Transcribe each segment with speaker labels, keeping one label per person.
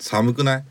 Speaker 1: 寒くない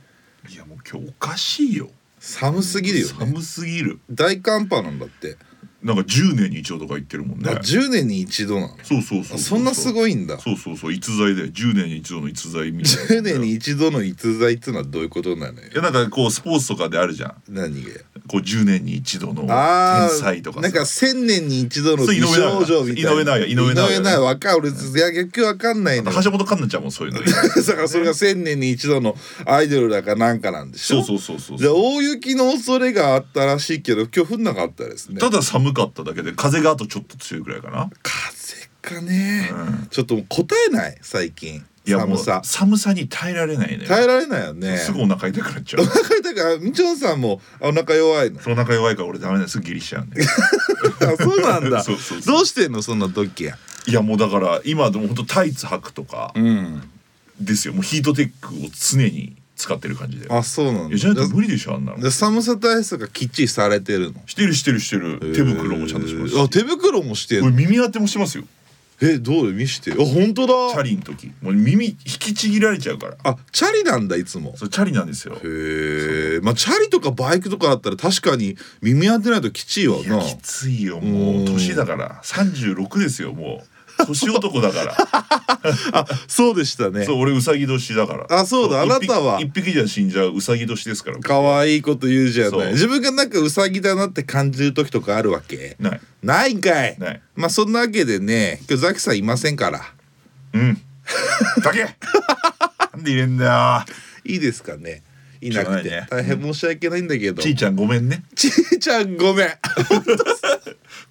Speaker 2: いやもう今日おかしいよ
Speaker 1: 寒すぎるよね
Speaker 2: 寒すぎる
Speaker 1: 大寒波なんだって
Speaker 2: なんか10年に一度とか言ってるもんね
Speaker 1: あ10年に一度なの
Speaker 2: そうそうそう
Speaker 1: あそんなす
Speaker 2: い
Speaker 1: ごいんだ
Speaker 2: そうそうそう逸材で10年に一度の逸材みたいな
Speaker 1: 10年に一度の逸材ってのはどういうことなのよ
Speaker 2: いやなんかこうスポーツとかであるじゃん
Speaker 1: 何がよ
Speaker 2: こう10年に一度の
Speaker 1: あ
Speaker 2: 天
Speaker 1: ー
Speaker 2: 才とかさ
Speaker 1: なんか千年に一度の
Speaker 2: そう井
Speaker 1: 美
Speaker 2: 上尚
Speaker 1: 少
Speaker 2: 弥
Speaker 1: 女みたいな
Speaker 2: 井
Speaker 1: 井
Speaker 2: 上尚弥井上尚弥
Speaker 1: 上尚弥わか俺いや逆にわかんないのよ
Speaker 2: 橋本環奈ちゃんもそういうの
Speaker 1: だからそれが千年に一度のアイドルだかなんかなんでし
Speaker 2: そ
Speaker 1: ょ
Speaker 2: うそうそうそう
Speaker 1: じゃあ大雪の恐れがあったらしいけど今日降んなかったですね
Speaker 2: ただ寒かっただけで風があとちょっと強いくらいかな
Speaker 1: 風かね、
Speaker 2: うん
Speaker 1: ちょっともう答えない最近
Speaker 2: いや
Speaker 1: 寒
Speaker 2: も
Speaker 1: さ
Speaker 2: う寒さに耐えられないね
Speaker 1: 耐えられないよね
Speaker 2: すぐお腹痛くなっち ゃ
Speaker 1: お
Speaker 2: う
Speaker 1: 腹痛くあみちょんさんもあお腹弱 いの
Speaker 2: お腹弱いから俺ダメだよすぐ下痢しちゃうんで
Speaker 1: あそうなんだ
Speaker 2: そうそうそう
Speaker 1: どうしてんのそんな時や
Speaker 2: いやもうだから今でも本当タイツ履くとか
Speaker 1: うん
Speaker 2: ですよもうヒートテックを常に使ってる感じでい
Speaker 1: あそうなんだ
Speaker 2: やじゃないと無理でしょあんなの
Speaker 1: で寒さ対策がきっちりされてるの
Speaker 2: してるしてるしてる手袋もちゃんとしますし、
Speaker 1: あ手袋もしてん
Speaker 2: 俺
Speaker 1: の
Speaker 2: 耳当てもしてますよ
Speaker 1: えどう見してあ本当だ
Speaker 2: チャリの時もう耳引きちぎられちゃうから
Speaker 1: あチャリなんだいつも
Speaker 2: そうチャリなんですよ
Speaker 1: へえまあチャリとかバイクとかだったら確かに耳当てないときちいわ
Speaker 2: いや
Speaker 1: な
Speaker 2: きついよも
Speaker 1: うん
Speaker 2: う年だから36ですよもう年男だから
Speaker 1: あそうでしたね
Speaker 2: そう俺うさぎ年だから
Speaker 1: あそうだ
Speaker 2: 一匹
Speaker 1: あなたは
Speaker 2: 一匹じゃ死んじゃううさぎ年ですから
Speaker 1: 可愛いこと言うじゃな
Speaker 2: そ
Speaker 1: いう自分がなんかウサギだなって感じる時とかあるわけ
Speaker 2: ない
Speaker 1: ないんかい
Speaker 2: ない
Speaker 1: まあそんなわけでね今日ザキさんいませんから
Speaker 2: うんだけなんで入れんだよ
Speaker 1: いいですかねいなくて
Speaker 2: しょうがないね
Speaker 1: 大変申し訳ないんだけど
Speaker 2: ちいちゃんごめんね
Speaker 1: ちいちゃんごめん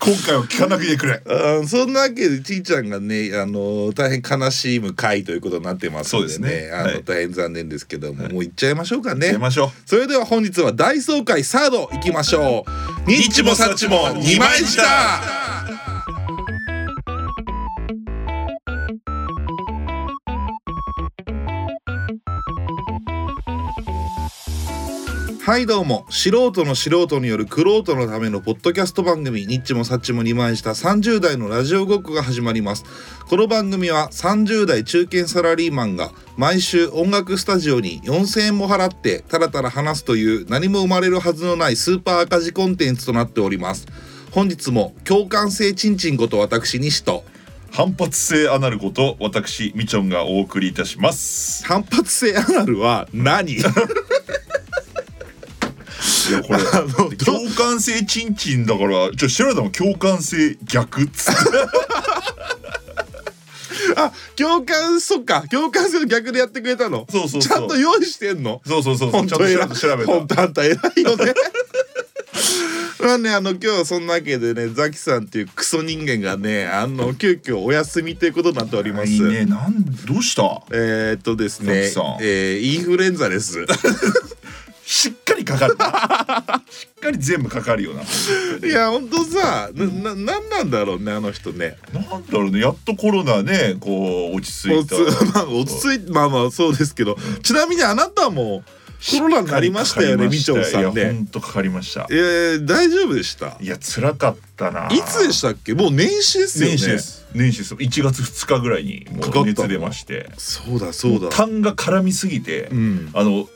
Speaker 2: 今回は聞かなくてくれ
Speaker 1: うんそんなわけでちいちゃんがね、あの大変悲しむ回ということになってますのでね
Speaker 2: そうですね
Speaker 1: あの、
Speaker 2: はい
Speaker 1: 大変残念ですけども、もう行っちゃいましょうか
Speaker 2: 出
Speaker 1: ね
Speaker 2: ましょう
Speaker 1: それでは本日は大総会サード行きましょうニッチもサッチも二枚舌はいどうも素人の素人によるクロートのためのポッドキャスト番組ニッチもサッチも2枚した30代のラジオごっこが始まりますこの番組は30代中堅サラリーマンが毎週音楽スタジオに4000円も払ってたらたら話すという何も生まれるはずのないスーパー赤字コンテンツとなっております本日も共感性ちんちんこと私西と
Speaker 2: 反発性アナルこと私みちょんがお送りいたします
Speaker 1: 反発性アナルは何
Speaker 2: いやこれ
Speaker 1: のど
Speaker 2: 共感性チンチンだからちょ白田も共感性逆っつって
Speaker 1: あ共感そっか共感性の逆でやってくれたの
Speaker 2: そうそうそう
Speaker 1: ちゃんと用意してんの
Speaker 2: そうそうそうそう
Speaker 1: 本
Speaker 2: ちゃん
Speaker 1: 当
Speaker 2: と
Speaker 1: 偉い
Speaker 2: 調べた
Speaker 1: 本当あんた偉いよねまあねあの今日はそんなわけでねザキさんっていうクソ人間がねあの急遽お休みということになっております
Speaker 2: いいねなんどうした
Speaker 1: えー、っとですね
Speaker 2: ザキさん
Speaker 1: えーインフルエンザです
Speaker 2: しっかり かかるしっかり全部かかるよない
Speaker 1: やほんとさなななんなんだろうねあの人ね
Speaker 2: なんだろうねやっとコロナねこう落ち着
Speaker 1: 落
Speaker 2: い
Speaker 1: ち
Speaker 2: た
Speaker 1: 着,、 まあ、落ち着いまあまあそうですけどちなみにあなたもコロナになりましたよねみちょんさん
Speaker 2: いやほ
Speaker 1: ね
Speaker 2: んとかかりました
Speaker 1: えー、大丈夫でした
Speaker 2: いや辛かったない
Speaker 1: いつでしたっけもう年始ですよね
Speaker 2: 年始です年始です1月2日ぐらいにも
Speaker 1: かかっ
Speaker 2: う
Speaker 1: たの
Speaker 2: 熱出まして
Speaker 1: そうだそうだ
Speaker 2: 痰が絡みすぎて、
Speaker 1: ん
Speaker 2: あの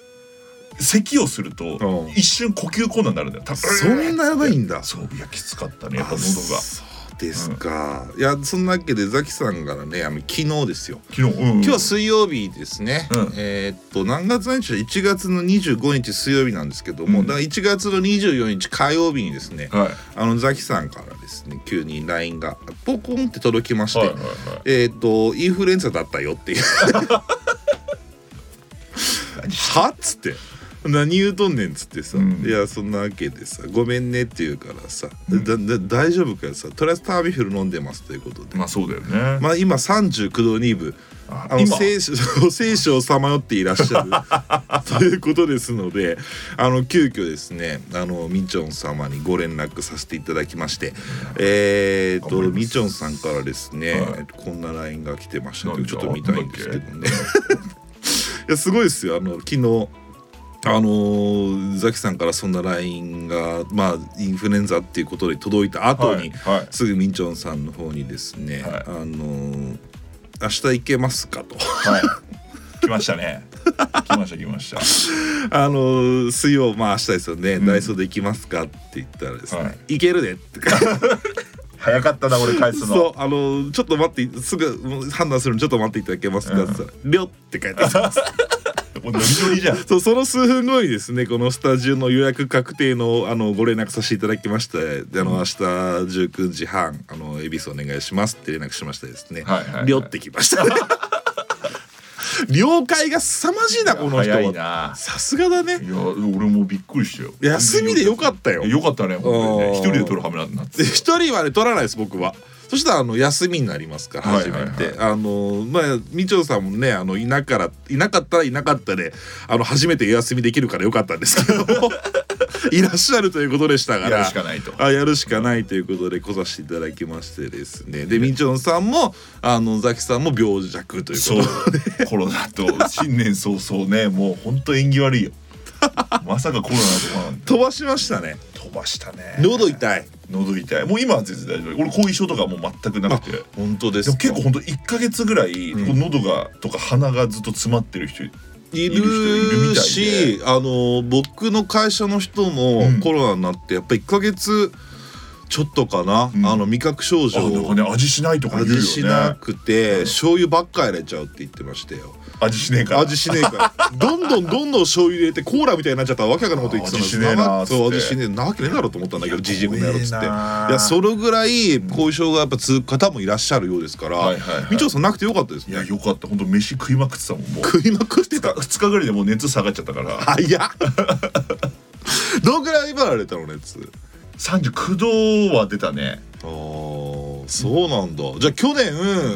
Speaker 2: 咳をすると、
Speaker 1: うん
Speaker 2: 一瞬呼吸困難になるんだよた
Speaker 1: そんなやばいんだ
Speaker 2: そういやきつかったねやっぱ
Speaker 1: あ
Speaker 2: 喉が
Speaker 1: そうですか、いやそんなわけでザキさんからねあの昨日ですよ
Speaker 2: 昨日、うんうん、
Speaker 1: 今日は水曜日ですね、
Speaker 2: うん
Speaker 1: えーっと何月何日だ1月の25日水曜日なんですけども、
Speaker 2: うん
Speaker 1: だから1月の24日火曜日にですね、
Speaker 2: はい
Speaker 1: あのザキさんからですね急に LINE がポコンって届きまして、
Speaker 2: はいはいはい
Speaker 1: えーっとインフルエンザだったよ っていうはっつって何言うとんねんっつってさ、
Speaker 2: うん
Speaker 1: いやそんなわけでさごめんねって言うからさ、だだ大丈夫かよさとりあえずタービフル飲んでますということで、
Speaker 2: まあそうだよね、
Speaker 1: まあ今39度2分
Speaker 2: あ
Speaker 1: あの
Speaker 2: 今
Speaker 1: 聖書 聖書をさまよっていらっしゃる ということですのであの急遽ですねあのみちょん様にご連絡させていただきましてえー、っと
Speaker 2: 頑張ります
Speaker 1: みちょんさんからですね、
Speaker 2: はい
Speaker 1: こんな LINE が来てました
Speaker 2: な
Speaker 1: けど
Speaker 2: ん
Speaker 1: ち
Speaker 2: じ
Speaker 1: ょ
Speaker 2: ゃ
Speaker 1: っと見たいんですけどね いやすごいですよあの昨日あのーザキさんからそんな LINE がまあインフルエンザっていうことで届いた後に、
Speaker 2: はいはい
Speaker 1: すぐみちょんさんの方にですね、
Speaker 2: はい
Speaker 1: あのー明日行けますかと
Speaker 2: はい来ましたね来ました来ました。
Speaker 1: あの水曜まあ明日ですよね、
Speaker 2: ん
Speaker 1: ダイソーで行きますかって言ったらですね、、
Speaker 2: はい
Speaker 1: けるでって
Speaker 2: 早かったな俺返すの。
Speaker 1: そうあのちょっと待ってすぐもう判断するのちょっと待っていただけますかって言ったら「りょ」って書いてあ る
Speaker 2: もうノリノリじゃん。
Speaker 1: そうその数分後にですねこのスタジオの予約確定のあのご連絡させていただきましてであの明日19時半あの恵比寿お願いしますって連絡しましてですね
Speaker 2: はいはいはい
Speaker 1: りょ」ってきました了解が凄まじい なこの人
Speaker 2: 早い
Speaker 1: は
Speaker 2: な。
Speaker 1: さすがだね
Speaker 2: いや俺もびっくりしたよ。
Speaker 1: 休みでよかったよ
Speaker 2: よかったね本当にね
Speaker 1: うん
Speaker 2: 一人で撮るはめなんてなって
Speaker 1: で。一人はね取らないです僕はそしたらあの休みになりますから
Speaker 2: はい
Speaker 1: 初
Speaker 2: はいはい
Speaker 1: めてあのまあみちょさんもねあのいなからいなかったらいなかったであの初めてお休みできるからよかったんですけど いらっしゃるということでしたか
Speaker 2: やる
Speaker 1: ら
Speaker 2: しかないと。
Speaker 1: あやるしかないということで来させていただきましてですねでみちょさんもあのザキさんも病弱という
Speaker 2: そう
Speaker 1: こ
Speaker 2: コロナと新年早々ねもう本当縁起悪いよ。 まさかコロナとかなんて
Speaker 1: と飛ばしましたね
Speaker 2: 飛ばしたね。
Speaker 1: 喉痛い
Speaker 2: 喉痛いもう今は全然大丈夫俺後遺症とかもう全くなくてで
Speaker 1: 本当で
Speaker 2: も
Speaker 1: す
Speaker 2: 結構ほんと1か月ぐらい、
Speaker 1: うん
Speaker 2: こう喉がとか鼻がずっと詰まってる人
Speaker 1: い
Speaker 2: いる人いるみ
Speaker 1: る
Speaker 2: たい
Speaker 1: しあの僕の会社の人も
Speaker 2: うん
Speaker 1: コロナになってやっぱ1ヶ月ちょっとかな、
Speaker 2: うん
Speaker 1: あの味覚症
Speaker 2: あなんか
Speaker 1: 状
Speaker 2: ね味しないとか言うよね
Speaker 1: 味しなくて、
Speaker 2: うん
Speaker 1: 醤油ばっか入れちゃうって言ってましたよ
Speaker 2: 味しねえから
Speaker 1: 味しねえから どんどんどんどん醤油入れてコーラみたいになっちゃったらわけわかんないこと言ってたんです
Speaker 2: あ味しねえなーっつって
Speaker 1: そう味しねえなわけねえだろうと思ったんだけどじじいこの野郎っつっていや
Speaker 2: や
Speaker 1: それぐらい後遺症がやっぱ続く方もいらっしゃるようですから、
Speaker 2: はいはいはい
Speaker 1: みちょさんなくてよかったです
Speaker 2: い
Speaker 1: ね
Speaker 2: やよかった本当飯食いまくってたもんもう
Speaker 1: 食いまくってた
Speaker 2: 2日ぐらいでもう熱下がっちゃった から
Speaker 1: 早っどんぐらい今られたの熱
Speaker 2: 39度は出たね
Speaker 1: あーそうなんだじゃあ去年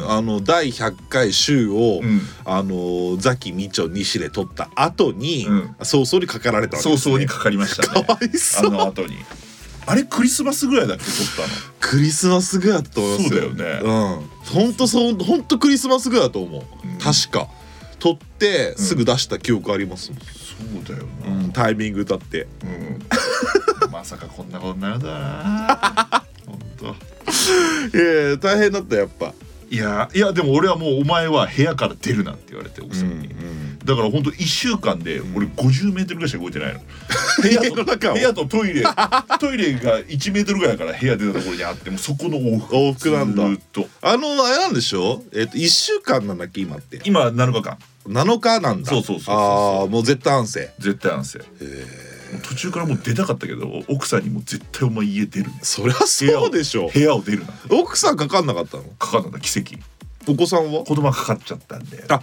Speaker 1: あの第100回週を、
Speaker 2: うん
Speaker 1: あのザキミチョ西で取った後に、
Speaker 2: うん
Speaker 1: 早々にかかられたわけ
Speaker 2: 早
Speaker 1: です、
Speaker 2: 々
Speaker 1: ね、
Speaker 2: にかかりましたね
Speaker 1: かわい
Speaker 2: あ
Speaker 1: そう
Speaker 2: の後にあれクリスマスぐらいだっけ撮ったの
Speaker 1: クリスマスぐらいだと思います
Speaker 2: そうだよね
Speaker 1: うんほんとそうほんとクリスマスぐらいだと思う、
Speaker 2: うん
Speaker 1: 確か取ってすぐ出した記憶ありますも
Speaker 2: そうだよ
Speaker 1: ん、うんタイミングだって
Speaker 2: な、うんまさかこんなことになるとはな本当
Speaker 1: いやいや大変だったやっぱ
Speaker 2: いやいやでも俺はもうお前は部屋から出るなって言われて奥さんに、だからほんと1週間で俺50メートルぐらいしか動いてないの部屋
Speaker 1: 家の中
Speaker 2: と
Speaker 1: を
Speaker 2: 部屋とトイレトイレが1メートルぐらいから部屋出たところにあってもうそこの往復
Speaker 1: 往復なんだ
Speaker 2: ずーっと
Speaker 1: あのあれなんでしょえっ、と1週間なんだっけ今って
Speaker 2: 今7日間
Speaker 1: 7日なんだ
Speaker 2: そうそうそうそう
Speaker 1: ああもう絶対安静
Speaker 2: 絶対安静もう途中からもう出たかったけど奥さんにもう絶対お前家出るね
Speaker 1: そりゃそうでしょ
Speaker 2: 部屋を出るな
Speaker 1: 奥さんかかんなかったの
Speaker 2: かかんなかった奇跡
Speaker 1: お子さんは
Speaker 2: 子供がかかっちゃったんだよ、ね、
Speaker 1: あ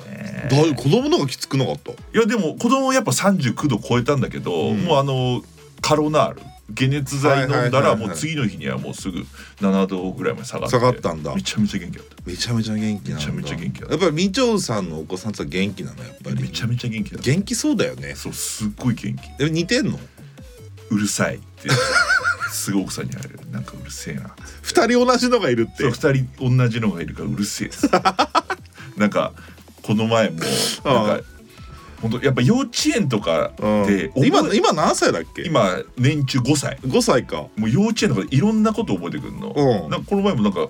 Speaker 1: だい子供の方がきつくなかった
Speaker 2: いやでも子供やっぱ39度超えたんだけど、
Speaker 1: うん
Speaker 2: もうあのカロナール解熱剤飲んだ
Speaker 1: はいはいはいは
Speaker 2: ら
Speaker 1: い
Speaker 2: もう次の日にはもうすぐ7度ぐらいまで下がって
Speaker 1: 下がったんだ
Speaker 2: めちゃめちゃ元気だっ
Speaker 1: めちゃめちゃ元気なんだ
Speaker 2: めちゃめちゃ元気だ
Speaker 1: やっぱりみちょさんのお子さんとは元気なのやっぱ
Speaker 2: た
Speaker 1: り
Speaker 2: めちゃめちゃ元気だった
Speaker 1: 元気そうだよね
Speaker 2: そうすっごい元気
Speaker 1: え似てんの
Speaker 2: うるさいって すごい奥さんにあるなんかうるせえな
Speaker 1: 二人同じのがいるって
Speaker 2: そう2人同じのがいるからうるせえ っすなんかこの前もなんか本当やっぱ幼稚園とかで、
Speaker 1: うん、今
Speaker 2: 覚え
Speaker 1: 今何歳だっけ
Speaker 2: 今年中5歳
Speaker 1: 5歳か
Speaker 2: もう幼稚園とかでいろんなこと覚えてくるの、
Speaker 1: うん
Speaker 2: なんかこの前もなんか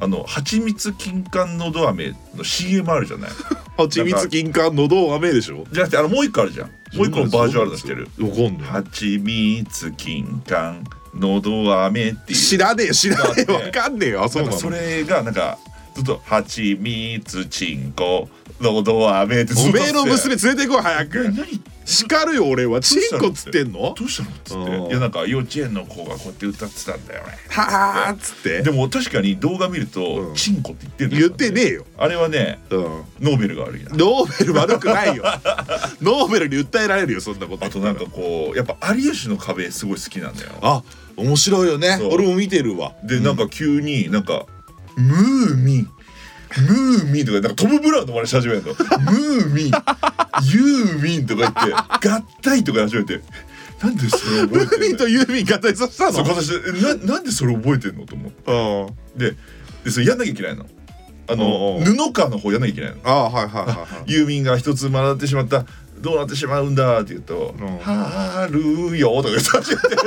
Speaker 2: あの蜂蜜金柑のど飴の CM あるじゃない
Speaker 1: 蜂蜜金柑のどう雨でしょ
Speaker 2: じゃなくてあのもう一個あるじゃんもう一個のバージョンあるの知ってる
Speaker 1: わかんない
Speaker 2: 蜂蜜金柑のど飴っていう
Speaker 1: 知らねえ知らねえ
Speaker 2: だって
Speaker 1: わかんねえよあそう
Speaker 2: なん
Speaker 1: な
Speaker 2: か
Speaker 1: の
Speaker 2: それがなんかずっと「蜂蜜ちんこのど飴」ってず
Speaker 1: お
Speaker 2: っと
Speaker 1: め
Speaker 2: やっ
Speaker 1: え
Speaker 2: て
Speaker 1: の娘連れてこい早
Speaker 2: え
Speaker 1: く
Speaker 2: 何
Speaker 1: 叱るよ俺はチンコつってんの
Speaker 2: どうしたの?」っつ
Speaker 1: う
Speaker 2: っ
Speaker 1: ん
Speaker 2: ていやなんか幼稚園の子がこうやって歌ってたんだよね
Speaker 1: はあっつって
Speaker 2: でも確かに動画見ると
Speaker 1: う
Speaker 2: 「
Speaker 1: ん
Speaker 2: ちんこ」って言ってん
Speaker 1: 言
Speaker 2: の
Speaker 1: ってねえよ、
Speaker 2: あれはね
Speaker 1: うん、
Speaker 2: ノーベルが悪いな
Speaker 1: ノーベル悪くないよ ノーベルに訴えられるよそんなこと
Speaker 2: あとなんかこうやっぱ「有吉の壁」すごい好きなんだよ
Speaker 1: あ面白いよね
Speaker 2: そう
Speaker 1: 俺も見てるわ
Speaker 2: でなんか急になんか「ムーミン」ムーミンとかなんかトム・ブラウンの真似し始め るの「ムーミン」「ユーミン」とか言って「合体」とか言い始めてなんでそれ
Speaker 1: ム
Speaker 2: 覚
Speaker 1: ーミ
Speaker 2: えて
Speaker 1: ン
Speaker 2: んの
Speaker 1: とユーミン合体させた
Speaker 2: そう
Speaker 1: の
Speaker 2: 形でえななんでそれ覚えてんのと思って
Speaker 1: うん
Speaker 2: ででそれやんなきゃいけないのあ
Speaker 1: お
Speaker 2: の
Speaker 1: うおう
Speaker 2: 布川の方やんなきゃいけないの
Speaker 1: ああはいはいはいはい
Speaker 2: ユーミンが一つ学ってしまったどうなってしまうんだって言うと
Speaker 1: うん
Speaker 2: 「はるよ」とか言って始めて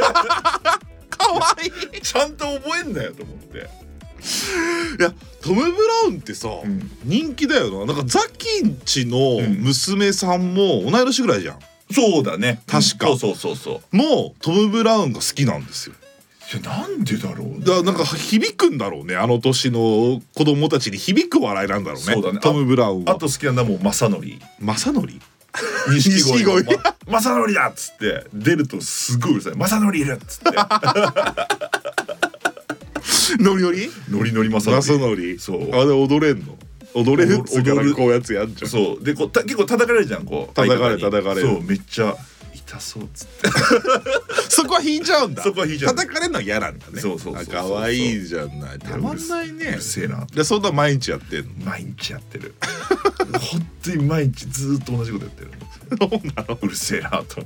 Speaker 1: かわいい
Speaker 2: ちゃんと覚えんなよと思って
Speaker 1: いやトム・ブラウンってさ、
Speaker 2: うん
Speaker 1: 人気だよななんかザキンチの
Speaker 2: うん
Speaker 1: 娘さんも同い年ぐらいじゃん
Speaker 2: そうだね
Speaker 1: 確か
Speaker 2: うんそうそうそう
Speaker 1: もうトム・ブラウンが好きなんですよ
Speaker 2: そういやなんでだろうね
Speaker 1: だからなんか響くんだろうねあの年の子供たちに響く笑いなんだろうね
Speaker 2: そうだね
Speaker 1: トム・ブラウン
Speaker 2: あ
Speaker 1: は
Speaker 2: と好きなのはもう正則
Speaker 1: 正則
Speaker 2: 錦鯉
Speaker 1: 錦
Speaker 2: の「ま正則だ!」っつって出るとすごいうるさい「正則いる!」っつって
Speaker 1: ノリノリ
Speaker 2: ノリノリ正
Speaker 1: 正
Speaker 2: 則
Speaker 1: 則
Speaker 2: そう
Speaker 1: あれ踊れんの踊れるっつうか
Speaker 2: 踊
Speaker 1: な
Speaker 2: る
Speaker 1: んかこうやつやんじゃん
Speaker 2: そうでこうた結構叩かれるじゃんこう
Speaker 1: 叩かれ
Speaker 2: 相方に
Speaker 1: 叩かれる
Speaker 2: そうめっちゃ痛そうっつって
Speaker 1: そこは引いちゃうんだ
Speaker 2: そこは引いちゃうんだ
Speaker 1: 叩かれるのは嫌なんだね
Speaker 2: そうそうそうそう
Speaker 1: あ可愛いじゃないたまんないうね
Speaker 2: るせえな
Speaker 1: でそんな毎日やってんの
Speaker 2: 毎日やってる本当に毎日ずーっと同じことやってるうるせえなと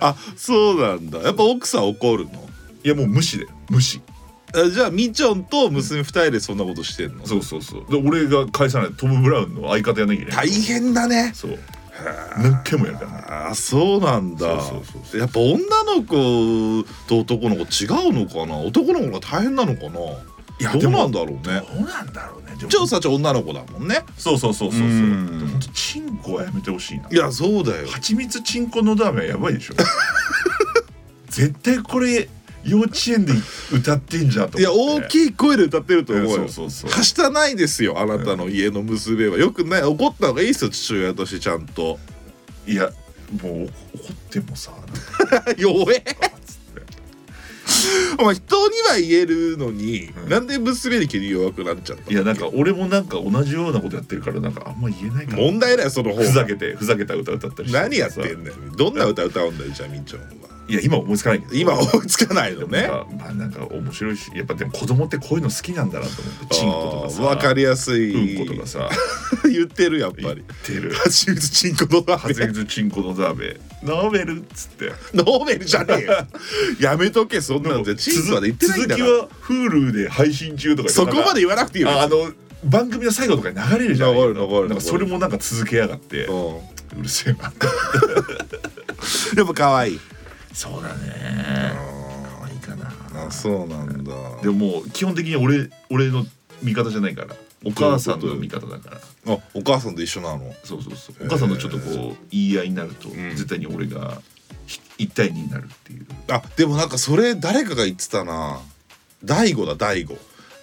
Speaker 1: あそうなんだやっぱ奥さん怒るの
Speaker 2: いやもう無視だよ無視
Speaker 1: あじゃあみちょんと娘二人でそんなことしてんの
Speaker 2: そうそうそうで俺が返さないとトム・ブラウンの相方やんなきゃいけない
Speaker 1: 大変だね
Speaker 2: そう何回もやるからね
Speaker 1: あーそうなんだ
Speaker 2: そうそうそうそ
Speaker 1: やっぱ女の子と男の子違うのかな男の子が大変なのかない
Speaker 2: や
Speaker 1: ど
Speaker 2: で
Speaker 1: うな
Speaker 2: も
Speaker 1: んだろうね
Speaker 2: どうなんだろうねでも
Speaker 1: 調査長女の子だもんね
Speaker 2: そうそうそうそうそう
Speaker 1: う
Speaker 2: で
Speaker 1: ん
Speaker 2: もほんとチンコはやめてほしいない
Speaker 1: やそうだよ
Speaker 2: 蜂蜜チンコのダメはやばいで しょ絶対これ幼稚園で歌ってんじゃんと
Speaker 1: いや大
Speaker 2: い
Speaker 1: きい声で歌ってると
Speaker 2: と思
Speaker 1: 思う
Speaker 2: っていや
Speaker 1: よ
Speaker 2: そうそうそう
Speaker 1: はしたないですよあなたの家の娘はよくない怒った方がいいですよ父親としてちゃんと
Speaker 2: いやもう怒ってもさなんか
Speaker 1: 弱 え
Speaker 2: つって
Speaker 1: お前人には言えるのに、
Speaker 2: うん
Speaker 1: なんで娘に急に弱くなっちゃった
Speaker 2: いやなんか俺もなんか同じようなことやってるからなんかあんま言えないから
Speaker 1: 問題だよその方
Speaker 2: ふざけてふざけた歌歌ったりして
Speaker 1: 何やってんだよどんな歌歌うんだよじゃあみーちゃんはい
Speaker 2: や今思いつかないけど
Speaker 1: 今追いつかないのね
Speaker 2: なんかまあなんか面白いしやっぱでも子供ってこういうの好きなんだなと思ってチンコとか
Speaker 1: あー
Speaker 2: さ
Speaker 1: わかりやす
Speaker 2: うん
Speaker 1: い、
Speaker 2: ことかさ
Speaker 1: 言ってるやっ
Speaker 2: 言
Speaker 1: ぱ
Speaker 2: っ
Speaker 1: り
Speaker 2: てる
Speaker 1: 初めてチンコの鍋
Speaker 2: 初めてチンコのザーベノーベルっつって
Speaker 1: ノーベルじゃねえよ やめとけそんなのじゃチンコまで言ってないんだ
Speaker 2: 続き
Speaker 1: から
Speaker 2: は Hulu で配信中とか
Speaker 1: そこまで言わなくていいよ
Speaker 2: ああの番組の最後とかに流れるじゃん
Speaker 1: 流れる流れる
Speaker 2: なんかそれもなんか続けやがってう
Speaker 1: う、
Speaker 2: るせえなん
Speaker 1: やっぱ可愛い
Speaker 2: そうだね可愛いかな
Speaker 1: あそうなんだ
Speaker 2: でももう基本的に俺俺の味方じゃないからお母さんの味方だから
Speaker 1: あお母さんと一緒なの
Speaker 2: そうそうそうお母さんのちょっとこう言い合いになると
Speaker 1: ん
Speaker 2: 絶対に俺がひ一対二になるっていう
Speaker 1: あでもなんかそれ誰かが言ってたな大悟だ大悟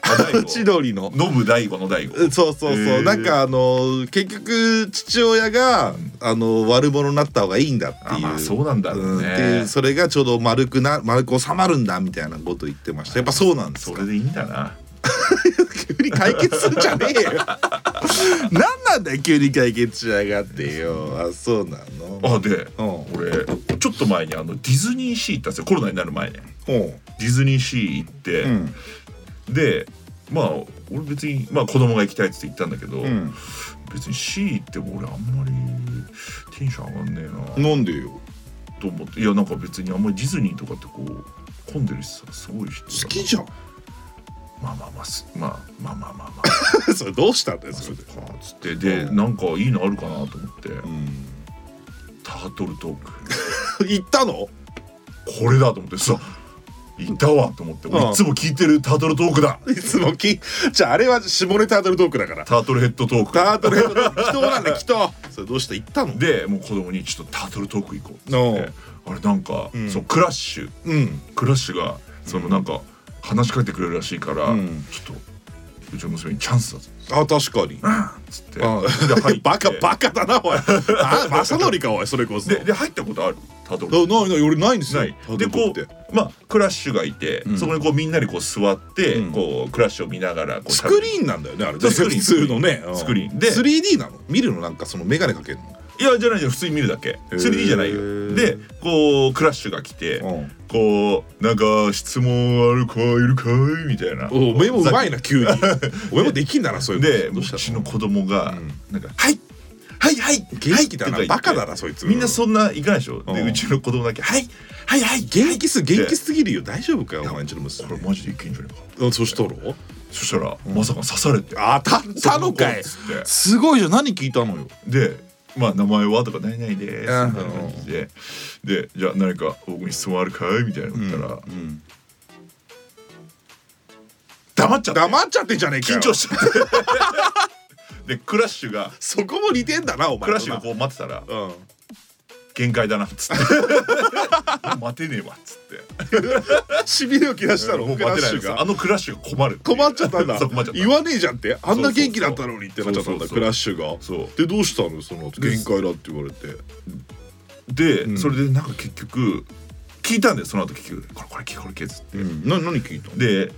Speaker 2: あ大悟
Speaker 1: 千鳥の
Speaker 2: ノブ大悟の大悟
Speaker 1: そうそうそう、
Speaker 2: へー
Speaker 1: なんかあの結局父親が、あの悪者になった方がいいんだって
Speaker 2: あ
Speaker 1: いう。
Speaker 2: まあそうなんだろ
Speaker 1: うん
Speaker 2: う
Speaker 1: っ
Speaker 2: ね
Speaker 1: ていうそれがちょうど丸くな丸く収まるんだみたいなこと言ってましたやっぱそうなんです
Speaker 2: そ
Speaker 1: か
Speaker 2: れでいいんだな
Speaker 1: 急に解決するんじゃね えよ何なんだよ急に解決しやがってよあそうなの
Speaker 2: あで
Speaker 1: うん
Speaker 2: 俺ちょっと前にあのディズニーシー行ったんですよコロナになる前ね
Speaker 1: うん
Speaker 2: ディズニーシー行って、
Speaker 1: うん
Speaker 2: でまあ俺別にまあ子供が行きたいっつって行ったんだけど、
Speaker 1: うん
Speaker 2: 別に C っても俺あんまりテンション上がんねえな
Speaker 1: なんでよ
Speaker 2: と思っていやなんか別にあんまりディズニーとかってこう混んでるしさすごい人だな
Speaker 1: 好きじゃん
Speaker 2: まあまあまあすまあまあまあまあまあ
Speaker 1: それどうしたんだよ
Speaker 2: あ
Speaker 1: そ
Speaker 2: そ
Speaker 1: れ
Speaker 2: っ
Speaker 1: で、
Speaker 2: かつってで
Speaker 1: うん
Speaker 2: なんかいいのあるかなと思って
Speaker 1: うん、
Speaker 2: タートルトーク
Speaker 1: 行ったの
Speaker 2: これだと思ってさいたわと思って
Speaker 1: うん
Speaker 2: 俺いつも聞いてるタートルトークだ
Speaker 1: いつもきじゃああれは下ネタートルトークだから
Speaker 2: タートルヘッドトーク
Speaker 1: タートルヘッドの人なんだ人それどうした行ったの
Speaker 2: でもう子供にちょっとタートルトーク行こうっつ
Speaker 1: お
Speaker 2: って
Speaker 1: う
Speaker 2: あれなんか、
Speaker 1: ん
Speaker 2: そうクラッシュ
Speaker 1: うん
Speaker 2: クラッシュがそのなんか話しかけてくれるらしいから、
Speaker 1: うん
Speaker 2: ちょっとうちの娘にチャンスだぞ
Speaker 1: あ確かに
Speaker 2: っつってで
Speaker 1: あ
Speaker 2: 入って
Speaker 1: バカバカだ なおいあ正則かおいそれこそ
Speaker 2: でで入ったことあるタートル
Speaker 1: あないない俺ないんですよ
Speaker 2: ない
Speaker 1: タート
Speaker 2: で
Speaker 1: ルトー
Speaker 2: こ
Speaker 1: クって
Speaker 2: うまあクラッシュがいて、
Speaker 1: ん
Speaker 2: そこにこうみんなでこう座って、
Speaker 1: うん
Speaker 2: こうクラッシュを見ながらこう
Speaker 1: スク
Speaker 2: ン
Speaker 1: リーンなんだよねあれ
Speaker 2: そうスクリーン
Speaker 1: 普通のね
Speaker 2: スクリーン
Speaker 1: で
Speaker 2: で
Speaker 1: 3D なの見るのなんかそのメガネかけるの
Speaker 2: いやじゃないじゃない普通に見るだけ 3D じゃない
Speaker 1: へー
Speaker 2: よでこうクラッシュが来て、
Speaker 1: うん
Speaker 2: こうなんか質問ある子いるかいみたいな
Speaker 1: おめもうまいな急に おめもできんだなそういう
Speaker 2: で
Speaker 1: ど
Speaker 2: う
Speaker 1: うし
Speaker 2: ち
Speaker 1: た
Speaker 2: の
Speaker 1: の
Speaker 2: 子供が
Speaker 1: ん
Speaker 2: なんか「はいはいはい
Speaker 1: 元気だ
Speaker 2: は
Speaker 1: ない
Speaker 2: と
Speaker 1: バカ
Speaker 2: か言って
Speaker 1: だなそいつ
Speaker 2: みんなそんないかないでしょで
Speaker 1: うん
Speaker 2: うちの子供だけ「はいはいはい
Speaker 1: 元気す元気すぎるよ大丈夫かよお前んちの
Speaker 2: これ
Speaker 1: 娘
Speaker 2: マジでいけんじゃねえか
Speaker 1: うんそしたら」
Speaker 2: そしたらまさか刺されて
Speaker 1: あたったのかい
Speaker 2: その子っつって
Speaker 1: すごいじゃん何聞いたのよ
Speaker 2: で「まあ名前は?」とか「何々です」みた
Speaker 1: う
Speaker 2: い
Speaker 1: ん
Speaker 2: な感じでで「じゃあ何か僕に質問あるかい?」みたいなの言ったら
Speaker 1: うん
Speaker 2: 「黙っちゃって
Speaker 1: 黙っちゃってんじゃねえかよ
Speaker 2: 緊張しちゃってで クラッシュが
Speaker 1: そこも似てんだなお前
Speaker 2: クラッシュがこう待ってたら
Speaker 1: う、うん、
Speaker 2: 限界だなっつって 待てねえわっつって
Speaker 1: しびれを切らしたの、
Speaker 2: もう
Speaker 1: クラッ
Speaker 2: 待てない
Speaker 1: シュ
Speaker 2: です
Speaker 1: が
Speaker 2: あのクラッシュが困る
Speaker 1: 困っちゃったんだ
Speaker 2: そう困っちゃった
Speaker 1: 言わねえじゃんってあんな元気だったのにってなっちゃったんだ
Speaker 2: そうそうそう
Speaker 1: クラッシュが
Speaker 2: そう
Speaker 1: でどうしたのその後限界だって言われて
Speaker 2: で、
Speaker 1: うん
Speaker 2: それでなんか結局聞いたんだよその後結局これこれ聞けこれ聞けっつって、
Speaker 1: うんな何聞いたの
Speaker 2: で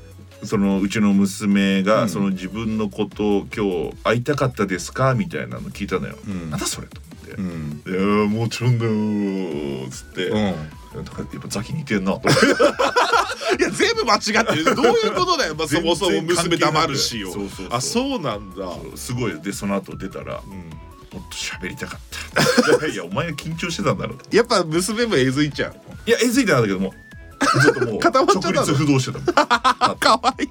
Speaker 2: そのうちの娘が、
Speaker 1: うん
Speaker 2: その自分のことを今日会いたかったですかみたいなの聞いたのよ、
Speaker 1: うん
Speaker 2: なんだそれと思っ
Speaker 1: う
Speaker 2: て、
Speaker 1: ん
Speaker 2: いやーもちろんだよーっつって、
Speaker 1: うん、い
Speaker 2: なん
Speaker 1: や
Speaker 2: かやっぱザキ似てんなと思って
Speaker 1: 全部間違ってるどういうこと だよ、まあ、そもそも
Speaker 2: 全然関係
Speaker 1: 娘
Speaker 2: なく
Speaker 1: 黙るしよ
Speaker 2: そうそうそう
Speaker 1: あそうなんだ
Speaker 2: すごいよでその後出たらもっ
Speaker 1: うん
Speaker 2: と喋りたかった いやお前が緊張してたんだろうと
Speaker 1: やっぱ娘もえずいちゃう
Speaker 2: いやえずいてなかったけどもちょっとも う
Speaker 1: 固まっちゃったの
Speaker 2: 直立不動してたもんい
Speaker 1: かわいい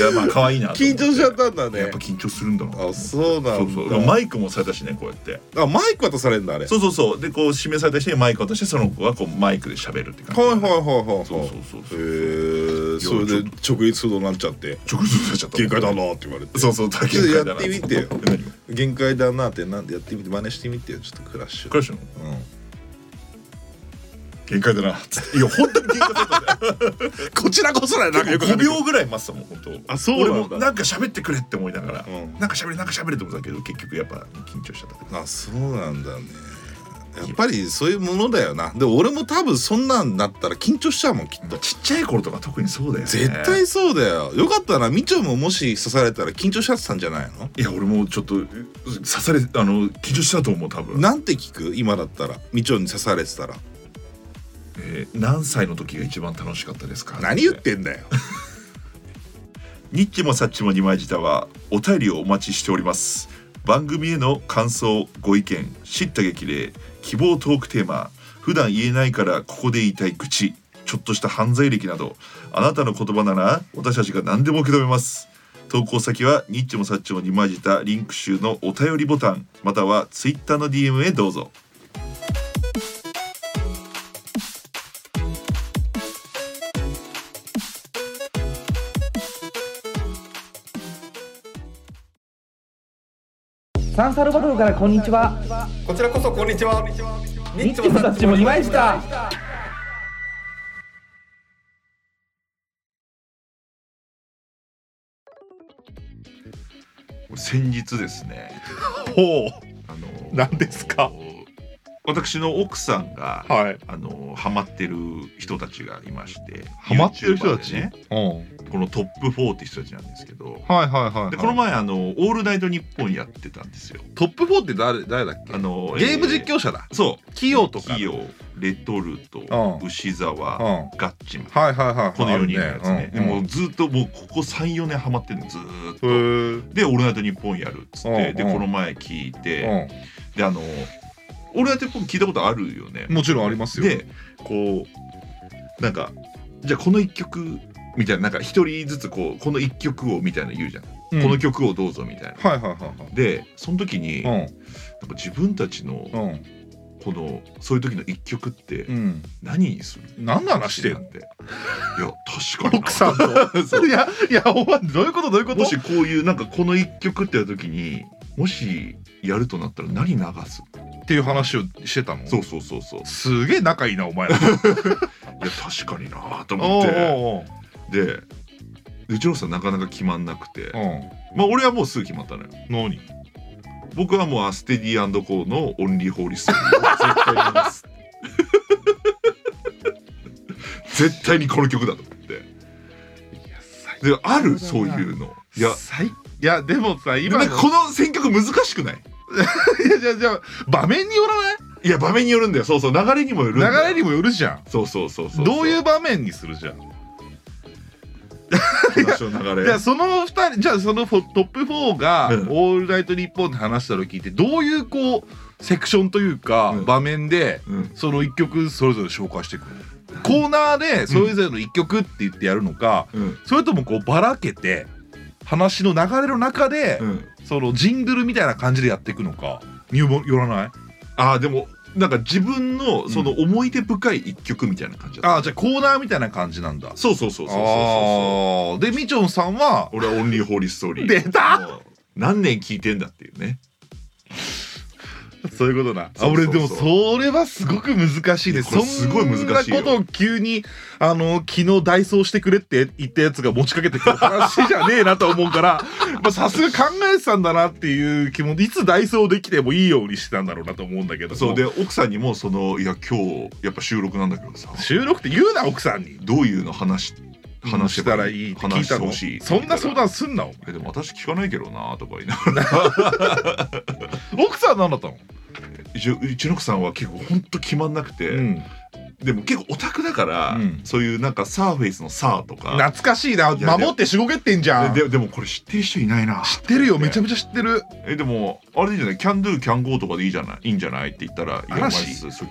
Speaker 2: やまあ可愛いなと思
Speaker 1: 緊
Speaker 2: って
Speaker 1: 張しちゃったんだね
Speaker 2: やっぱ緊張するんだな
Speaker 1: あそうな
Speaker 2: そうん
Speaker 1: だ
Speaker 2: そうマイクもされたしねこうやって
Speaker 1: あマイク渡されるんだあれ
Speaker 2: そうそうそうでこう指名された人にマイク渡してその子はこうマイクで喋るって感じ
Speaker 1: はいはいはいはいはい
Speaker 2: そうそうそうそう
Speaker 1: へえそれで直立不動になっちゃって
Speaker 2: 直立不動しちゃった
Speaker 1: 限界だなって言われて
Speaker 2: そうそう限
Speaker 1: ちょっと
Speaker 2: 界だ
Speaker 1: や
Speaker 2: な
Speaker 1: ってみてよ
Speaker 2: 何を
Speaker 1: 限界だなってなんでやってみて真似してみてよちょっとクラッシュ
Speaker 2: クラッシュの
Speaker 1: うん
Speaker 2: 限界だなつっていや本当に限界だったんだよ
Speaker 1: こちらこそだよなんかよくわか
Speaker 2: 5
Speaker 1: んないけど
Speaker 2: 秒ぐらい待ってたもん本当
Speaker 1: あそうなんだ
Speaker 2: 俺もなんか喋ってくれって思いながら、
Speaker 1: うん
Speaker 2: なんか喋れなんか喋れと思ったけど結局やっぱ緊張しちゃったから
Speaker 1: あそうなんだねやっぱりそういうものだよなでも俺も多分そんなんなったら緊張しちゃうもんきっと
Speaker 2: ちっちゃい頃とか特にそうだよね
Speaker 1: 絶対そうだよよかったなみちょももし刺されたら緊張しちゃってたんじゃないの
Speaker 2: いや俺もちょっとう刺されあの緊張したと思う多分
Speaker 1: なんて聞く今だったらみちょに刺されてたら
Speaker 2: えー何歳の時が一番楽しかったですか
Speaker 1: 何言ってんだよ
Speaker 2: ニッチもサッチも二枚舌はお便りをお待ちしております番組への感想ご意見知った激励希望トークテーマ普段言えないからここで言いたい愚痴ちょっとした犯罪歴などあなたの言葉なら私たちが何でも受け止めます投稿先はニッチもサッチも二枚舌リンク集のお便りボタンまたはツイッターの DM へどうぞ
Speaker 3: サンサルバトルからこんにちは。
Speaker 4: こちらこそこんにちは。ニ
Speaker 3: ニッチもサッチもいました。
Speaker 2: 先日ですね
Speaker 1: ほう
Speaker 2: あの
Speaker 1: 何ですか
Speaker 2: 私の奥さんが
Speaker 1: はい
Speaker 2: あのハマってる人たちがいまして
Speaker 1: ハマってる人たち
Speaker 2: YouTuber でね
Speaker 1: うん
Speaker 2: このトップ4って人たちなんですけど
Speaker 1: はいはいはい、はい、
Speaker 2: でこの前あの「オールナイトニッポン」やってたんですよ。
Speaker 1: トップ4って誰誰だっけ
Speaker 2: あの
Speaker 1: ゲーム実況者だ
Speaker 2: 況そう
Speaker 1: 企業とか
Speaker 2: 企業レトルト
Speaker 1: うん
Speaker 2: 牛
Speaker 1: うん
Speaker 2: 沢
Speaker 1: はい
Speaker 2: ガッチマン
Speaker 1: はいはい
Speaker 2: この4人のやつね
Speaker 1: あ
Speaker 2: で
Speaker 1: る
Speaker 2: もうずっともうここ34年ハマってるのずーっ
Speaker 1: うんう
Speaker 2: と。
Speaker 1: んへ
Speaker 2: で「オールナイトニッポン」やるっつってで
Speaker 1: うんうん
Speaker 2: この前聞い
Speaker 1: え
Speaker 2: てであの「オールナイトニッポン」聞いたことあるよね
Speaker 1: うんもちろんありますよ
Speaker 2: でこうなんかじゃあこの1曲みたいななんか一人ずつこうこの1曲をみたいなの言うじゃん、
Speaker 1: うん
Speaker 2: この曲をどうぞみたいな。
Speaker 1: はいはいはい
Speaker 2: でその時に、なん
Speaker 1: は
Speaker 2: か
Speaker 1: い
Speaker 2: 自分たちの
Speaker 1: うんうん
Speaker 2: このそういう時の1曲って
Speaker 1: うん
Speaker 2: 何にする、
Speaker 1: 何の話してんの
Speaker 2: っていや確かにな
Speaker 1: 奥さんと
Speaker 2: そう
Speaker 1: いやいやお前どういうことどういうこと
Speaker 2: もしこういうなんかこの1曲ってやる時にもしやるとなったら何流す
Speaker 1: っていう話をしてたの
Speaker 2: そうそうそうそうい
Speaker 1: すげえ仲いいなお 前ら
Speaker 2: や確かになと思
Speaker 1: お
Speaker 2: っ
Speaker 1: う
Speaker 2: て
Speaker 1: おう
Speaker 2: でうちの奥さんなかなか決まんなくて
Speaker 1: おううん
Speaker 2: まあ俺はもうすぐ決まったのよ
Speaker 1: 何
Speaker 2: 僕はもうアステディコーのオンリーホーリスト絶対にます絶対にこの曲だと思ってであるそういうのいや
Speaker 1: 最いやでもさ今
Speaker 2: なん
Speaker 1: の
Speaker 2: かこの選曲難しくない
Speaker 1: いやじゃあじゃあ場面によらない
Speaker 2: いや場面によるんだよそうそう流れにもよるんだよ
Speaker 1: 流れにもよるじゃん
Speaker 2: そうそうそうそう
Speaker 1: どういう場面にするじゃん
Speaker 2: 話の流れ
Speaker 1: じゃあその二人じゃあそのフォトップ4が
Speaker 2: うん
Speaker 1: 「オールナイトニッポン」で話したのを聞いてどういうこうセクションというか、
Speaker 2: うん
Speaker 1: 場面で
Speaker 2: うん
Speaker 1: その一曲それぞれ紹介していくのコーナーでそれぞれの一曲って言ってやるのか、
Speaker 2: うん
Speaker 1: それともこうばらけて話の流れの中で、
Speaker 2: うん
Speaker 1: そのジングルみたいな感じでやっていくのかにもよらない
Speaker 2: ああでもなんか自分のその思い出深い一曲みたいな感じだった、
Speaker 1: ああじゃあコーナーみたいな感じなんだ
Speaker 2: そうそうそうそうそうそう
Speaker 1: ああでみちょんさんは
Speaker 2: 俺はオンリーホーリーストーリー
Speaker 1: 出た
Speaker 2: もう何年聴いてんだっていうね
Speaker 1: そういうことなあ
Speaker 2: そうそ
Speaker 1: 俺
Speaker 2: うそう
Speaker 1: でもそれはすごく難しいね
Speaker 2: いやこれすごい難しいよ
Speaker 1: そんなことを急にあの昨日ダイソーしてくれって言ったやつが持ちかけてくる話じゃねえなと思うから まあさすが考えてたんだなっていう気もいつダイソーできてもいいようにしてたんだろうなと思うんだけど
Speaker 2: そうで奥さんにもその「いや今日やっぱ収録なんだけどさ
Speaker 1: 収録って言うな奥さんに
Speaker 2: どういうの話し話せ
Speaker 1: した
Speaker 2: ば
Speaker 1: らいいって聞
Speaker 2: 話
Speaker 1: い
Speaker 2: して
Speaker 1: た
Speaker 2: ほ
Speaker 1: の
Speaker 2: しい
Speaker 1: そんな相談すんなお
Speaker 2: えでも私聞かないけどなとか言いながら
Speaker 1: 前奥さん何だったの、
Speaker 2: うちうちの奥さんは結構ほんと決まんなくて、
Speaker 1: うん、
Speaker 2: でも結構オタクだから、
Speaker 1: うん
Speaker 2: そういうなんかサーフェイスの「サー」とか
Speaker 1: 懐かしいない
Speaker 2: やで
Speaker 1: 守ってしごけってんじゃん
Speaker 2: で
Speaker 1: 知っ
Speaker 2: ででもこれ知ってる人いないな知って
Speaker 1: るよめちゃ
Speaker 2: ゃ
Speaker 1: めちゃ知ってる
Speaker 2: えでもあれでいいんじゃない「キャンドゥキャンゴー」とかでいいじゃないいいんじゃないって言ったら「いやお前
Speaker 1: 嵐
Speaker 2: それそれ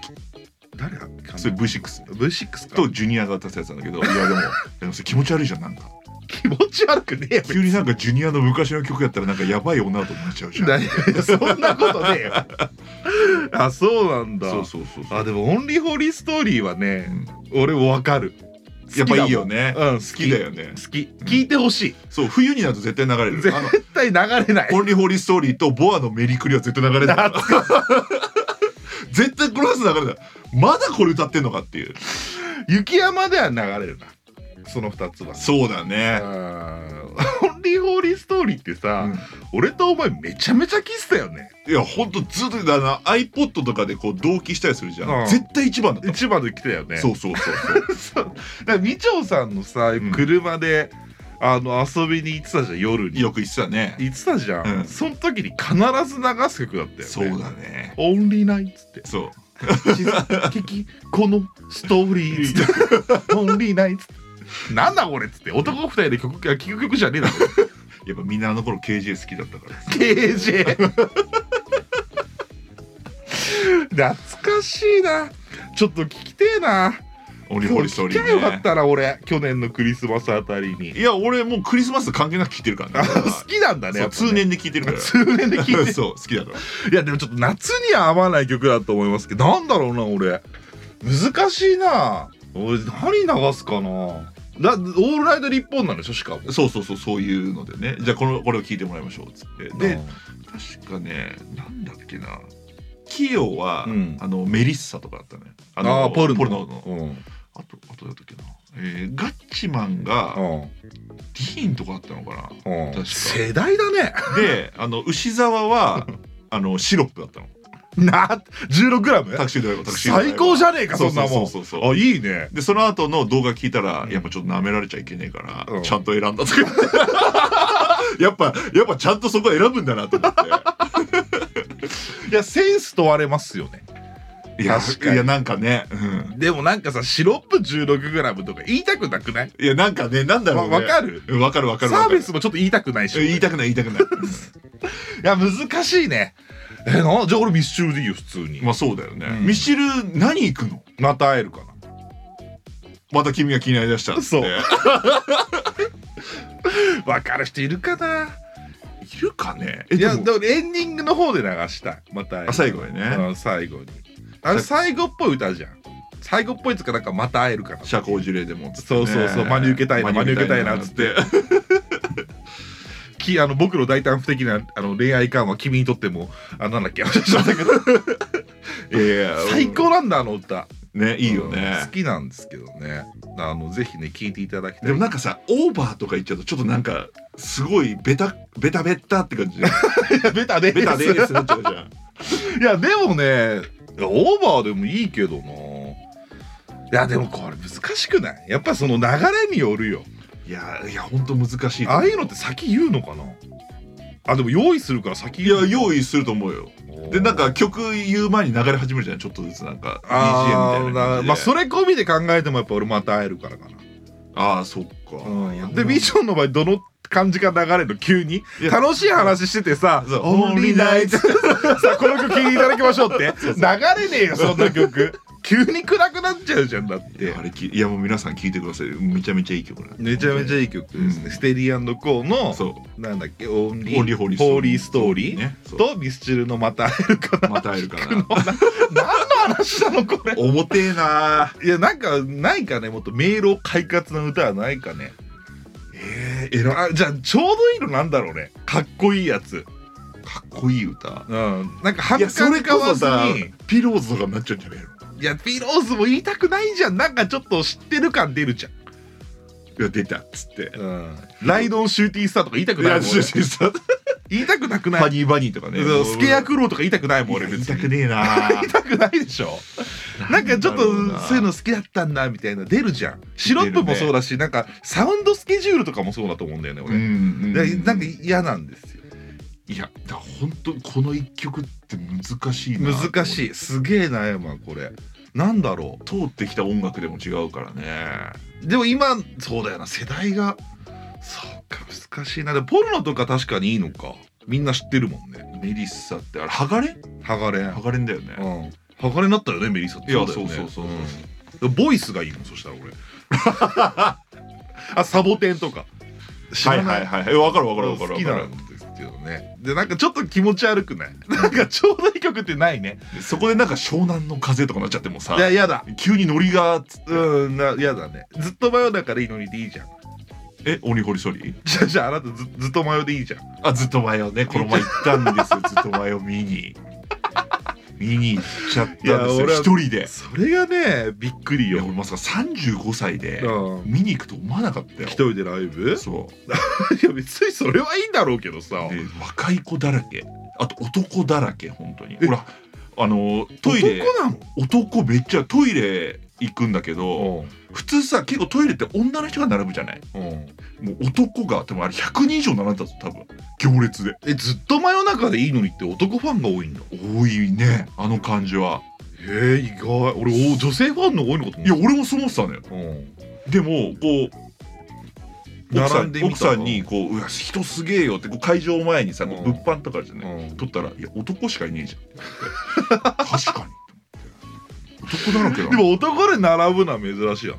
Speaker 1: 誰だ
Speaker 2: それ V6
Speaker 1: V6 か
Speaker 2: とジュニアが歌ったやつなんだけどいやでもでもそれ気持ち悪いじゃんなんか
Speaker 1: 気持ち悪くねえよ
Speaker 2: 急になんかジュニアの昔の曲やったらなんかやばい女だと思っちゃうじゃん
Speaker 1: だいやそんなことねえよ あそうなんだ
Speaker 2: そうそうそうそう
Speaker 1: あでも「オンリー・ホーリー・ストーリー」はね
Speaker 2: うん、
Speaker 1: 俺も分かる
Speaker 2: やっぱいいよ
Speaker 1: ね
Speaker 2: ね、
Speaker 1: うん
Speaker 2: 好きだよね
Speaker 1: 好き聞いてほしい、
Speaker 2: そう冬になると絶対流れるあの
Speaker 1: 絶対流れない
Speaker 2: オンリーホーリーストーリーとボアのメリクリは絶対流 れてた 絶対このやつ流れてたまだこれ歌ってんのかっていう
Speaker 1: 雪山では流れるなその2つは
Speaker 2: そうだ
Speaker 1: あ
Speaker 2: ね、
Speaker 1: ーオンリー・ホーリー・ストーリーってさ、俺とお前めちゃめちゃキスだよね
Speaker 2: いやほんとずっとだな iPod とかでこう同期したりするじゃん、
Speaker 1: うん
Speaker 2: 絶対一番だったもん
Speaker 1: 一番で来たよね
Speaker 2: そうそうそうそう
Speaker 1: そうだからみちょさんのさ
Speaker 2: ん
Speaker 1: 車で、あの遊びに行ってたじゃん夜に
Speaker 2: よく言ってたね
Speaker 1: 言ってたじゃん、
Speaker 2: うん
Speaker 1: その時に必ず流す曲だったよね
Speaker 2: そうだね
Speaker 1: オンリーナイツって
Speaker 2: そう
Speaker 1: 静的このストーリーっ つってオンリーナイツってなんだこれっつって男二人で曲が聴く曲じゃねえだろ
Speaker 2: やっぱみんなあの頃 KJ 好きだったから
Speaker 1: KJ 懐かしいなちょっと聞きてえな
Speaker 2: オンリーホー
Speaker 1: 今
Speaker 2: リー
Speaker 1: 日
Speaker 2: ストー
Speaker 1: 聞
Speaker 2: リ
Speaker 1: きゃよか
Speaker 2: ー、
Speaker 1: っ
Speaker 2: ね、
Speaker 1: たな俺去年のクリスマスあたりに
Speaker 2: いや俺もうクリスマス関係なく聴いてるから
Speaker 1: あ
Speaker 2: ね
Speaker 1: 好きなんだね
Speaker 2: そう
Speaker 1: やっぱね
Speaker 2: 通年で聴いてるから
Speaker 1: 通年で聞いて
Speaker 2: そう好きだから
Speaker 1: いやでもちょっと夏には合わない曲だと思いますけどなんだろうな俺難しいな俺何流すかなだオールナイト日本なんでしょしかも
Speaker 2: そうそうそうそういうのでねじゃあこのこれを聞いてもらいましょうっつってで
Speaker 1: で
Speaker 2: 確かねなんだっけなキヨは、
Speaker 1: うん
Speaker 2: あのメリッサとかだったねあ
Speaker 1: あ
Speaker 2: の
Speaker 1: あーポルノ
Speaker 2: ポルノの
Speaker 1: うん
Speaker 2: あとあとだったっけな、えーガッチマンが、ディーンとかだったのかな
Speaker 1: うん
Speaker 2: 確か
Speaker 1: 世代だね
Speaker 2: であの牛沢はあのシロップだったの
Speaker 1: な 16g
Speaker 2: タクシードライバータクシードライバー
Speaker 1: 最高じゃねえかそう
Speaker 2: そそうん
Speaker 1: なもん
Speaker 2: そうそうそう
Speaker 1: あいいね
Speaker 2: でその後の動画聞いたら、やっぱちょっと舐められちゃいけねえから、
Speaker 1: うん
Speaker 2: ちゃんと選んだとか言って やっぱやっぱちゃんとそこは選ぶんだなと思って
Speaker 1: いやセンス問われますよね
Speaker 2: いや
Speaker 1: 確かに
Speaker 2: いやなんかね、うん
Speaker 1: でもなんかさシロップ 16g とか言いたくなくない
Speaker 2: いやなんかねなんだろう
Speaker 1: わ
Speaker 2: ね
Speaker 1: わかる
Speaker 2: うんわかるわかるわ
Speaker 1: サ
Speaker 2: か
Speaker 1: ービ
Speaker 2: る
Speaker 1: スもちょっと言いたくないし
Speaker 2: え言いたくない言いたくない
Speaker 1: いや難しいねえなじゃあ俺ミスチルでいいよ普通に
Speaker 2: まあそうだよね、
Speaker 1: うん
Speaker 2: ミシル何行くの
Speaker 1: また会えるかな
Speaker 2: また君が気になりだしたっつって
Speaker 1: そうわかる人いるかない
Speaker 2: るかねえ
Speaker 1: い
Speaker 2: で
Speaker 1: や
Speaker 2: も
Speaker 1: でもエンディングの方で流したいまた会える
Speaker 2: あ最後やね
Speaker 1: うん最後にあれ最後っぽい歌じゃん最後っぽいつかなんかまた会えるかな
Speaker 2: 社交辞令でもっつって
Speaker 1: そ
Speaker 2: ね、
Speaker 1: うそうそう真に受けたいな真に受けたいなっつってきあの僕の大胆不敵なあの恋愛感は君にとってもあなんだっ け忘れちゃったけど
Speaker 2: いやいや
Speaker 1: 最高なんだあの歌
Speaker 2: ねいいよ
Speaker 1: うん
Speaker 2: ね
Speaker 1: 好、きなんですけどねあのぜひね聴いていただきたい
Speaker 2: でもなんかさオーバーとか言っちゃうとちょっとなんかすごいベタベタベタって感じで
Speaker 1: ベタで
Speaker 2: ベタでーすっ
Speaker 1: す
Speaker 2: てなっちゃうじゃん
Speaker 1: いやでもねいやオーバーでもいいけどないやでもこれ難しくないやっぱその流れによるよ
Speaker 2: いやいやほんと難しい
Speaker 1: ああいうのって先言うのかなあでも用意するから先
Speaker 2: い
Speaker 1: 言う
Speaker 2: や
Speaker 1: の
Speaker 2: 用意すると思うよ
Speaker 1: 意
Speaker 2: でなんか曲言う前に流れ始めるじゃんちょっとずつなんか BGM
Speaker 1: あ
Speaker 2: みたいな
Speaker 1: あ
Speaker 2: 感じで
Speaker 1: まあそれ込みで考えてもやっぱ俺また会えるからか
Speaker 2: ああそっか、
Speaker 1: なでビジョンの場合どの感じが流れるの急に
Speaker 2: いや
Speaker 1: 楽しい話しててさ
Speaker 2: そう
Speaker 1: 「 オンリーナイト」さあこの曲聴いていただきましょうって流れねえよそんな曲急に暗くなっちゃうじゃんだって
Speaker 2: あれきいやもう皆さん聞いてくださいめちゃめちゃいい曲なんで
Speaker 1: めちゃめちゃいい曲ですね、
Speaker 2: うん
Speaker 1: ステリーコーの
Speaker 2: そう
Speaker 1: なんだっけオンリー
Speaker 2: オンリーホーリーストーリー
Speaker 1: ホーリーストーリー
Speaker 2: ねそう
Speaker 1: とミスチルのまた会えるかな
Speaker 2: また会えるかな
Speaker 1: 何の話なのこれ
Speaker 2: 重てえない
Speaker 1: やなんかないかねもっと迷路快活の歌はないかね
Speaker 2: えー、
Speaker 1: え
Speaker 2: えら
Speaker 1: らあじゃあちょうどいいのなんだろうねかっこいいやつ
Speaker 2: かっこいい歌
Speaker 1: うんなんか
Speaker 2: い
Speaker 1: 恥
Speaker 2: や
Speaker 1: ず
Speaker 2: そ
Speaker 1: か
Speaker 2: れ
Speaker 1: しか
Speaker 2: こ
Speaker 1: わ
Speaker 2: そ
Speaker 1: ず
Speaker 2: さ
Speaker 1: に
Speaker 2: ピローズとかになっちゃうんじゃないの
Speaker 1: いやピローズも言いたくないじゃんなんかちょっと知ってる感出るじゃん
Speaker 2: いや出たっつって
Speaker 1: うんライドオンシューティースターとか言いたく
Speaker 2: い
Speaker 1: ない
Speaker 2: や
Speaker 1: もん
Speaker 2: そう
Speaker 1: 俺
Speaker 2: そうそう
Speaker 1: 言いたくなくな
Speaker 2: ファ
Speaker 1: い
Speaker 2: ニーバニーとかね
Speaker 1: うんスケヤク
Speaker 2: ク
Speaker 1: ロウとか言いたくないもん
Speaker 2: 俺
Speaker 1: 俺
Speaker 2: 見
Speaker 1: 別
Speaker 2: た
Speaker 1: に
Speaker 2: くねえな
Speaker 1: 言いたくないでしょなんかちょっとそういうの
Speaker 2: 好
Speaker 1: 好きだったんだみたいな出るじゃんシロップもそうだし、なんかサウンドスケジュールとかもそうだと思うんだよね
Speaker 2: う
Speaker 1: 俺、
Speaker 2: ん
Speaker 1: だからなんか嫌なんですよ
Speaker 2: いやだ本当この一曲って難しいな
Speaker 1: 難し
Speaker 2: い
Speaker 1: いすげえ悩むわこれなんだろ
Speaker 2: 通ってきた音楽でも違うからね
Speaker 1: うでも今そうだよな世代がそうか難しいなでもポルノとか確かにいいのかみんな知ってるもんね
Speaker 2: メリッサってあれハガレン
Speaker 1: ハガレン
Speaker 2: ハガレンだよね
Speaker 1: うんハガレンだったよねメリッサって
Speaker 2: いや
Speaker 1: だよね
Speaker 2: そうそうそう
Speaker 1: うんボイスがいいもんそしたら俺 あサボテンとか知
Speaker 2: は
Speaker 1: ら
Speaker 2: い
Speaker 1: な
Speaker 2: はいいはいえわかるわかるわかる
Speaker 1: 好
Speaker 2: わ
Speaker 1: き
Speaker 2: か
Speaker 1: な
Speaker 2: る
Speaker 1: んですけどねでなんかちょっと気持ち悪くない なんかちょうどいい曲ってないね
Speaker 2: そこでなんか湘南の風とかなっちゃってもさ
Speaker 1: いややだ
Speaker 2: 急にノリがつ
Speaker 1: うんなやだねずっと真夜中でいいのにでいいじゃん
Speaker 2: え鬼堀ソリ
Speaker 1: じゃあじゃああなたずずっと真夜でいいじゃん
Speaker 2: あずっと前をねこの前行ったんですよずっと前を見に見に行っちゃったんです
Speaker 1: いや
Speaker 2: よ
Speaker 1: 俺は
Speaker 2: 一人で
Speaker 1: それがねびっくり
Speaker 2: いや
Speaker 1: よ
Speaker 2: 俺まさか35歳で
Speaker 1: うん
Speaker 2: 見に行くと思わなかったよ
Speaker 1: 一人でライブ
Speaker 2: そう
Speaker 1: いや別にそれはいいんだろうけどさ
Speaker 2: で若い子だらけあと男だらけ本当にほらあのトイレ
Speaker 1: 男なの
Speaker 2: 男めっちゃトイレ行くんだけど普通さ結構トイレって女の人が並ぶじゃない
Speaker 1: うんうん
Speaker 2: もう男がでもあれ100人以上並んだぞ多分行列で
Speaker 1: えずっと真夜中でいいのにって男ファンが多いんだ
Speaker 2: 多いねあの感じは
Speaker 1: へえ意外俺お女性ファンの方が多いのかと
Speaker 2: いや
Speaker 1: 思っ
Speaker 2: 俺もそう思ってたのよ
Speaker 1: たうん
Speaker 2: でもこう奥さ
Speaker 1: 並
Speaker 2: ん
Speaker 1: んでみ
Speaker 2: 奥
Speaker 1: たら
Speaker 2: さんにこう「うわ人すげえよ」ってこう会場前にさこ
Speaker 1: う
Speaker 2: う
Speaker 1: ん
Speaker 2: 物販とかあるじゃ
Speaker 1: う
Speaker 2: ない、
Speaker 1: ん
Speaker 2: 撮ったら「いや男しかいねえじゃん」確かに男だらけだ
Speaker 1: でも男で並ぶのは珍しいや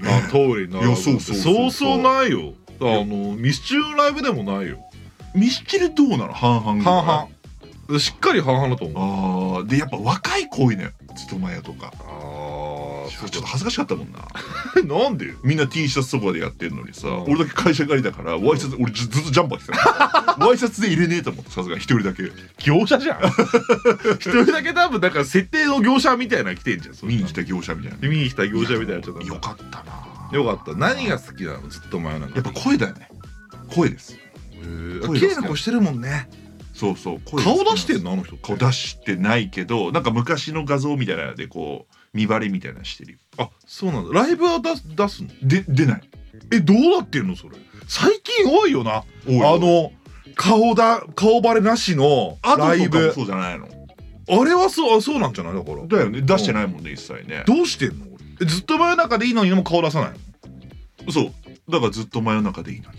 Speaker 1: なあ
Speaker 2: ね
Speaker 1: トイレに並ぶ
Speaker 2: いやそうそうそうそう
Speaker 1: そうないよあのミスチルのライブでもないよ
Speaker 2: ミスチルどうなの半々ぐらい
Speaker 1: 半々しっかり半々だと思う
Speaker 2: あーでやっぱ若い子多いのよずっと前と
Speaker 1: あ
Speaker 2: かちょっと恥ずかしかったもんな
Speaker 1: あ なんでよ
Speaker 2: みんな T シャツとかでやってるのにさ、
Speaker 1: うん
Speaker 2: 俺だけ会社帰りだからワイシャツ俺ずずっとジャンパー着てた のワイシャツで入れねえと思ってさすがに一人だけ
Speaker 1: 業者じゃん 一人だけ多分だから設定の業者みたいなの来てんじゃんそん
Speaker 2: 見
Speaker 1: な
Speaker 2: に来た業者みたいな
Speaker 1: で見に来た業者みたいなやつだったんだ
Speaker 2: よかったな
Speaker 1: よかった何が好きなのずっと前なん
Speaker 2: やっぱ声だよね声です声が好き
Speaker 1: 綺麗な子してるもんね
Speaker 2: そうそう声が
Speaker 1: 顔
Speaker 2: 好きな
Speaker 1: 出してんのあの人
Speaker 2: 顔出してないけどなんか昔の画像みたいなのでこう見バレみたいなのしてるよ
Speaker 1: あそうなんだライブは出す出すの
Speaker 2: で出ない
Speaker 1: えどうなってんのそれ最近多いよな
Speaker 2: おいおい
Speaker 1: あの顔だ顔バレなしの
Speaker 2: アド
Speaker 1: ライ
Speaker 2: とかも
Speaker 1: ブ
Speaker 2: そうじゃないの
Speaker 1: あれはそうあそうなんじゃないだから
Speaker 2: だよね出してないもんね一切ね
Speaker 1: どうしてんのえずっと真夜中でいいのにも顔出さないの
Speaker 2: そうだからずっと真夜中でいいのに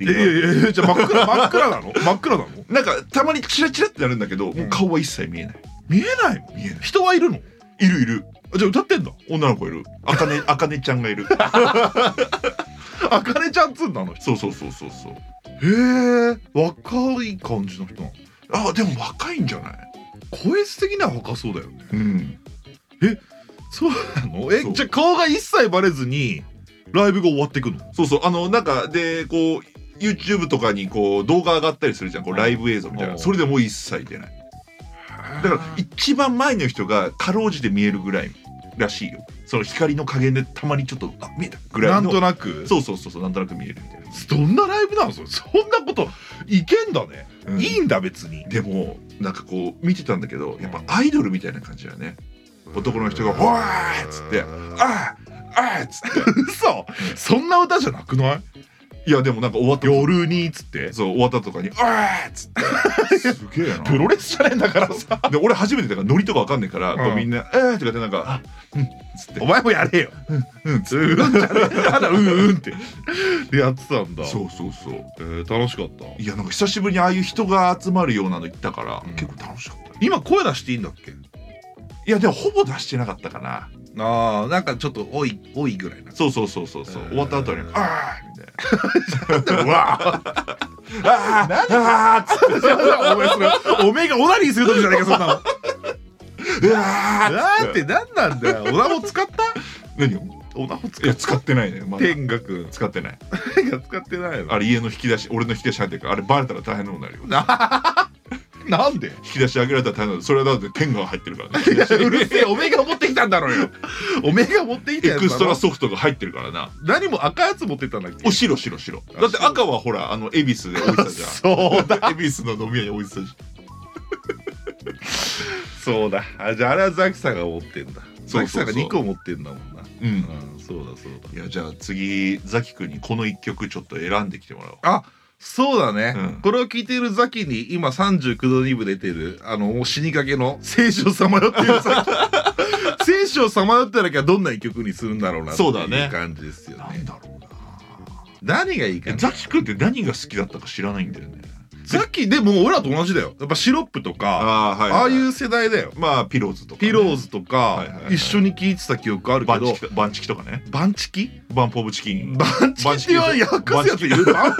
Speaker 1: えいやいやじゃあ真っ暗真っ暗なの真っ暗なの
Speaker 2: なんかたまにチラチラってなるんだけど、もう顔は一切見えない
Speaker 1: 見えないの
Speaker 2: 見えない
Speaker 1: 人はいるの
Speaker 2: いるいる
Speaker 1: あじゃあ歌ってんだ
Speaker 2: 女の子いるあか ねあかねちゃんがいる
Speaker 1: あかねちゃんっつうんだあの人
Speaker 2: そうそうそうそうそう
Speaker 1: へえ若い感じの人なの
Speaker 2: あでも若いんじゃない
Speaker 1: 声質的には若そうだよね
Speaker 2: うん
Speaker 1: そうなのえ
Speaker 2: そう
Speaker 1: じゃあ顔が一切バレずにライブが終わってくの
Speaker 2: そうそうあのなんかでこう YouTube とかにこう動画上がったりするじゃんこうライブ映像みたいうなんそれでもう一切出ないだから一番前の人がかろうじて見えるぐらいらしいよその光の加減でたまにちょっとあ見えたぐら
Speaker 1: ないん
Speaker 2: の
Speaker 1: となく
Speaker 2: そうそうそうそうなんとなく見えるみたい
Speaker 1: どんなライブなのそれそんなこといけんだね、
Speaker 2: な、うん
Speaker 1: いいんだ別に
Speaker 2: でもなんかこう見てたんだけどやっぱアイドルみたいな感じだよね男の人が
Speaker 1: う
Speaker 2: 「
Speaker 1: ん
Speaker 2: ほわー!」っつって「あーあー!」っつって
Speaker 1: 嘘そんな歌じゃなくない
Speaker 2: いやでもなんか終わった
Speaker 1: 夜にっつって
Speaker 2: そう終わったとかに「あー!」っつってすげえな
Speaker 1: プロレスじゃねえんだからさ
Speaker 2: で俺初めてだからノリとかわかんないから、
Speaker 1: ん
Speaker 2: こうみんな「えー!」とかでなんか「あうん」っつって
Speaker 1: お前もやれよ
Speaker 2: 「うん」っつ
Speaker 1: う
Speaker 2: っ
Speaker 1: んじゃねえただうんうんってでやってたんだ
Speaker 2: てそうそうそう
Speaker 1: えー楽しかった
Speaker 2: いやなんか久しぶりにああいう人が集まるようなの行ったから、
Speaker 1: うん
Speaker 2: 結構楽しかったね
Speaker 1: 今声出していいんだっけ
Speaker 2: いいやでもほぼ出してなかったかな
Speaker 1: ああなんかちょっと多い多いぐらいな
Speaker 2: そうそうそうそうそう
Speaker 1: えー
Speaker 2: 終わった後に「あー」みたいな「うわー」あーあーっつって
Speaker 1: お前それおめえがオナニーする時じゃないかそんなの だ
Speaker 2: 「うわー」
Speaker 1: っ
Speaker 2: ってて
Speaker 1: 何なんだよオナホ使った
Speaker 2: 何
Speaker 1: オナホ使
Speaker 2: いや
Speaker 1: っ
Speaker 2: 使ってないねま
Speaker 1: た
Speaker 2: だ
Speaker 1: 天下くん
Speaker 2: 使ってない
Speaker 1: 天下使ってないの
Speaker 2: あれ家の引き出し俺の引き出し入ってるからあれバレたら大変なことになるよ
Speaker 1: なん で
Speaker 2: 引き出し上げられたら大変なのそれはだって天が入ってるからね
Speaker 1: いやうるせえおめえが持ってきたんだろうよ おめえが持ってきた
Speaker 2: エ
Speaker 1: やつ
Speaker 2: ク
Speaker 1: だろ
Speaker 2: ストラソフトが入ってるからな
Speaker 1: 何も赤いやつ持ってったんだっけ
Speaker 2: お白白白だって赤はほらあの恵比寿で置いてたじゃん
Speaker 1: そうだ
Speaker 2: 恵比寿の飲み屋に置いてたじ
Speaker 1: そうだあじゃああれはザキさんが持ってんだ
Speaker 2: そうそうそう
Speaker 1: ザキさんが2個持ってんだもんな
Speaker 2: ゃんうん
Speaker 1: うんそうだそうだ
Speaker 2: いやじゃあ次ザキ君にこの一曲ちょっと選んできてもらおう
Speaker 1: あそうだね、
Speaker 2: うん
Speaker 1: これを聞いているザキに今39度2分出てるあのもう死にかけの聖書をさまよってる ザキ聖書をさまよってなきゃどんな一曲にするんだろうなって
Speaker 2: そうだ
Speaker 1: い
Speaker 2: ね
Speaker 1: う感じですよね
Speaker 2: なんだろうな
Speaker 1: 何がいいか
Speaker 2: え
Speaker 1: な
Speaker 2: ザキ君って何が好きだったか知らないんだよね
Speaker 1: ザキでも俺らと同じだよやっぱシロップとか
Speaker 2: ああは
Speaker 1: ああ
Speaker 2: ああ
Speaker 1: い
Speaker 2: いう
Speaker 1: う世代だよ
Speaker 2: まあピローズとかね、
Speaker 1: ピローズと
Speaker 2: はいはい
Speaker 1: か
Speaker 2: はい
Speaker 1: 一緒に聴いてた記憶ある
Speaker 2: バ
Speaker 1: け
Speaker 2: ンチ
Speaker 1: ど
Speaker 2: キとバンチキとかね
Speaker 1: バンチキ
Speaker 2: バンポブチキン
Speaker 1: バンチキって言わ訳すやついるバンチ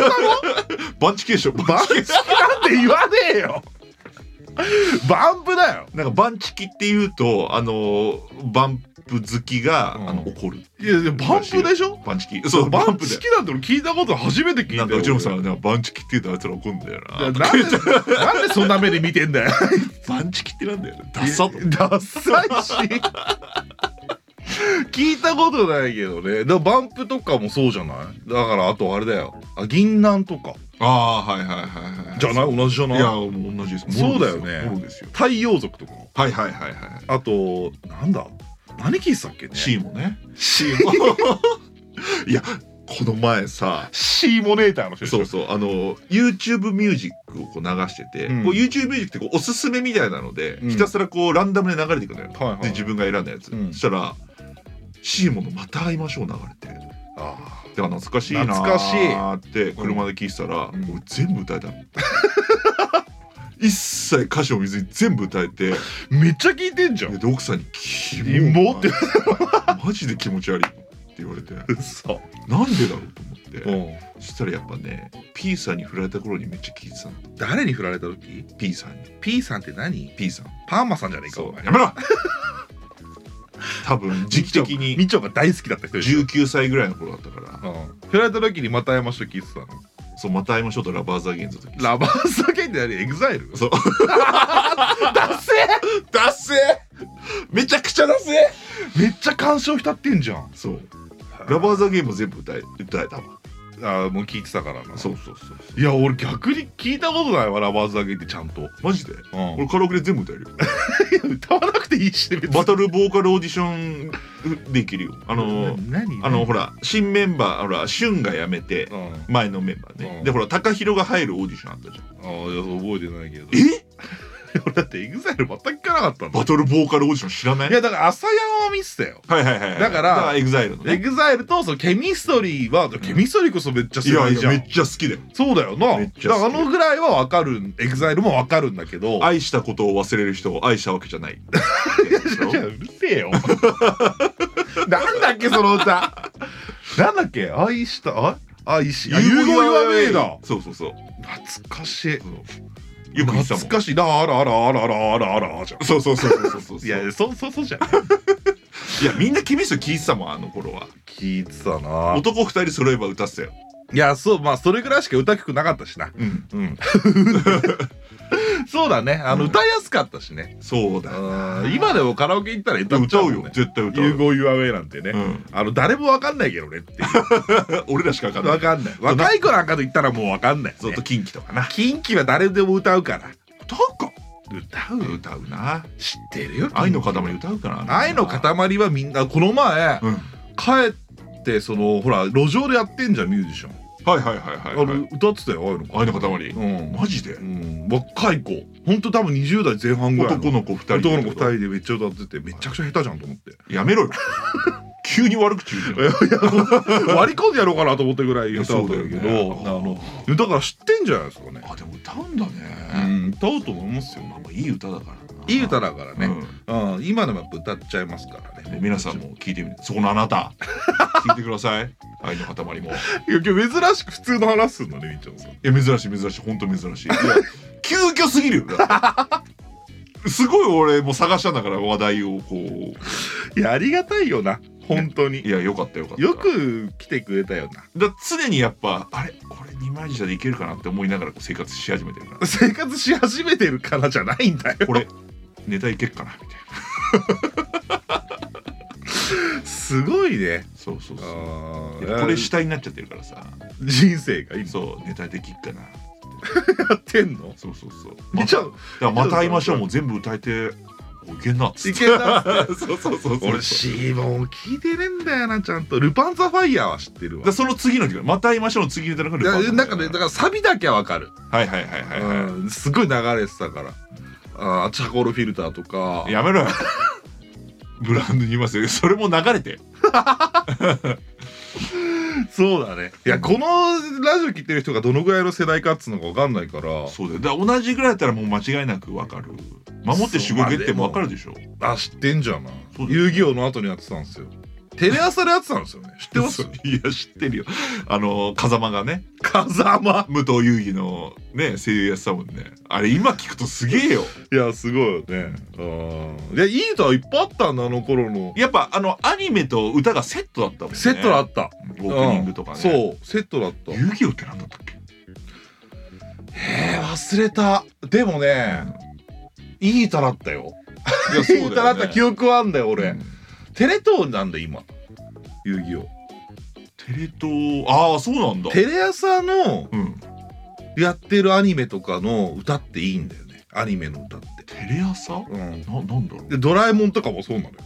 Speaker 2: バンチキでしょバン
Speaker 1: バン
Speaker 2: チ
Speaker 1: チキなんて言わねえよバンプだよ
Speaker 2: なんかバンチキっていうとあのーバンプ好きが、
Speaker 1: うん
Speaker 2: あの怒る
Speaker 1: いやいやバンプでしょ
Speaker 2: バンチキそうバ
Speaker 1: バ
Speaker 2: ン
Speaker 1: ン
Speaker 2: プ
Speaker 1: プ
Speaker 2: で
Speaker 1: 好きなんて俺聞いたこと初めて聞いた
Speaker 2: な
Speaker 1: よ
Speaker 2: んかうちの奥さん
Speaker 1: 俺
Speaker 2: がなんかバンチキって言うとあいつら怒るんだよ
Speaker 1: いや
Speaker 2: な
Speaker 1: なんでなんでそんな目で見てんだよ
Speaker 2: バンチキってなんだよねダサと
Speaker 1: ダサいし聞いたことないけどねだからバンプとかもそうじゃないだからあとあれだよあ銀杏とか
Speaker 2: ああはいはいはいはい
Speaker 1: じゃない同じじゃ
Speaker 2: い
Speaker 1: ない
Speaker 2: やもう同じです
Speaker 1: そうだよね
Speaker 2: そうですよ
Speaker 1: 太陽族とか
Speaker 2: はいはいはいはい
Speaker 1: あとなんだ何聞いてたっけね
Speaker 2: C もね
Speaker 1: C
Speaker 2: いやこの前さ
Speaker 1: C モネーターの人でし
Speaker 2: そ
Speaker 1: ょ
Speaker 2: うそうあの YouTube ミュージックをこう流してて、
Speaker 1: うん
Speaker 2: こう YouTube ミュージックってこうおすすめみたいなので、
Speaker 1: うん
Speaker 2: ひたすらこうランダムで流れていくのよ、
Speaker 1: はいはい
Speaker 2: で自分が選んだやつ、
Speaker 1: うん
Speaker 2: そしたら「シーモのまた会いましょう」流れてだか
Speaker 1: あ
Speaker 2: ら懐かしいな
Speaker 1: 懐かしい
Speaker 2: ーって車で聞いてたら、
Speaker 1: うん
Speaker 2: 俺全部 歌えたの一切歌詞を見ずに全部歌えて
Speaker 1: ーめっちゃ聞いてんじゃん
Speaker 2: で奥さんに「キモ
Speaker 1: キモって
Speaker 2: マジで気持ち悪い」って言われてなんで
Speaker 1: 嘘
Speaker 2: だろうと思って、
Speaker 1: うん
Speaker 2: そしたらやっぱね P さんに振られた頃にめっちゃ聞いてたの
Speaker 1: 誰に振られた時
Speaker 2: P さんに
Speaker 1: P さんって何
Speaker 2: P さん
Speaker 1: パーマさんじゃねえかお前
Speaker 2: やめろ多分時期的に
Speaker 1: みちょが大好きだった人でしょ
Speaker 2: 19歳ぐらいの頃だったから
Speaker 1: うん振られた時にまた会いましょう聞いてたの
Speaker 2: そうまた会いましょうとラバーザゲインズの時
Speaker 1: ラバーサゲンであれエグザイル
Speaker 2: そうダッセーダッセーめちゃくちゃダッセー
Speaker 1: めっちゃ感傷浸ってんじゃん
Speaker 2: そうラバーザゲインも全部歌え歌えたわ
Speaker 1: あーもう聞いてたからな
Speaker 2: そうそうそう
Speaker 1: いや俺逆に聞いたことないわラバーズだけってちゃんと、
Speaker 2: マジで
Speaker 1: うん
Speaker 2: 俺カラオケで全部歌えるよ
Speaker 1: 歌わなくていいし別
Speaker 2: バトルボーカルオーディションできるよあの
Speaker 1: 何
Speaker 2: あのほら新メンバーほら旬が辞めて
Speaker 1: うん、あ
Speaker 2: 前のメンバーね、
Speaker 1: うん
Speaker 2: でほら TAKAHIRO が入るオーディションあったじゃん
Speaker 1: あいや覚えてないけど
Speaker 2: え
Speaker 1: 俺だって EXILE 全く聞かなかったんだ
Speaker 2: バトルボーカルオーディション知らない
Speaker 1: いやだから朝山は見てたよ
Speaker 2: はいはいはいはい。
Speaker 1: だから
Speaker 2: エグザイルのね。
Speaker 1: EXILE とそのケミストリーはケミストリーこそめっちゃ
Speaker 2: い
Speaker 1: 世
Speaker 2: や
Speaker 1: 代
Speaker 2: い
Speaker 1: じ
Speaker 2: や
Speaker 1: ゃ
Speaker 2: め
Speaker 1: ん
Speaker 2: っちゃ好きだよ。
Speaker 1: そうだよな
Speaker 2: め
Speaker 1: だ
Speaker 2: っちゃ好き
Speaker 1: からあのぐらいはわかる EXILE もわかるんだけど
Speaker 2: 愛したことを忘れる人を愛したわけじ ゃない。
Speaker 1: いやうるせえよなんだっけその歌なんだっけ愛したあ愛しあ融合言わねえだ
Speaker 2: そうそうそう。
Speaker 1: 懐かしい
Speaker 2: よく見てたもん
Speaker 1: 懐。かしいなあらあらあらあらあらあらじゃん
Speaker 2: そうそうそうそうそうそう。
Speaker 1: いやそうそうそうじゃん
Speaker 2: いやみんな厳しい聞いてたもんあの頃は。
Speaker 1: 聞いてたな
Speaker 2: 男二人揃えば歌ってたよ。
Speaker 1: いやそうまあそれぐらいしか歌曲なかったしな
Speaker 2: うん。
Speaker 1: うん そうだねあの、
Speaker 2: うん
Speaker 1: 歌いやすかったしね
Speaker 2: そうだよ
Speaker 1: あ
Speaker 2: な。
Speaker 1: ー今でもカラオケ行ったら歌っち
Speaker 2: 歌
Speaker 1: ゃ
Speaker 2: う
Speaker 1: うもん
Speaker 2: よ
Speaker 1: ね
Speaker 2: 絶対歌う
Speaker 1: 融
Speaker 2: よ。
Speaker 1: 合 Your Way なんてね、
Speaker 2: うん、
Speaker 1: あの誰もわかんないけどねっていう
Speaker 2: 俺らしかわかんな
Speaker 1: わ
Speaker 2: い。
Speaker 1: かんない若い子なんかと言ったらもうわかんない、
Speaker 2: そう
Speaker 1: ね
Speaker 2: と、キンキとかな。
Speaker 1: キンキは誰でも歌うから
Speaker 2: 歌
Speaker 1: 歌う
Speaker 2: うか。歌うな。
Speaker 1: 知ってるよ
Speaker 2: 愛の塊歌うかな。
Speaker 1: 愛の。塊はみんなこの前、
Speaker 2: うん。
Speaker 1: 帰ってそのほら路上でやってんじゃんミュージシャン、
Speaker 2: はいはいはいはい、
Speaker 1: あ
Speaker 2: は
Speaker 1: れ
Speaker 2: い。
Speaker 1: 歌ってたよああい
Speaker 2: 愛
Speaker 1: う
Speaker 2: の塊。
Speaker 1: の
Speaker 2: マジで
Speaker 1: う。ん、うん、若い子ほんと多分20代前半ぐらい
Speaker 2: 男の子二人。
Speaker 1: 男の子2人でめっちゃ歌っててめちゃくちゃ下手じゃんと思って
Speaker 2: や めろよ。急に悪口言う
Speaker 1: いやいや割り込んでやろうかなと思ったぐらい
Speaker 2: の。
Speaker 1: 歌うんだけどだ,、
Speaker 2: あの、
Speaker 1: だから知ってんじゃないですかね、
Speaker 2: あ、でも歌うんだ
Speaker 1: う
Speaker 2: ね。
Speaker 1: ん、歌うと思いますよ
Speaker 2: まあまあいい歌だからな。
Speaker 1: いい歌だからね、
Speaker 2: うん
Speaker 1: ああ今でもやっぱ歌っちゃいますからね
Speaker 2: ね皆さんも聞いてみてそこのあな た聞いてください愛の塊もい
Speaker 1: いや今日珍しく普通の話すんだねみっちゃんさん
Speaker 2: や珍しい珍しい本当珍しいいや 急遽すぎるよ だってすごい俺も探したんだから話題をこう
Speaker 1: いやありがたいよな本当に
Speaker 2: いやよかったよかった
Speaker 1: よく来てくれたよな
Speaker 2: だ常にやっぱあれこれ二枚舌でいけるかなって思いながらこう生活し始めてるから
Speaker 1: 生活し始めてるからじゃないん だよ
Speaker 2: これネタいけっかなみたいな
Speaker 1: すごいね
Speaker 2: そうそうそう
Speaker 1: あ
Speaker 2: いやこれ主体になっちゃってるからさ
Speaker 1: 人生が今
Speaker 2: そうネタできっかな
Speaker 1: やってんの
Speaker 2: そうそうそう
Speaker 1: みっちゃん
Speaker 2: だからまた会いましょうもう全部歌えておいけんなっつっ
Speaker 1: い
Speaker 2: て
Speaker 1: けたっつっ
Speaker 2: そうそうそう
Speaker 1: て
Speaker 2: そう
Speaker 1: 俺シーボン聞いてねえんだよなちゃんと「ルパン・ザ・ファイヤー」は知ってるわ
Speaker 2: だその次の日また会いましょうの次の日の
Speaker 1: い
Speaker 2: ルパン
Speaker 1: やなんかねだからサビだけはわかる、
Speaker 2: はいはいはいはいは
Speaker 1: うんすごい流れてたからあーチャコールフィルターとか
Speaker 2: いやめろよ ブランドに言いますよそれも流れて
Speaker 1: そうだねいやこのラジオ聞いてる人がどのぐらいの世代かっつうのかわかんないから
Speaker 2: そうだよだから同じぐらいだったらもう間違いなくわかる守って守護ゲってもわかるでしょ
Speaker 1: あ知ってんじゃんな
Speaker 2: そうだよ
Speaker 1: 遊戯王の後にやってたんですよテレ朝でやってたんですよね知ってます
Speaker 2: そういや知ってるよあの風間がね
Speaker 1: 風間
Speaker 2: 武藤遊戯のね声優やってたもんねあれ今聞くとすげえよ
Speaker 1: いやすごいよねうんいやいい歌はいっぱいあったんだあの頃の
Speaker 2: やっぱあのアニメと歌がセットだったもんね
Speaker 1: セットだった、
Speaker 2: オープニングとかね、
Speaker 1: うんそうセットだった
Speaker 2: 遊戯王ってなんだったっけ
Speaker 1: えー、忘れたでもねいい歌だったよ
Speaker 2: いや
Speaker 1: いい歌だった記
Speaker 2: 憶
Speaker 1: 憶はあんだよ俺、テレ東なんだ今遊戯王
Speaker 2: テレ東ああそうなんだ
Speaker 1: テレ朝の
Speaker 2: うん
Speaker 1: やってるアニメとかの歌っていいんだよねアニメの歌って
Speaker 2: テレ朝
Speaker 1: うん
Speaker 2: ななんだろう
Speaker 1: でドラえもんとかもそうなのよ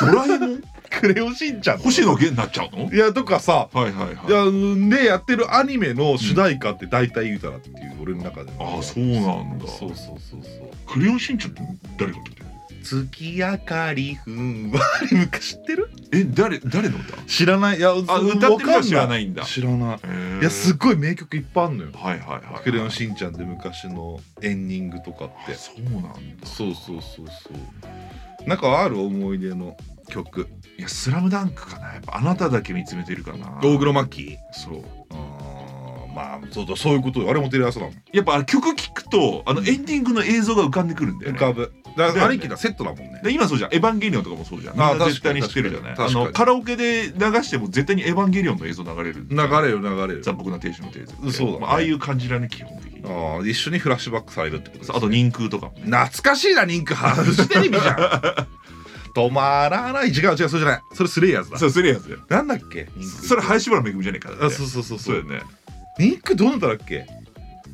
Speaker 2: ドラえもん
Speaker 1: クレヨンしんちゃんの
Speaker 2: 星野源になっちゃうの
Speaker 1: いやとかさ
Speaker 2: はいはいはい
Speaker 1: いやうんでやってるアニメの主題歌って大体いい歌だっていう俺の中で
Speaker 2: ああそうなんだ
Speaker 1: そうそうそうそう
Speaker 2: クレヨンしんちゃんって誰が歌ってる
Speaker 1: 月明かりふんわり昔知ってる
Speaker 2: え誰誰の歌
Speaker 1: 知らないいやあ
Speaker 2: あ歌ってるのは知らないんだ
Speaker 1: 知らない
Speaker 2: へえ
Speaker 1: いやすっごい名曲いっぱいあんのよ
Speaker 2: はいはいはい
Speaker 1: 「クレヨンしんちゃん」で昔のエンディングとかっ
Speaker 2: あ
Speaker 1: て
Speaker 2: そうなんだ
Speaker 1: そうそうそうそうなんかある思い出の曲
Speaker 2: いやスラムダンクかなやっぱあなただけ見つめてるかな
Speaker 1: 大黒摩季
Speaker 2: そう
Speaker 1: あーまあそうだそういうことよあれもテレ朝だもん
Speaker 2: やっぱあれ曲聴くとあのエンディングの映像が浮かんでくるんだよ
Speaker 1: 浮
Speaker 2: ね
Speaker 1: かぶだ
Speaker 2: だ
Speaker 1: か
Speaker 2: よね
Speaker 1: らありきだセットだもんね
Speaker 2: で今そうじゃん「エヴァンゲリオン」とかもそうじゃんみん
Speaker 1: あ
Speaker 2: な絶対に知ってるじゃない
Speaker 1: 確か
Speaker 2: あ
Speaker 1: に確かに
Speaker 2: のカラオケで流しても絶対に「エヴァンゲリオン」の映像流れる
Speaker 1: 流れよ流れよ
Speaker 2: 残酷な定食の定食
Speaker 1: そうだね
Speaker 2: まあああいう感じだね基本的にあ
Speaker 1: あー一緒にフラッシュバックされるってことですね
Speaker 2: あと人空とかもね
Speaker 1: 懐かしいな、リンクハウジテレビじゃん。 止まらない。違う違う、そうじゃない。それスレイヤーズだ。
Speaker 2: そうそれやつだよ
Speaker 1: なんだっけリンク
Speaker 2: それ林原めぐみじゃねえから
Speaker 1: あそうそうそう
Speaker 2: そ
Speaker 1: そう
Speaker 2: だ
Speaker 1: う。
Speaker 2: よね
Speaker 1: リンクどうなっただっけ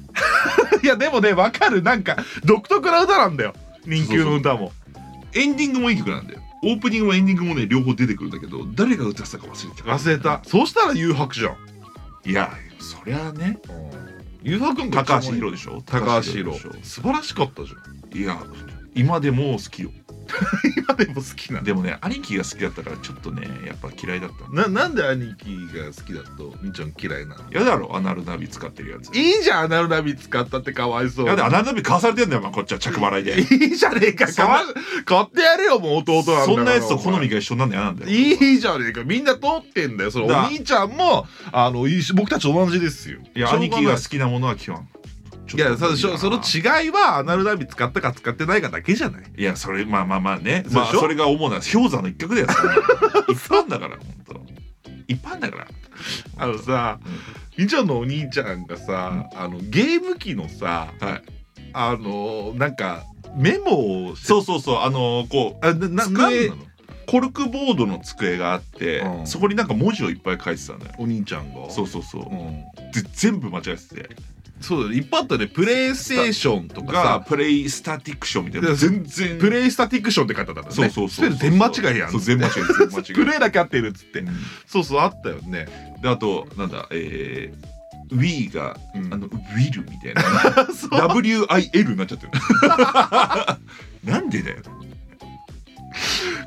Speaker 1: いや、でもね、わかる。なんか、独特な歌なんだよ。人気の歌も。
Speaker 2: エンディングもいい曲なんだよオープニングもエンディングもね両方出てくるんだけど誰が歌ってたか忘れてた
Speaker 1: 忘れた。そうしたら誘白じゃん。
Speaker 2: いやそりゃね
Speaker 1: 誘白君
Speaker 2: 高橋宏でしょ
Speaker 1: 高橋宏
Speaker 2: でしょ。
Speaker 1: 素晴らしかったじゃん。
Speaker 2: いや今でも好きよ
Speaker 1: 今でも好きなんだ。
Speaker 2: でもね兄貴が好きだったからちょっとねやっぱ嫌いだったん
Speaker 1: な、
Speaker 2: だ
Speaker 1: なんで兄貴が好きだと、みっちゃん嫌いなの
Speaker 2: やだろアナルナビ使ってるやつ
Speaker 1: いいじゃん、アナルナビ使ったってかわいそうに。
Speaker 2: やだアナルナビ買わされてんだよ、まあ、こっちは着払いで
Speaker 1: いいじゃねえか
Speaker 2: そ
Speaker 1: 買
Speaker 2: んな
Speaker 1: わ買ってやれよもう弟なんだから
Speaker 2: そんなやつと好み
Speaker 1: が
Speaker 2: が一緒になんの嫌なんだよ
Speaker 1: いいじゃねえかみんな通ってんだよそのお
Speaker 2: だ
Speaker 1: 兄ちゃんもあのいいし僕たち同じですよ
Speaker 2: いや
Speaker 1: しょうが
Speaker 2: 兄貴
Speaker 1: な
Speaker 2: が好きなものは基本ちょっと
Speaker 1: いやそそその違いはアナルナビ使ったか使ってないかだけじゃない
Speaker 2: いやそれまあまあまあね
Speaker 1: そうでしょ
Speaker 2: まあそれが主な氷山の一角 だよそんなの一般だから本当一般だから
Speaker 1: あのさみっちゃんのお兄ちゃんがさ、あのゲーム機のさ
Speaker 2: はい
Speaker 1: あのなんかメモをして
Speaker 2: そうそうそうあのーこう
Speaker 1: あなななんな
Speaker 2: 机
Speaker 1: の
Speaker 2: コルクボードの机があって、
Speaker 1: うん
Speaker 2: そこになんか文字をいっぱい書いてたんだよ
Speaker 1: お兄ちゃんが
Speaker 2: そうそうそう、
Speaker 1: うん、
Speaker 2: で全部間違えてて
Speaker 1: そうだねいっぱいあったねプレイステーションとかさ
Speaker 2: がプレイスタティクションみたい
Speaker 1: い
Speaker 2: な
Speaker 1: や
Speaker 2: 全然
Speaker 1: プレイスタティクションって方だったね。
Speaker 2: そうそうそう
Speaker 1: スペル全間違いやん。
Speaker 2: そう全間違い全間違い
Speaker 1: プレイだけ合ってるっつって
Speaker 2: うん。
Speaker 1: そうそう、あったよね。
Speaker 2: であとなんだえー Wii が、
Speaker 1: うん
Speaker 2: あのウィルみたいな
Speaker 1: そう
Speaker 2: WIL になっちゃってる なんでだよ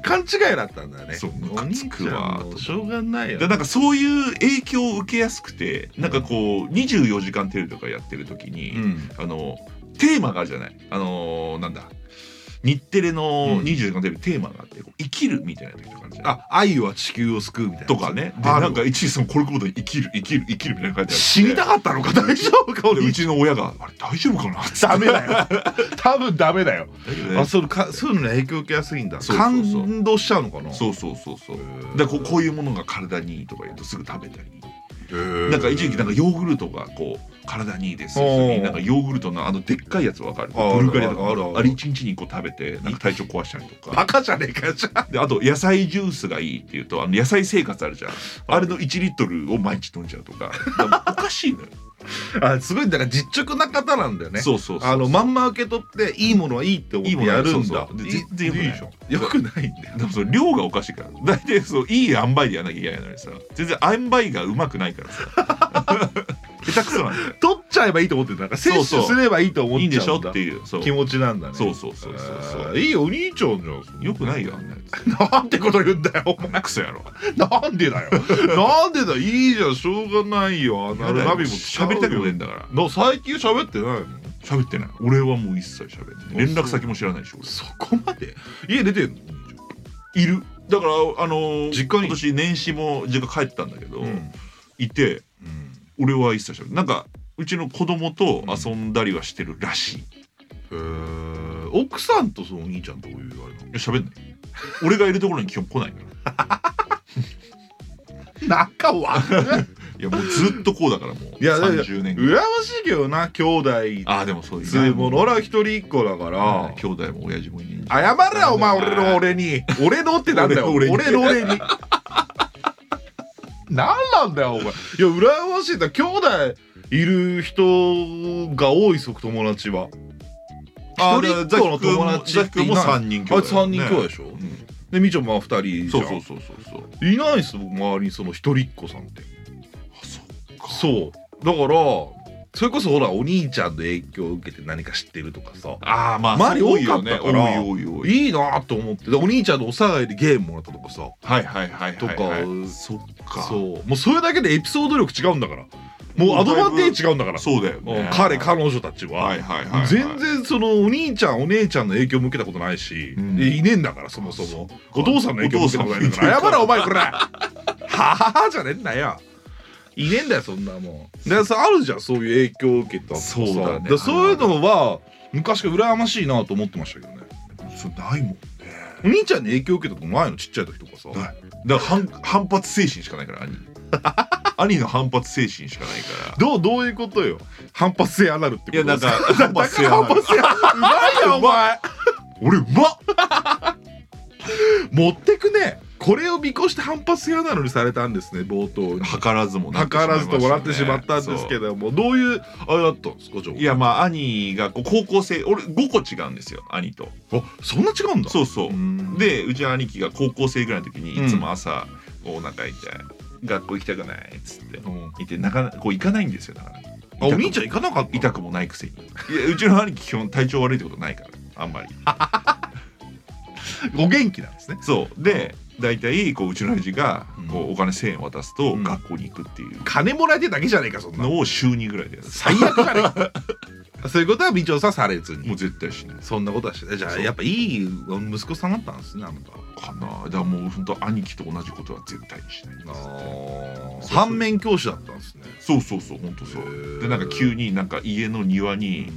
Speaker 1: 勘違いだったんだね。
Speaker 2: そうム
Speaker 1: お
Speaker 2: カ
Speaker 1: 兄
Speaker 2: つく
Speaker 1: ちゃ
Speaker 2: わ
Speaker 1: んもしょうがないよ
Speaker 2: で。なんかそういう影響を受けやすくてなんかこう「24時間テレビ」とかやってる時に、
Speaker 1: うん。
Speaker 2: あのテーマがあるじゃないあのーなんだ日テレの
Speaker 1: うん
Speaker 2: 24時間テレビテーマがあって、こう生きるみたいな時とかあるじゃん
Speaker 1: あ愛は地球を救うみたいな
Speaker 2: とかね。で、
Speaker 1: ある
Speaker 2: なんか、一時そのコルクボードに生きる、生きる、生きるみたいな感じ
Speaker 1: 死にたかったのか大丈夫か
Speaker 2: で、
Speaker 1: 俺
Speaker 2: うちの親が、あれ大丈夫かな
Speaker 1: ダメだよ多分ダメだよ
Speaker 2: 大丈夫
Speaker 1: あそうかそういうのに影響受けやすいんだ
Speaker 2: そうそうそう
Speaker 1: 感動しちゃうのかな
Speaker 2: そうそうそうそう
Speaker 1: ー
Speaker 2: だからこうこういうものが体にいいとか言うとすぐ食べたり
Speaker 1: へー
Speaker 2: なんか一時期なんかヨーグルトがこう体にいいです
Speaker 1: おー
Speaker 2: なんかヨーグルトのあのでっかいやつわかる
Speaker 1: あ
Speaker 2: ブルガリアと
Speaker 1: あるあるある
Speaker 2: かあれ一日にこう食べてなんか体調壊したりとか
Speaker 1: バカじゃねえかよじゃあ
Speaker 2: であと野菜ジュースがいいっていうとあの野菜生活あるじゃんあれの1リットルを毎日飲んじゃうとかだからおかしいのよ
Speaker 1: あすごいだから実直な方なんだよね
Speaker 2: そうそうそう
Speaker 1: あのまんま受け取っていいものはいいって思っ
Speaker 2: いいも
Speaker 1: て
Speaker 2: のは
Speaker 1: やるん
Speaker 2: そう
Speaker 1: だ
Speaker 2: そうで
Speaker 1: いい
Speaker 2: 全然良くない
Speaker 1: いいじゃんよくないんだよ
Speaker 2: でもその量がおかしいから大体そういい塩梅でやらなきゃいけないのにさ全然塩梅がうまくないからさ 下手くそなんだよ
Speaker 1: 取っちゃえばいいと思ってるなんか摂
Speaker 2: そう
Speaker 1: 取
Speaker 2: そ
Speaker 1: す
Speaker 2: う
Speaker 1: ればいいと思っ
Speaker 2: いいん
Speaker 1: ち
Speaker 2: で
Speaker 1: ゃ
Speaker 2: し
Speaker 1: う
Speaker 2: ょ
Speaker 1: んだ
Speaker 2: っていうそう
Speaker 1: 気持ちなんだね
Speaker 2: そうそうそうそうそう
Speaker 1: あーいいよお兄ちゃんじゃん
Speaker 2: よくないよあんなや
Speaker 1: なんてこと言うんだよお前
Speaker 2: つクソやろ
Speaker 1: なんでだよなんでだいいじゃんしょうがないよあのナビも使う
Speaker 2: 喋りたくもねえんだから
Speaker 1: な最近喋ってないの
Speaker 2: 喋ってない俺はもう一切喋ってない連絡先も知らないし俺
Speaker 1: そこまで家出てんの
Speaker 2: いるだからあのー
Speaker 1: 実家に
Speaker 2: 今年年始も実家帰ったんだけど、
Speaker 1: うん
Speaker 2: いて
Speaker 1: うん
Speaker 2: 俺は一切喋ってないなんかうちの子供と遊んだりはしてるらしい
Speaker 1: えー奥さんとそのお兄ちゃんどういうあれなの
Speaker 2: いや喋んない俺がいるところに基本来ないから
Speaker 1: 仲悪
Speaker 2: いやもうずっとこうだからもう
Speaker 1: いいやだから
Speaker 2: 30年ぐらい
Speaker 1: 羨ましいけどな兄弟
Speaker 2: ああでもそうい
Speaker 1: つうもの俺は一人一個だから
Speaker 2: あ兄弟も親父もいねえ
Speaker 1: 謝れよお前俺の俺に俺のってなんだよ俺
Speaker 2: 俺の俺に
Speaker 1: の俺に何なんだよお前いや羨ましいんだ兄弟いる人が多いそ友達は
Speaker 2: あ
Speaker 1: 一人っ子の友達
Speaker 2: ザキ君も
Speaker 1: っていない
Speaker 2: ザキ君も三人兄弟
Speaker 1: あ三人兄弟でしょ
Speaker 2: うん
Speaker 1: でみちょぱ2人じゃん
Speaker 2: そうそうそうそうそう
Speaker 1: いないっす僕周りにその一人っ子さんって
Speaker 2: あそう
Speaker 1: そうだからそれこそほらお兄ちゃんの影響を受けて何か知ってるとかさ
Speaker 2: ああまあ
Speaker 1: 周り
Speaker 2: そ
Speaker 1: 多
Speaker 2: う
Speaker 1: かったから
Speaker 2: 多いよね多い多い多い
Speaker 1: いいなと思ってでお兄ちゃんのお下がりでゲームもらったとかさ
Speaker 2: はいはいはいはいはい
Speaker 1: とか
Speaker 2: そっか
Speaker 1: そう
Speaker 2: う
Speaker 1: もうそれだけでエピソード力違うんだからもうアドバンテージ違うんだから
Speaker 2: そうだよ
Speaker 1: うん
Speaker 2: ね
Speaker 1: 彼彼女たちは,、
Speaker 2: はいはいはいはい
Speaker 1: 全然そのお兄ちゃんお姉ちゃんの影響を受けたことないし、
Speaker 2: うん
Speaker 1: でいねえんだからそもそもお父さんの影響を受けたことないんだから
Speaker 2: お父さん
Speaker 1: 謝れお前これはははじゃねえんだよいねえんだよそんなもんでさあるじゃんそういう影響を受けたとかさ
Speaker 2: そうだね
Speaker 1: からそういうのは昔から羨ましいなと思ってましたけどね
Speaker 2: そうないもんね
Speaker 1: お兄ちゃんに影響を受けたことないのちっちゃい時とかさ
Speaker 2: ないだから反反発精神しかないから 兄兄の反発精神しかないから
Speaker 1: どうどういうことよ反発性アナルってこと
Speaker 2: いやなんか反
Speaker 1: だ
Speaker 2: 発
Speaker 1: か
Speaker 2: 性
Speaker 1: ら
Speaker 2: ある
Speaker 1: 反発性アナルうまいよお前
Speaker 2: 俺うまっ
Speaker 1: 持ってくねこれを見越して反発性アナルにされたんですね冒頭に
Speaker 2: 図らずもなってしま
Speaker 1: 計
Speaker 2: いま
Speaker 1: らず
Speaker 2: したね
Speaker 1: ともらってしまったんですけどもどういうあれだったんですかじゃあ
Speaker 2: いやまあ兄がこう高校生俺5個違うんですよ兄と
Speaker 1: あそんな違うんだ
Speaker 2: そうそう
Speaker 1: う、ん
Speaker 2: でうちの兄貴が高校生ぐらいの時に
Speaker 1: うん
Speaker 2: いつも朝、こうお腹痛い学校行きたくないっつって
Speaker 1: うん
Speaker 2: いてなかなこう行かないんですよだから
Speaker 1: あお兄ちゃん行かなかった
Speaker 2: 痛くもないくせにいやうちの兄貴基本体調悪いってことないからあんまり
Speaker 1: お元気なんですね
Speaker 2: そうで大体こううちの親父が
Speaker 1: うん
Speaker 2: こうお金1,000円渡すと
Speaker 1: うん
Speaker 2: 学校に行くっていう
Speaker 1: 金もらえてるだけじゃねえかそん な
Speaker 2: のを週2ぐらいでやる
Speaker 1: 最悪じゃねえかそういうことは美調査されず
Speaker 2: もう
Speaker 1: に
Speaker 2: 絶対しない
Speaker 1: そんなことはしないじゃあ
Speaker 2: そう
Speaker 1: やっぱいい息子さんだったんですねあなたは
Speaker 2: かなだからもう本当兄貴と同じことは絶対にしないです
Speaker 1: あ反面教師だったんですね
Speaker 2: そうそうそう本当そ
Speaker 1: へー
Speaker 2: うでなんか急になんか家の庭に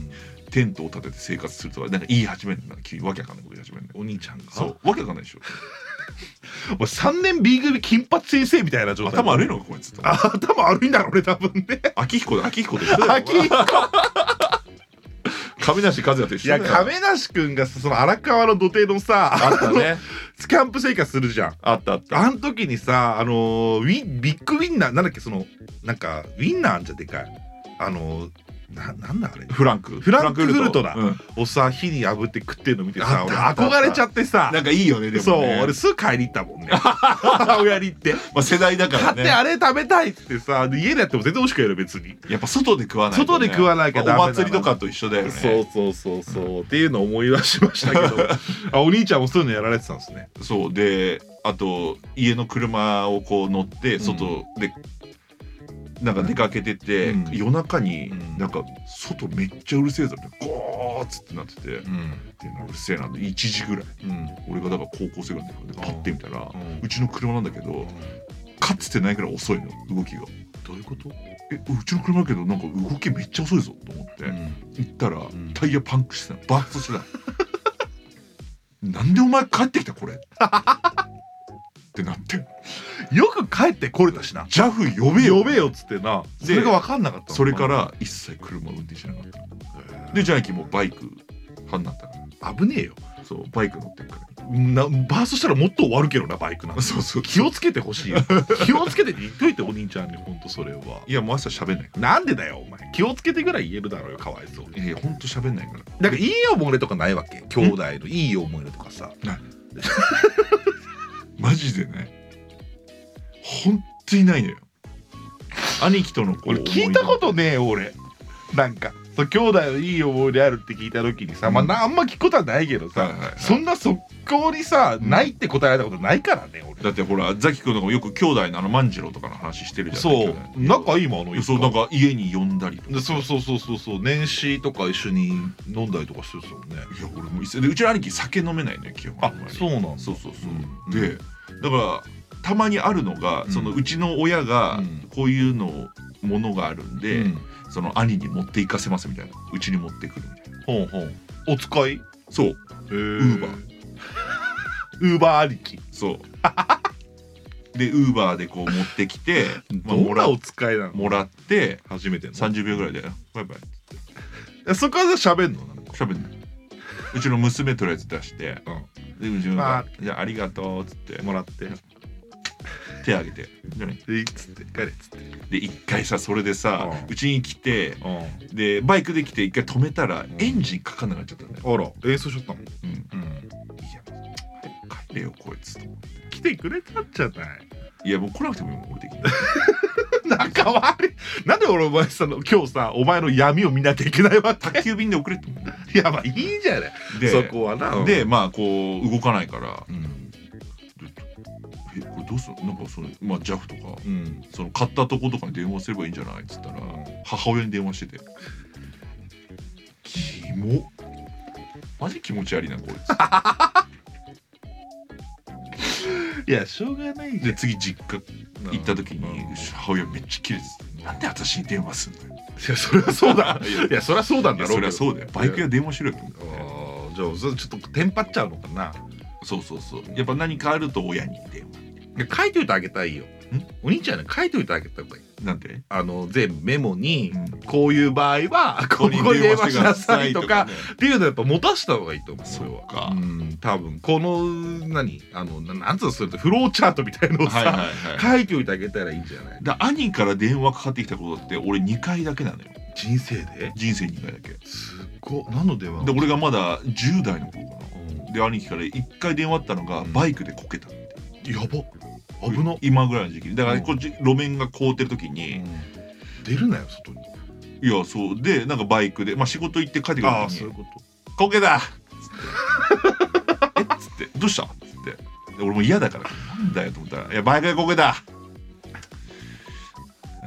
Speaker 2: テントを立てて生活するとかなんか言い始めるなんか急にわけわかんないこと言い始める
Speaker 1: お兄ちゃんが
Speaker 2: そうわけわかんないでしょ
Speaker 1: 俺3年 B 組金八先生みたいな状態
Speaker 2: 頭悪いのかこいつと
Speaker 1: あ頭悪いんだろうね多分 ね
Speaker 2: 秋彦だ秋彦で
Speaker 1: 秋
Speaker 2: 亀梨和也と一
Speaker 1: い
Speaker 2: 緒だ
Speaker 1: や
Speaker 2: よ
Speaker 1: 亀梨君がさその荒川の土手のさ
Speaker 2: あったね
Speaker 1: あのキャンプ生活するじゃん
Speaker 2: あったあった
Speaker 1: あの時にさあのーウィンビッグウィンナーなんだっけそのなんかウィンナーあんじゃんでかいあのーななんだあれ
Speaker 2: フランク
Speaker 1: フランクフルトだ
Speaker 2: うん
Speaker 1: をさ火に炙って食ってるの見て
Speaker 2: あ
Speaker 1: さ
Speaker 2: っ
Speaker 1: 俺
Speaker 2: たあった
Speaker 1: 憧れちゃってさ
Speaker 2: なんかいいよねでもね
Speaker 1: そう俺すぐ買いに行った もんね母親に行って
Speaker 2: まあ世代だ か
Speaker 1: 買
Speaker 2: ら
Speaker 1: って
Speaker 2: ね
Speaker 1: あれ食べたいっつってさで家でやっても全然美味しくやる別に
Speaker 2: やっぱ外で食わないとね
Speaker 1: 外で食わなきゃダメだな
Speaker 2: お祭りとかと一緒だよね
Speaker 1: そうそうそうそう、っていうのを思い出しましたけどあお兄ちゃんもそういうのやられてたんですね
Speaker 2: そうであと家の車をこう乗って外で、なんか出かけてて、
Speaker 1: うん
Speaker 2: 夜中に
Speaker 1: うん
Speaker 2: なんか外めっちゃうるせえぞってゴーっつってなってて、で
Speaker 1: うん
Speaker 2: なんかうるせえなって1時ぐらい
Speaker 1: うん
Speaker 2: 俺がだから高校生ぐらいの時でパッて見たら、
Speaker 1: う
Speaker 2: うんちの車なんだけどかつてないくらい遅いの動きが
Speaker 1: どういうこと
Speaker 2: えうちの車だけどなんか動きめっちゃ遅いぞと思って、
Speaker 1: うん
Speaker 2: 行ったら、
Speaker 1: ん
Speaker 2: タイヤパンクしてたのバーストしてたの なんでお前帰ってきたこれってなって
Speaker 1: よく帰ってこれたしな
Speaker 2: JAF 呼べよ
Speaker 1: 呼べよっつってなそれが分かんなかったの
Speaker 2: それから一切車運転しなかったでじゃあきもうバイク派になったか
Speaker 1: 危ねえよ
Speaker 2: らそうバイク乗ってるから
Speaker 1: なバーストしたらもっと終わるけどなバイクなんて
Speaker 2: そうそう
Speaker 1: 気をつけてほしいよ 気をつけてって言っといてお兄ちゃんにほんとそれはい
Speaker 2: やもう朝喋んないか
Speaker 1: なんでだよお前気をつけてぐらい言えるだろうよかわいそうに
Speaker 2: らいやほんと喋んないから
Speaker 1: なんかいい思い出とかないわけ兄弟のいい思い出とかさ
Speaker 2: マジでねほんといないのよ兄貴とのこう
Speaker 1: 俺聞いたこと
Speaker 2: 思
Speaker 1: ねえよ俺なんかそう兄弟のいい思い出あるって聞いた時にさ、
Speaker 2: うん
Speaker 1: まあなあんま聞くことはないけど
Speaker 2: 出
Speaker 1: さ、
Speaker 2: はいはいはい
Speaker 1: そんな速攻にさ、
Speaker 2: うん
Speaker 1: ないって答えられたことないからね俺
Speaker 2: だってほらザキ君とかもよく兄弟のあの万次郎とかの話してるじゃん
Speaker 1: そう仲いいもんあの
Speaker 2: いやそうなん
Speaker 1: か
Speaker 2: か家に呼んだりとか
Speaker 1: そうそうそうそうそう年始とか一緒に飲んだりとかしてたもんね
Speaker 2: いや俺もう一切でうちの兄貴酒飲めないのよ基本あんまり
Speaker 1: うなん
Speaker 2: そうそうそう、
Speaker 1: うん
Speaker 2: でだからたまにあるのが、
Speaker 1: うん
Speaker 2: そのうちの親が
Speaker 1: うん
Speaker 2: こういうのものがあるんで、
Speaker 1: うん
Speaker 2: その兄に持って行かせますみたいなうちに持ってくるみたいな
Speaker 1: ほんほんお使い
Speaker 2: そう
Speaker 1: ウ
Speaker 2: ー
Speaker 1: ー
Speaker 2: バー
Speaker 1: ウーバーありき
Speaker 2: そうでウーバーでこう持って きて、まあ、
Speaker 1: ど
Speaker 2: も
Speaker 1: ん
Speaker 2: ら
Speaker 1: な
Speaker 2: う
Speaker 1: お使いなの
Speaker 2: もらって
Speaker 1: 初めての
Speaker 2: 30秒ぐらいでバイバイ
Speaker 1: えそこはじゃあ喋んのなんか
Speaker 2: 喋 んないうちの娘とりあえず出して、でうちの
Speaker 1: ま
Speaker 2: が
Speaker 1: あ
Speaker 2: 「じゃあありがとう」っつって
Speaker 1: もらって
Speaker 2: 手あげてじゃあね
Speaker 1: でいっつって帰れっつって
Speaker 2: で一回さそれでさ
Speaker 1: うん
Speaker 2: うちに来て
Speaker 1: うん
Speaker 2: でバイクで来て一回止めたら
Speaker 1: ん
Speaker 2: エンジンかかんなくなっちゃったんだよ、
Speaker 1: あら演奏しちゃったもん
Speaker 2: うん、い
Speaker 1: うん
Speaker 2: や帰れよこいつと
Speaker 1: 来てくれたんじゃない
Speaker 2: いやもう来なくてもいいもん俺的に
Speaker 1: 仲悪いなんで俺お前その今日さお前の闇を見なきゃいけないわ
Speaker 2: 宅急便で送れってもんね
Speaker 1: いやまあいいじゃない
Speaker 2: で
Speaker 1: そこはな
Speaker 2: でまあこう動かないから
Speaker 1: うん
Speaker 2: えこれどうするなんかそのまあ JAF とか
Speaker 1: うん
Speaker 2: その買ったとことかに電話すればいいんじゃないっつったら、母親に電話してて「キモマジ気持ち悪いなこいつ
Speaker 1: いやしょうがない」 じゃ
Speaker 2: で
Speaker 1: ん
Speaker 2: 次実家行った時に
Speaker 1: うんい
Speaker 2: 母親めっちゃキレててなんで私に電話すんだよ」
Speaker 1: やそれはそうだ
Speaker 2: いや
Speaker 1: いやそりゃそうなん
Speaker 2: い
Speaker 1: だ
Speaker 2: や
Speaker 1: ろ
Speaker 2: そ
Speaker 1: けど
Speaker 2: うりゃそうだよバイク屋電話しろよって思ってね
Speaker 1: あーじゃあそれちょっとテンパっちゃうのかな
Speaker 2: そうそうそうやっぱ何かあると親に電話
Speaker 1: いや書いといてあげたいよお兄ちゃんに書いといてあげた方がいい
Speaker 2: なんで
Speaker 1: あの全部メモに、
Speaker 2: うん
Speaker 1: こういう場合はここに電話しなさいとか
Speaker 2: ね
Speaker 1: っていうのはやっぱ持たした方がいいと思う
Speaker 2: そうか
Speaker 1: うん多分この何あのななんつうのそれってフローチャートみたいのをさ、
Speaker 2: はいはいは
Speaker 1: 書
Speaker 2: い
Speaker 1: いておいてあげたらいいんじゃない
Speaker 2: だ兄から電話かかってきたことって俺2回だけなのよ
Speaker 1: 人生で
Speaker 2: 人生2回だけ
Speaker 1: すっご何の電話
Speaker 2: で俺がまだ10代の頃か
Speaker 1: うん
Speaker 2: なで兄貴から1回電話あったのが
Speaker 1: うん
Speaker 2: バイクでこけたって
Speaker 1: やば危な
Speaker 2: 今ぐらいの時期にだか
Speaker 1: う
Speaker 2: ら
Speaker 1: ん
Speaker 2: こっち路面が凍ってる時に
Speaker 1: 出るなよ外に
Speaker 2: いやそうでなんかバイクでまあ仕事行って帰ってくる
Speaker 1: ああ
Speaker 2: 時
Speaker 1: そうい
Speaker 2: に
Speaker 1: うこ
Speaker 2: 「こけた!」っつ って「えっ?」つって「どうした?」っつってで俺も嫌だからなんだよと思ったら「いやバイクでこけた!」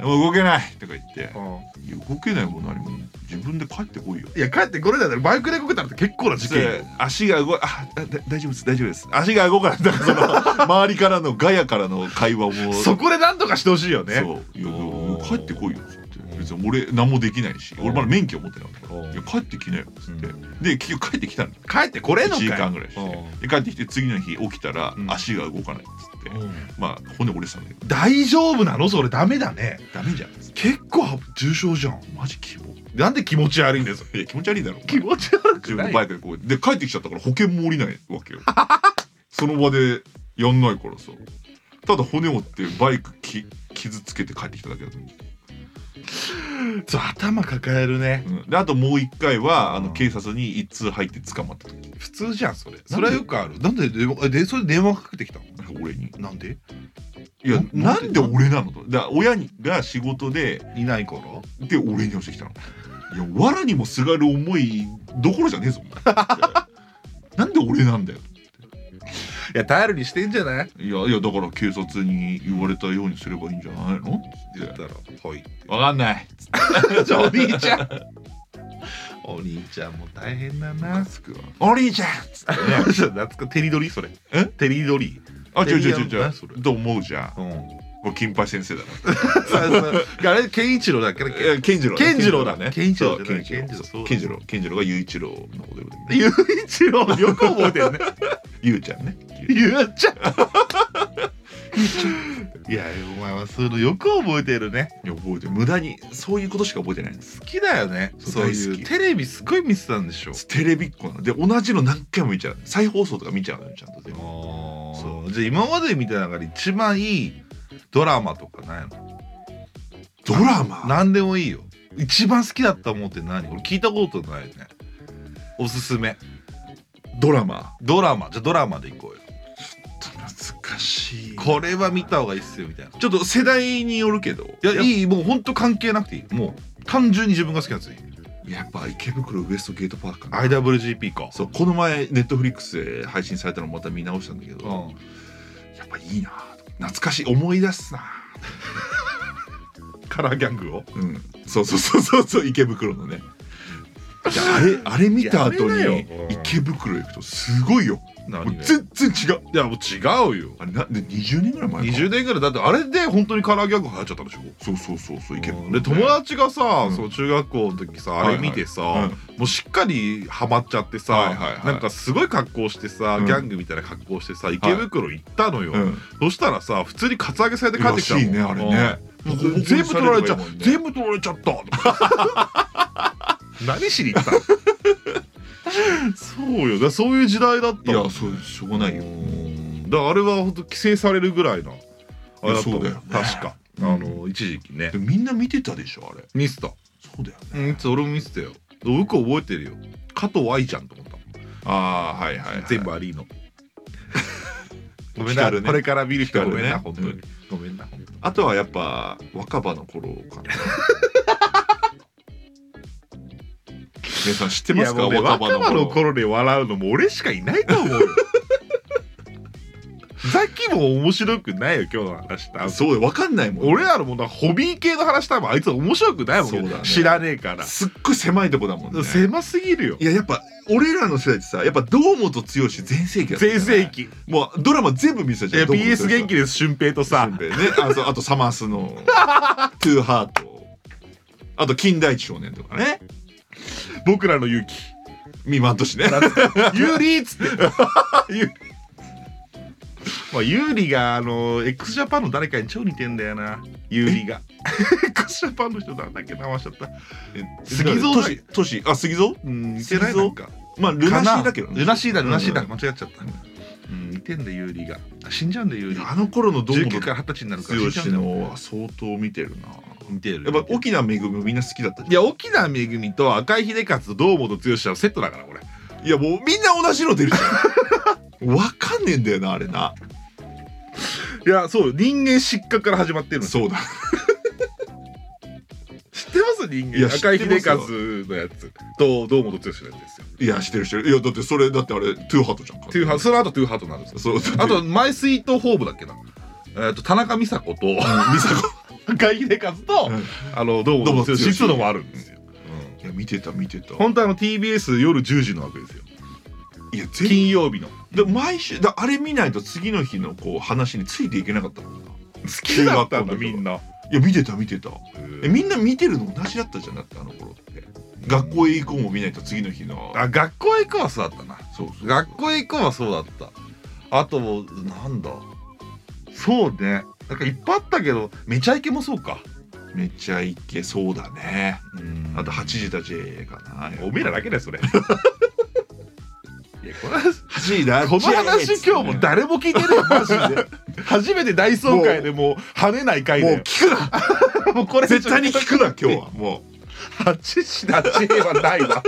Speaker 2: もう動けないとか言って
Speaker 1: と、
Speaker 2: 「いや動けないもん何も自分で帰ってこいよ」
Speaker 1: いや帰ってこれだよバイクでこけたらって結構な事件よ
Speaker 2: で足が動いあだ大丈夫です大丈夫です足が動かないだからその 周りからのガヤからの会話も
Speaker 1: そこで何とかしてほしいよね
Speaker 2: そういや
Speaker 1: おー
Speaker 2: 帰ってこいよつって別に俺何もできないし俺まだ免許持ってなかったから
Speaker 1: おー
Speaker 2: いや帰ってきなよつって
Speaker 1: うん
Speaker 2: で結局帰ってきたんだ
Speaker 1: 帰ってこれん
Speaker 2: 1
Speaker 1: のか
Speaker 2: 時
Speaker 1: い
Speaker 2: 間ぐらいして
Speaker 1: う
Speaker 2: で帰ってきて次の日起きたら
Speaker 1: うん
Speaker 2: 足が動かないっつって
Speaker 1: ん
Speaker 2: まあ骨折れてたんだけど
Speaker 1: 大丈夫なのそれダメだね
Speaker 2: ダメじゃんっつって
Speaker 1: 結構は重症じゃん
Speaker 2: マジ希望
Speaker 1: なんで気持ち悪いんです
Speaker 2: いや気持ち悪いだろお前
Speaker 1: 気持ち悪
Speaker 2: 自
Speaker 1: く
Speaker 2: 分
Speaker 1: な
Speaker 2: の
Speaker 1: い
Speaker 2: バイクでこうで帰ってきちゃったから保険も下りないわ けよその場でやんないからさただ骨折ってバイクき傷つけて帰ってきただけだと思う、
Speaker 1: そう頭抱えるね
Speaker 2: うんであともう一回はあ
Speaker 1: う
Speaker 2: の
Speaker 1: ん
Speaker 2: 警察に一通入って捕まった時
Speaker 1: 普通じゃんそれそれはよくあるなんで電話えでそれ電話かけてきたの
Speaker 2: なんか俺に
Speaker 1: なんで
Speaker 2: いや
Speaker 1: な
Speaker 2: なんで俺なのとだから親にが仕事で
Speaker 1: いないから
Speaker 2: で俺に押してきたのいや藁にもすがる思いどころじゃねえぞお前 なんで俺なんだよ
Speaker 1: いや頼りにしてんじゃない
Speaker 2: いやいやだから警察に言われたようにすればいいんじゃないのっ
Speaker 1: 言ってたら「ほい」って
Speaker 2: わかんない
Speaker 1: じゃあお兄ちゃんお兄ちゃんも大変だ
Speaker 2: ムカ
Speaker 1: な
Speaker 2: つくわ
Speaker 1: お兄ちゃんっつってね
Speaker 2: 懐かテリドリそれ
Speaker 1: え
Speaker 2: テリドリ
Speaker 1: あ
Speaker 2: あ
Speaker 1: 違う
Speaker 2: 違
Speaker 1: 違
Speaker 2: う違
Speaker 1: う違う
Speaker 2: う
Speaker 1: 違
Speaker 2: 違
Speaker 1: う
Speaker 2: うと思うじゃん
Speaker 1: うん
Speaker 2: もう金八先生だな
Speaker 1: そうそうあれ健一郎だっけ
Speaker 2: いや健次郎
Speaker 1: 健次郎だね
Speaker 2: 健次郎
Speaker 1: そう
Speaker 2: 健次郎
Speaker 1: 健次郎そうだ
Speaker 2: 健次郎健次郎が雄一郎のことで
Speaker 1: ゆういちろうよく覚えてるね
Speaker 2: ゆうちゃんね
Speaker 1: ゆうちゃんいやお前はそういうのよく覚えてるね
Speaker 2: いや覚えてる無駄にそういうことしか覚えてないんです
Speaker 1: 好きだよね
Speaker 2: そ
Speaker 1: そう
Speaker 2: う
Speaker 1: い
Speaker 2: 大
Speaker 1: う
Speaker 2: 好き
Speaker 1: テレビすごい見てたんでしょ
Speaker 2: テレビっ子なので同じの何回も見ちゃう再放送とか見ちゃうのよちゃんと全部
Speaker 1: そじゃあ今まで見た中で一番いいドラマとかないの
Speaker 2: ドラマ
Speaker 1: 何でもいいよ一番好きだったものって何俺聞いたことないよねおすすめ
Speaker 2: ドラマ
Speaker 1: ドラマじゃあドラマでいこうよ
Speaker 2: 難しい
Speaker 1: これは見た方がいいっすよみたいな
Speaker 2: ちょっと世代によるけど
Speaker 1: いや
Speaker 2: い
Speaker 1: いいもうほんと関係なくていいもう単純に自分が好きなやつでいい
Speaker 2: やっぱ池袋ウエストゲートパークかな
Speaker 1: IWGP か
Speaker 2: そうこの前ネットフリックスで配信されたのまた見直したんだけど、
Speaker 1: うん
Speaker 2: やっぱいいな懐かしい思い出す な
Speaker 1: カラーギャングを
Speaker 2: うんそうそうそうそうそう池袋のねいやあれあれ見た後
Speaker 1: やめなよ
Speaker 2: に池袋行くとすごいよ
Speaker 1: 何
Speaker 2: もう
Speaker 1: が
Speaker 2: 全然違う
Speaker 1: いやもう違うよ
Speaker 2: あれなんで20年ぐらい前か
Speaker 1: 20年ぐらいだってあれで本当にカラーギャング流行っちゃったでしょ
Speaker 2: そうそうそうそう池袋
Speaker 1: で友達がさ、
Speaker 2: うん
Speaker 1: その中学校の時さ、あれ見てさ、
Speaker 2: はいはい
Speaker 1: もうしっかりハマっちゃってさ、
Speaker 2: はいはいはい
Speaker 1: なんかすごい格好してさ、
Speaker 2: うん
Speaker 1: ギャングみたいな格好してさ池袋行ったのよ、
Speaker 2: うん
Speaker 1: そしたらさ普通にカツアゲされて帰ってきたもん
Speaker 2: らしいねあれね
Speaker 1: うんもう全部取られちゃう
Speaker 2: もう
Speaker 1: 全部取られちゃったとか 何しに行ったのそうよだからそういう時代だった
Speaker 2: い
Speaker 1: もん
Speaker 2: やそうしょうがないよ
Speaker 1: うんだからあれは本当規制されるぐらいのあれだったもん
Speaker 2: いやそうだよね
Speaker 1: 確か、あの一時期ね
Speaker 2: でもみんな見てたでしょあれ
Speaker 1: ミスター
Speaker 2: そうだよね
Speaker 1: うん、いつ俺も見てたよ。よく覚えてるよ。加藤愛ちゃんと思ったもん。
Speaker 2: ああはいはい、はい、
Speaker 1: 全部アリーノ。ごめん
Speaker 2: 光
Speaker 1: な、
Speaker 2: るね
Speaker 1: これから見る人はごめんな、本
Speaker 2: 光
Speaker 1: 当
Speaker 2: るね
Speaker 1: に。ごめんな、本当に。
Speaker 2: あとはやっぱ若葉の頃 かな皆さん知ってますか、
Speaker 1: いやもうね
Speaker 2: 若葉の
Speaker 1: 若葉
Speaker 2: 頃
Speaker 1: の頃で笑うのも俺しかいないと 思うよ。さっきも面白くないよ、今日の話多分
Speaker 2: そうだよわかんないもんね、
Speaker 1: 俺らのものはホビー系の話多分あいつは面白くないも
Speaker 2: そ
Speaker 1: ん、
Speaker 2: うだね
Speaker 1: 知らねえから。
Speaker 2: すっごい狭いとこだもんね
Speaker 1: 狭すぎるよ
Speaker 2: い。ややっぱ俺らの世代ってさやっぱ堂本剛全盛期だったよね
Speaker 1: 全盛期。
Speaker 2: もうドラマ全部見せた
Speaker 1: い
Speaker 2: じゃ
Speaker 1: や
Speaker 2: ん堂本剛
Speaker 1: BS 元気です、俊平とさ。
Speaker 2: ねあとあとサマースの「トゥーハート」あと「金田一少年」とかね
Speaker 1: 僕らの勇気。
Speaker 2: 未満年ね
Speaker 1: ユーリーっつって。 ユーまあ、ユーリがあの x ジャパンの誰かに超似てんだよなユーリが x ジャパンの人なんだっけ名前しちゃった杉蔵だ
Speaker 2: だトシあ杉蔵
Speaker 1: うん似てない
Speaker 2: 杉蔵
Speaker 1: なんか
Speaker 2: まあルナシーだけど
Speaker 1: ルナシーだルナシーだ、
Speaker 2: うん
Speaker 1: 間違っちゃった、うん、似てんだユーリがあ死んじゃうんだユーリ
Speaker 2: あの頃の堂本
Speaker 1: 19から二十歳になるから死んじゃう
Speaker 2: 剛
Speaker 1: んだ
Speaker 2: のは相当見てるな
Speaker 1: 似てる
Speaker 2: やっぱ沖縄めぐみもみんな好きだった
Speaker 1: い
Speaker 2: じ
Speaker 1: や沖縄めぐみと赤井秀勝と堂本剛はセットだから俺
Speaker 2: ゃんいやもうみんな同じの出るじゃん わかんねえんだよなあれない
Speaker 1: やそう人間失格から始まってるの知って
Speaker 2: そうだ
Speaker 1: ます人間赤井秀
Speaker 2: いや知ってますよ
Speaker 1: 勝のやつと堂本剛のやつですよ
Speaker 2: いやしてるしてるいやだってそれだってあれトゥーハートじゃんか
Speaker 1: トゥーハートその後トゥーハートになるんですよ
Speaker 2: そう
Speaker 1: あとマイスイートホームだっけなえっ、と田中美佐子と美佐子 赤井秀和と、
Speaker 2: うん
Speaker 1: あのどう
Speaker 2: ど
Speaker 1: も
Speaker 2: うも
Speaker 1: 知ってるのもあるんですよ、
Speaker 2: いや見てた見てた
Speaker 1: うん、本当はあの TBS 夜10時のわけですよ
Speaker 2: いや全
Speaker 1: 金曜日の
Speaker 2: で毎週だあれ見ないと次の日のこう話についていけなかったもんな
Speaker 1: 好きだったんだみんな、
Speaker 2: いや見てた見てたえ
Speaker 1: えみ
Speaker 2: みんな見てるの同じだったじゃんだってあの頃って学校へ行こうも見ないと次の日の
Speaker 1: あ学校へ行こうはそうだったな
Speaker 2: そうそう
Speaker 1: 学校へ行こうはそうだったあとなんだそうねなんかいっぱいあったけどめちゃイケもそうか
Speaker 2: めちゃイケそうだね
Speaker 1: うん
Speaker 2: あと8時だ J かな
Speaker 1: おめえらだけだよそれいやこれ
Speaker 2: 8時だ
Speaker 1: この話今日も誰も聞いてるよマジで 初めて大総会でもう跳ねない回
Speaker 2: もう
Speaker 1: でも
Speaker 2: 聞くな
Speaker 1: うこれ
Speaker 2: 絶対に聞くな今日
Speaker 1: は
Speaker 2: は も
Speaker 1: 8時だ8はないわ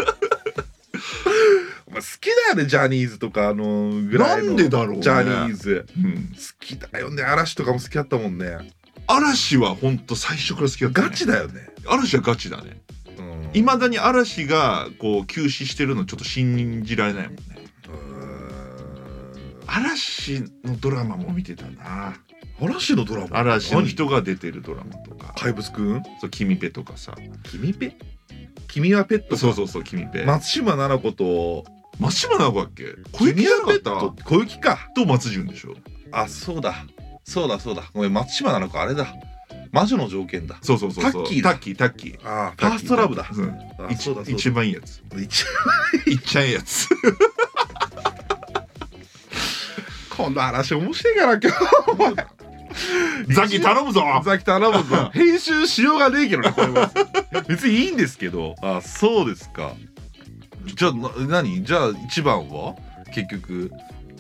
Speaker 1: お前好きだよねジャニーズとかあの
Speaker 2: う
Speaker 1: ぐら
Speaker 2: ない
Speaker 1: の
Speaker 2: んでだろうね
Speaker 1: ジャニーズ
Speaker 2: うん
Speaker 1: 好きだよね嵐とかも好きだったもんね
Speaker 2: 嵐は本当最初から好きだったね
Speaker 1: ガチだよね、
Speaker 2: 嵐はガチだね
Speaker 1: うん
Speaker 2: いまだに嵐がこう休止してるのちょっと信じられないもんね
Speaker 1: うー
Speaker 2: 嵐のドラマも見てたなん
Speaker 1: 嵐のドラマ
Speaker 2: 嵐の人が出てるドラマとか
Speaker 1: 怪物くん
Speaker 2: そう君ペとかさ
Speaker 1: 君ペ君はペット
Speaker 2: そうそうそう君ペ
Speaker 1: 松島菜々子と
Speaker 2: 松島直子だっけ小
Speaker 1: 君
Speaker 2: 雪じゃな
Speaker 1: は
Speaker 2: か
Speaker 1: ペ
Speaker 2: っ
Speaker 1: ット
Speaker 2: た
Speaker 1: 小雪か
Speaker 2: と松潤でしょ
Speaker 1: あそうだそうだそうだごめん松島菜々子あれだ魔女の条件だ
Speaker 2: そうそうそうそう
Speaker 1: タッキー
Speaker 2: タ
Speaker 1: だ
Speaker 2: ッキータッキー
Speaker 1: あフ
Speaker 2: タッキ
Speaker 1: ァーストラブだ
Speaker 2: うん
Speaker 1: あ
Speaker 2: 一
Speaker 1: そうだそうだ
Speaker 2: 一番いい やつ
Speaker 1: 一
Speaker 2: いっちゃえやつ
Speaker 1: 今度話面白いから今日
Speaker 2: ザキ頼むぞ
Speaker 1: ザキ頼むぞ編集しようがねえけどねこれ は別にいいんですけどあそうですかじゃあな何じゃあ一番は結局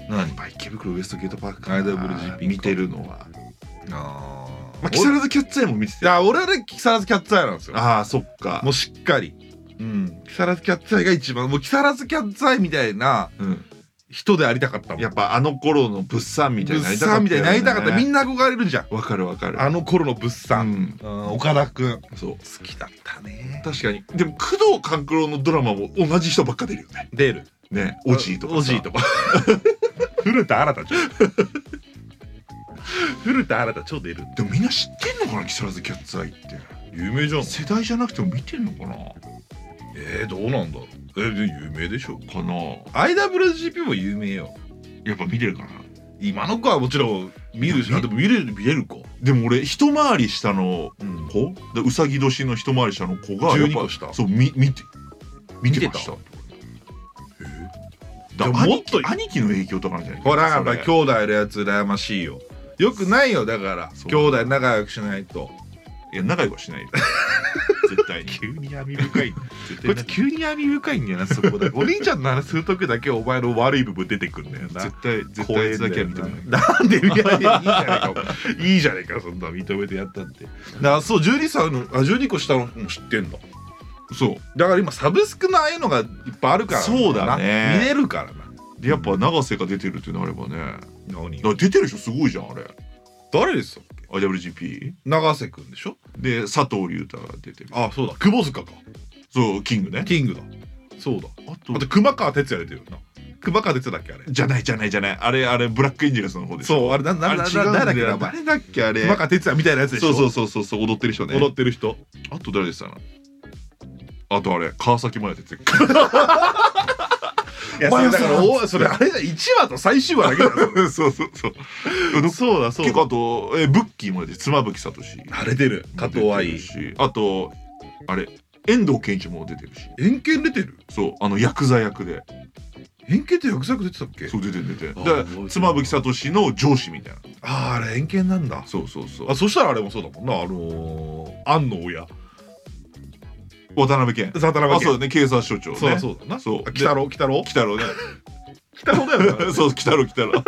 Speaker 1: 何
Speaker 2: まあ池袋ウエストゲートパーク
Speaker 1: アイドルブルジッピング
Speaker 2: 見てるのは
Speaker 1: あー、
Speaker 2: ま
Speaker 1: ま
Speaker 2: あ
Speaker 1: あ、
Speaker 2: 木更津キャッツアイも見て
Speaker 1: い
Speaker 2: て
Speaker 1: や俺はね木更津キャッツアイなんですよ
Speaker 2: ああそっか
Speaker 1: もうしっかりうん木更津キャッツアイが一番もう木更津キャッツアイみたいな
Speaker 2: うん
Speaker 1: 人でありたかったもん
Speaker 2: やっぱあの頃の物産みたいになりたかった
Speaker 1: さみたいになりたかったみん
Speaker 2: な
Speaker 1: な憧れるじゃん
Speaker 2: わかるわかる
Speaker 1: あの頃の物
Speaker 2: う
Speaker 1: 産、
Speaker 2: ん
Speaker 1: うん岡田君
Speaker 2: そう
Speaker 1: 好きだったね
Speaker 2: 確かにでも工藤官九郎のドラマも同じ人ばっか出るよね
Speaker 1: 出る
Speaker 2: ねおじいとかさ
Speaker 1: おじいとか 古田新太ちゃん古田新太超出る
Speaker 2: でもみんな知ってんのかな木更津キャッツアイって
Speaker 1: 有名じゃん
Speaker 2: 世代じゃなくても見てんのかな
Speaker 1: えー、どうなんだろうえー、で有名でしょ
Speaker 2: かな
Speaker 1: IWGP も有名よ
Speaker 2: やっぱ見てるかな
Speaker 1: 今の子はもちろん見るし
Speaker 2: 見
Speaker 1: あでも見れる見れるか、
Speaker 2: でも俺一回り下の
Speaker 1: うん、
Speaker 2: 子でうさぎ年の一回り下の子がやっ
Speaker 1: 12
Speaker 2: ぱ
Speaker 1: 個下
Speaker 2: そうみ見て見て
Speaker 1: て
Speaker 2: ま
Speaker 1: た
Speaker 2: した
Speaker 1: でも
Speaker 2: だ
Speaker 1: もっと
Speaker 2: 兄貴兄貴の影響とかなんじゃない
Speaker 1: ほらやっぱ
Speaker 2: それ
Speaker 1: 兄弟のやつ羨ましいよよくないよだから
Speaker 2: そう
Speaker 1: 兄弟仲良くしないと
Speaker 2: いや仲良くはし ないよ絶対に
Speaker 1: 急に闇深いこ
Speaker 2: 絶対
Speaker 1: いつ急に闇深いんだよなそこ だお兄ちゃんの話する時だけお前の悪い部分出てくんだよな
Speaker 2: 絶対絶
Speaker 1: 怖
Speaker 2: 対
Speaker 1: えん
Speaker 2: だけ
Speaker 1: よ
Speaker 2: は認めない
Speaker 1: ななんで認めないいいじゃないかお前いいじゃないかそんな認めてやったってなそう12歳のあ12個下のも知ってんだ
Speaker 2: そう
Speaker 1: だから今サブスクのああいうのがいっぱいあるからな
Speaker 2: そうだね
Speaker 1: 見れるからな
Speaker 2: でやっぱ永瀬が出てるってなればねだか
Speaker 1: 何
Speaker 2: ら出てる人すごいじゃんあれ
Speaker 1: 誰ですよ
Speaker 2: IWGP
Speaker 1: 永瀬くんでしょ
Speaker 2: で佐藤隆太が出てる
Speaker 1: あそうだ久保塚か
Speaker 2: そうキングね
Speaker 1: キングだそうだ
Speaker 2: あと
Speaker 1: あと熊川哲也出てるよな熊川哲也だっけあれ
Speaker 2: じゃないじゃないじゃないあれあれブラックエンジェルスの方でう
Speaker 1: そうあれな
Speaker 2: あ
Speaker 1: な
Speaker 2: れ
Speaker 1: な
Speaker 2: 違うん
Speaker 1: な
Speaker 2: だ
Speaker 1: だっけ
Speaker 2: よ
Speaker 1: 名前
Speaker 2: 誰だっけあれ
Speaker 1: 熊川哲也みたいなやつでし
Speaker 2: そ
Speaker 1: ょ
Speaker 2: うそうそうそうそう踊ってる人ね
Speaker 1: 踊ってる人
Speaker 2: あと誰でしたのあとあれ川崎麻也哲
Speaker 1: いやそ
Speaker 2: まあ
Speaker 1: れだから
Speaker 2: そう
Speaker 1: おそれあれじゃ1話と最終話だけだよ
Speaker 2: 也 そうそうそう
Speaker 1: そうだそ
Speaker 2: 結構あとえブッキーも出て妻夫木聡
Speaker 1: あれ出る加藤愛
Speaker 2: 出てるしあとあれ遠藤憲一も出てるし
Speaker 1: 偏見出てる
Speaker 2: そうあのヤクザ役で
Speaker 1: 偏見って役作出てたっけ
Speaker 2: そう出てる出てる
Speaker 1: あ
Speaker 2: だから
Speaker 1: 覚えてる
Speaker 2: 妻夫木聡の上司みたいな
Speaker 1: あああれ偏見なんだ
Speaker 2: そうそうそう
Speaker 1: あそしたらあれもそうだもんなあのー、安の親
Speaker 2: 渡辺謙
Speaker 1: 渡辺
Speaker 2: あ
Speaker 1: 謙
Speaker 2: そうだね警察署長ね
Speaker 1: そうだそうだな
Speaker 2: そう
Speaker 1: あ鬼太郎鬼太郎
Speaker 2: 北 郎ね
Speaker 1: 鬼太郎だよな
Speaker 2: そう北郎北郎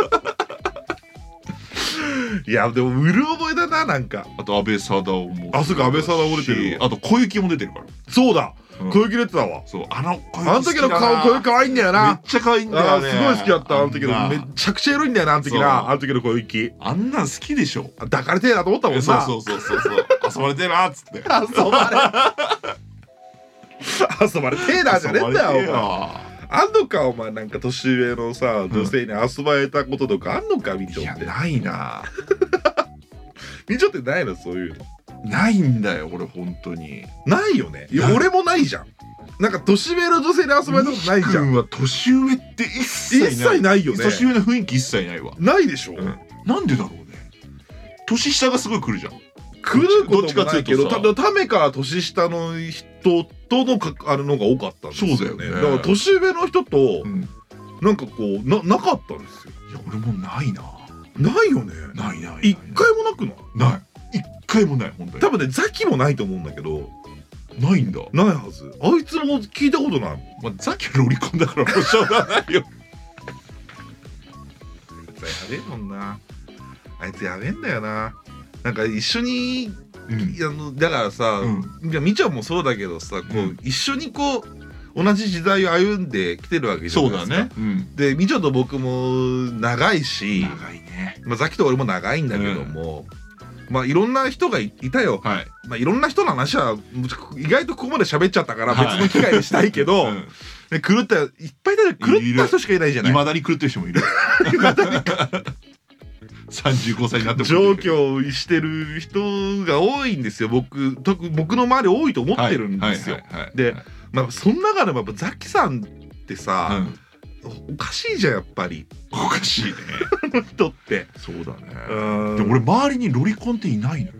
Speaker 1: いやでもうる覚えだななんか
Speaker 2: あと安倍貞夫も
Speaker 1: あそうか安倍貞夫出てるわ
Speaker 2: あと小雪も出てるから
Speaker 1: そうだ
Speaker 2: うん
Speaker 1: 小雪出てたわ
Speaker 2: そうあの小雪
Speaker 1: あの時の
Speaker 2: 好きだ
Speaker 1: 顔
Speaker 2: な
Speaker 1: 小雪可愛いんだよ
Speaker 2: めっ
Speaker 1: な
Speaker 2: ちゃ可愛いんだ
Speaker 1: あ
Speaker 2: よ
Speaker 1: ー
Speaker 2: ね
Speaker 1: すごい好きだったあの時
Speaker 2: あ
Speaker 1: の
Speaker 2: ん
Speaker 1: め
Speaker 2: な
Speaker 1: ちゃくちゃエロいんだよなあの時
Speaker 2: そう
Speaker 1: なあの時の小雪
Speaker 2: あんなん好きでしょ
Speaker 1: あ抱かれてえなと思ったもん
Speaker 2: え
Speaker 1: な
Speaker 2: そうそうそうそうそう遊ばれてるなっつって
Speaker 1: 遊ば れ遊ばれてえ なじゃねえんだ
Speaker 2: 遊ばれて
Speaker 1: よお前あんのかお前なんか年上のさ女性に遊ばれたこととかあんのかみち
Speaker 2: い
Speaker 1: ょ
Speaker 2: や
Speaker 1: って
Speaker 2: ないな
Speaker 1: みちょってないのそういうの
Speaker 2: ないんだよ俺本当に
Speaker 1: ないよねいや
Speaker 2: ない
Speaker 1: 俺もないじゃんなんか年上の女性に遊ばれたことないじゃん
Speaker 2: 君は年上って一切ない
Speaker 1: 一切ないよね
Speaker 2: 年上の雰囲気一切ないわ
Speaker 1: ないでしょ、
Speaker 2: うんなんでだろうね年下がすごい来るじゃん
Speaker 1: 来ることもないけど
Speaker 2: どっちか
Speaker 1: た
Speaker 2: っていう
Speaker 1: ためから年下の人とのかあれのが多かったんですよね
Speaker 2: そうだよね
Speaker 1: だから年上の人と
Speaker 2: うんい
Speaker 1: なんかこうななかったんですよ
Speaker 2: や俺もないな
Speaker 1: ないよね
Speaker 2: ないないない
Speaker 1: 一回もなくない
Speaker 2: ない一回もない本当に
Speaker 1: 多分ねザキもないと思うんだけど
Speaker 2: ないんだ
Speaker 1: ないはずあいつも聞いたことないもん
Speaker 2: まあザキはロリコンだからもうしょうがないよ
Speaker 1: あいつやべえもんなあいつやべえんだよななんか一緒に
Speaker 2: うん
Speaker 1: いやあのだからさ、
Speaker 2: う
Speaker 1: いやみちゃんもそうだけどさこう、
Speaker 2: うん
Speaker 1: 一緒にこう同じ時代を歩んできてるわけじゃな
Speaker 2: そ
Speaker 1: いうです
Speaker 2: だ
Speaker 1: か
Speaker 2: ねうん
Speaker 1: でみちゃんと僕も長いし、
Speaker 2: いね
Speaker 1: まあ、ザキと俺も長いんだけども、まあいろんな人がいいたよ、
Speaker 2: はい
Speaker 1: まあ、いろんな人の話は意外とここまで喋っちゃったから
Speaker 2: はい
Speaker 1: 別の機会にしたいけど、
Speaker 2: うん
Speaker 1: ね狂ったいっぱいだよ狂った人しかいないじゃない
Speaker 2: いまだに狂ってる人 もいる35歳になっても
Speaker 1: 上京してる人が多いんですよ僕特僕の周り多いと思ってるんですよ、
Speaker 2: はいはいはいはい
Speaker 1: で
Speaker 2: はい
Speaker 1: まあその中でもやっぱザキさんって
Speaker 2: う
Speaker 1: さ、
Speaker 2: ん、
Speaker 1: おかしいじゃんやっぱり
Speaker 2: おかしいね
Speaker 1: 人って
Speaker 2: そうだね
Speaker 1: うん
Speaker 2: でも俺周りにロリコンっていないのよ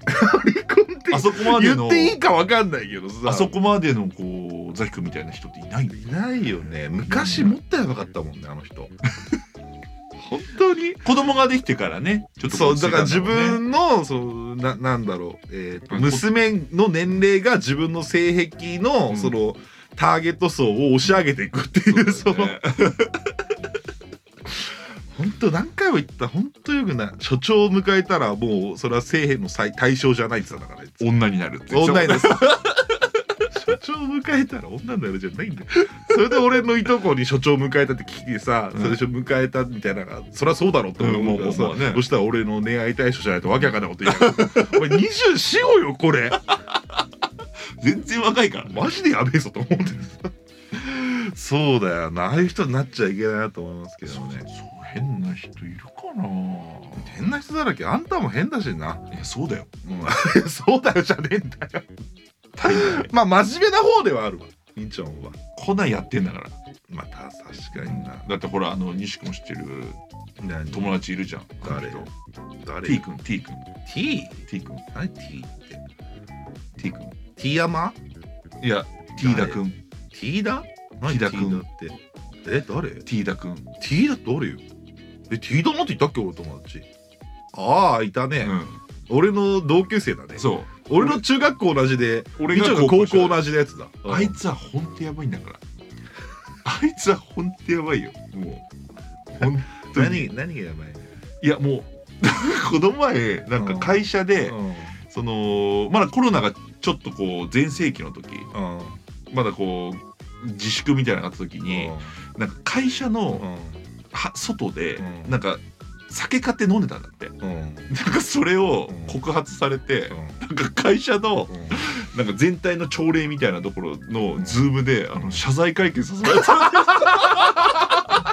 Speaker 2: あそこまで
Speaker 1: 言
Speaker 2: の
Speaker 1: っていいかわかんないけどさ
Speaker 2: あそこまでのこうザキ君みたいな人っていないのよ
Speaker 1: いないよね昔もったいなかったもんねあの人本当に
Speaker 2: 子供ができてからねちょっとこ
Speaker 1: そう
Speaker 2: つい
Speaker 1: だから
Speaker 2: た
Speaker 1: 自
Speaker 2: んろうね
Speaker 1: 分のそうななんだろう、えーと
Speaker 2: うん
Speaker 1: 娘の年齢が自分の性癖の、
Speaker 2: うん
Speaker 1: そのターゲット層を押し上げていくっていうそ
Speaker 2: そうだ
Speaker 1: の
Speaker 2: ね
Speaker 1: 本当何回も言った本当よくない所長を迎えたらもうそれは性癖の最対象じゃないって言ってたからあいつ
Speaker 2: 女になるって
Speaker 1: 女にです所長を迎えたら女になるじゃないんだよそれで俺のいとこに所長を迎えたって聞いてさ、
Speaker 2: うん
Speaker 1: それで迎えたみたいなのがそりゃそうだろうって思うからさ、
Speaker 2: うんまあまあまあね
Speaker 1: そしたら俺の恋愛対象じゃないとわけわかんないこと言いながらお前24号よこれ
Speaker 2: 全然若いからね
Speaker 1: マジでやべえぞと思ってさそうだよなああいう人になっちゃいけないなと思いますけど
Speaker 2: そう
Speaker 1: ね
Speaker 2: 変な人いるかな
Speaker 1: 変な人だらけあんたも変だしな、
Speaker 2: いやそうだよ
Speaker 1: うんそうだよじゃねえんだよまあ真面目な方ではあるわみちょんは
Speaker 2: こんなんやってんだから
Speaker 1: また確かにな
Speaker 2: だってほらあの西君知ってる
Speaker 1: 何
Speaker 2: 友達いるじゃん
Speaker 1: 誰
Speaker 2: あの人
Speaker 1: 誰
Speaker 2: T 君 T 君
Speaker 1: T?
Speaker 2: T 君
Speaker 1: 何 T って
Speaker 2: T 君
Speaker 1: T 山
Speaker 2: いや T だ君
Speaker 1: T だ
Speaker 2: 何 T だ君
Speaker 1: ってえ誰
Speaker 2: T だ君
Speaker 1: T だって誰よえ T だなって言ったっけ俺友達ああいたね、
Speaker 2: う
Speaker 1: 俺の同級生だね
Speaker 2: んそう
Speaker 1: 俺の中学校同じで
Speaker 2: 俺
Speaker 1: み
Speaker 2: が
Speaker 1: ちょが高校同じのやつだ
Speaker 2: あいつはほんとやばいんだ からあいつはほんとやばいよもうほん
Speaker 1: うん
Speaker 2: とに
Speaker 1: 何何がやばいね
Speaker 2: いやもう この前なんか会社で、そのまだコロナがちょっとこう全盛期の時
Speaker 1: うんうん
Speaker 2: まだこう自粛みたいなのがあった時に、なんか会社
Speaker 1: う
Speaker 2: の
Speaker 1: ん
Speaker 2: は外で、
Speaker 1: うん
Speaker 2: なんか酒買って飲んでたんだって
Speaker 1: うんうん
Speaker 2: なんかそれを
Speaker 1: うん
Speaker 2: 告発されて、なんか会社のなんか全体の朝礼みたいなところのズームで、あの謝罪会見させられた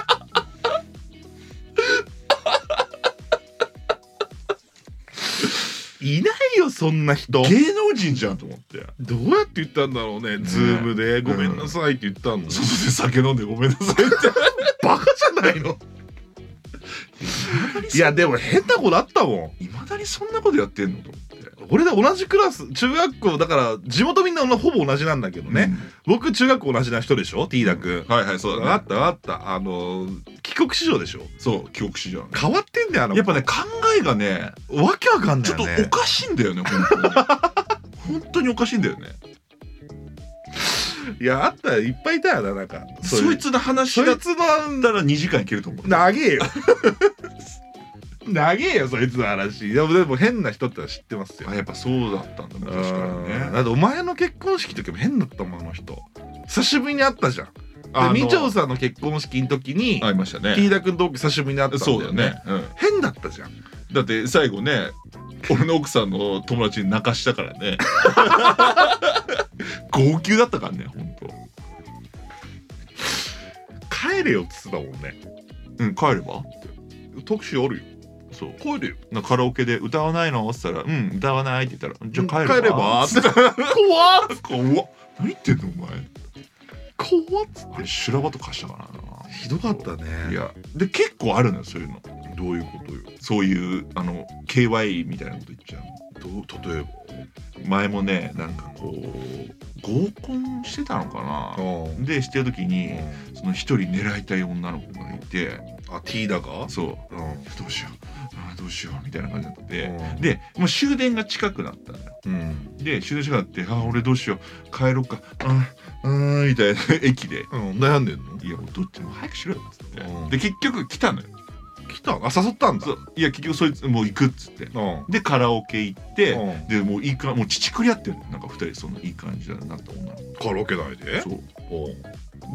Speaker 1: いないよそんな人
Speaker 2: 芸能人じゃんと思って
Speaker 1: どうやって言ったんだろうねズームで「ごめんなさい」って言ったの、
Speaker 2: 外で酒飲んでごめんなさいって
Speaker 1: バカじゃないの いやでも変な子だったもん
Speaker 2: いまだにそんなことやってんのと思って
Speaker 1: 俺で同じクラス中学校だから地元みんなほぼ同じなんだけどね、、僕中学校同じな人でしょ T だ君、
Speaker 2: はいはいそう
Speaker 1: 分か
Speaker 2: だね
Speaker 1: った分かったあのー帰国子女でしょ
Speaker 2: そう記憶しじゃん
Speaker 1: 変わってんだよあの
Speaker 2: やっぱね考えがね
Speaker 1: わけわかんない
Speaker 2: ちょ
Speaker 1: よ
Speaker 2: っと
Speaker 1: ね
Speaker 2: おかしいんだよね本当に本当におかしいんだよね
Speaker 1: いやあったよいっぱいいたよななんか
Speaker 2: そう
Speaker 1: いう
Speaker 2: いつの話
Speaker 1: そ
Speaker 2: だっ
Speaker 1: いつの
Speaker 2: たら2時間いけると思う
Speaker 1: 長えよ 長えよそいつの話でもでも変な人ってのは知ってますよ
Speaker 2: あやっぱそうだったん
Speaker 1: う
Speaker 2: だ
Speaker 1: ん
Speaker 2: 昔から
Speaker 1: だ
Speaker 2: ね
Speaker 1: ってお前の結婚式の時も変だったもんあの人久しぶりに会ったじゃんで
Speaker 2: あの
Speaker 1: みちょうさんの結婚式の時に
Speaker 2: 会いました
Speaker 1: T
Speaker 2: ね
Speaker 1: だ君と久しぶりに会ったんだよ
Speaker 2: そう
Speaker 1: ね
Speaker 2: だね、うん、
Speaker 1: 変だったじゃん
Speaker 2: だって最後ね俺の奥さんの友達に泣かしたから ね号泣だったからね本
Speaker 1: 帰れよっつってたもんね
Speaker 2: 当うん帰れば
Speaker 1: 特集あるよ
Speaker 2: そう
Speaker 1: 帰れよ
Speaker 2: なカラオケで「歌わないの?」っつったら「うん歌わない」って言ったら「じゃあ帰
Speaker 1: 帰
Speaker 2: れ
Speaker 1: れ
Speaker 2: ば?」
Speaker 1: ば
Speaker 2: って
Speaker 1: 怖っ
Speaker 2: 怖っ何言ってんのお前
Speaker 1: 怖っつっ
Speaker 2: あれ修羅場とかしたか
Speaker 1: てひどかった
Speaker 2: な
Speaker 1: ね
Speaker 2: いやで結構あるのよそういうの
Speaker 1: どういうことよ
Speaker 2: そういうあの KY みたいなこと言っちゃ
Speaker 1: どう例えば
Speaker 2: う前もねなんかこう合コンしてたのかな
Speaker 1: あ
Speaker 2: でしてる時にその一人狙いたい女の子がいて
Speaker 1: あ T だが
Speaker 2: そう
Speaker 1: うん
Speaker 2: どうしようあーどうしようみたいな感じになって
Speaker 1: うん
Speaker 2: でもう終電が近くなったのよ
Speaker 1: うん
Speaker 2: で終電近くなってあー俺どうしよう帰ろうかあーうーんみたいな駅で
Speaker 1: うん悩んでんの
Speaker 2: いやもうどっちも早くしろよっつって
Speaker 1: うん
Speaker 2: で結局来たのよ
Speaker 1: 来たあ誘ったんだ
Speaker 2: そういや結局そいつもう行くっつって
Speaker 1: うん
Speaker 2: でカラオケ行って、
Speaker 1: うん
Speaker 2: でもういいかもう乳くり合ってるのなんか2人そのいい感じだなった女の子
Speaker 1: カラオケ内で
Speaker 2: そう
Speaker 1: おう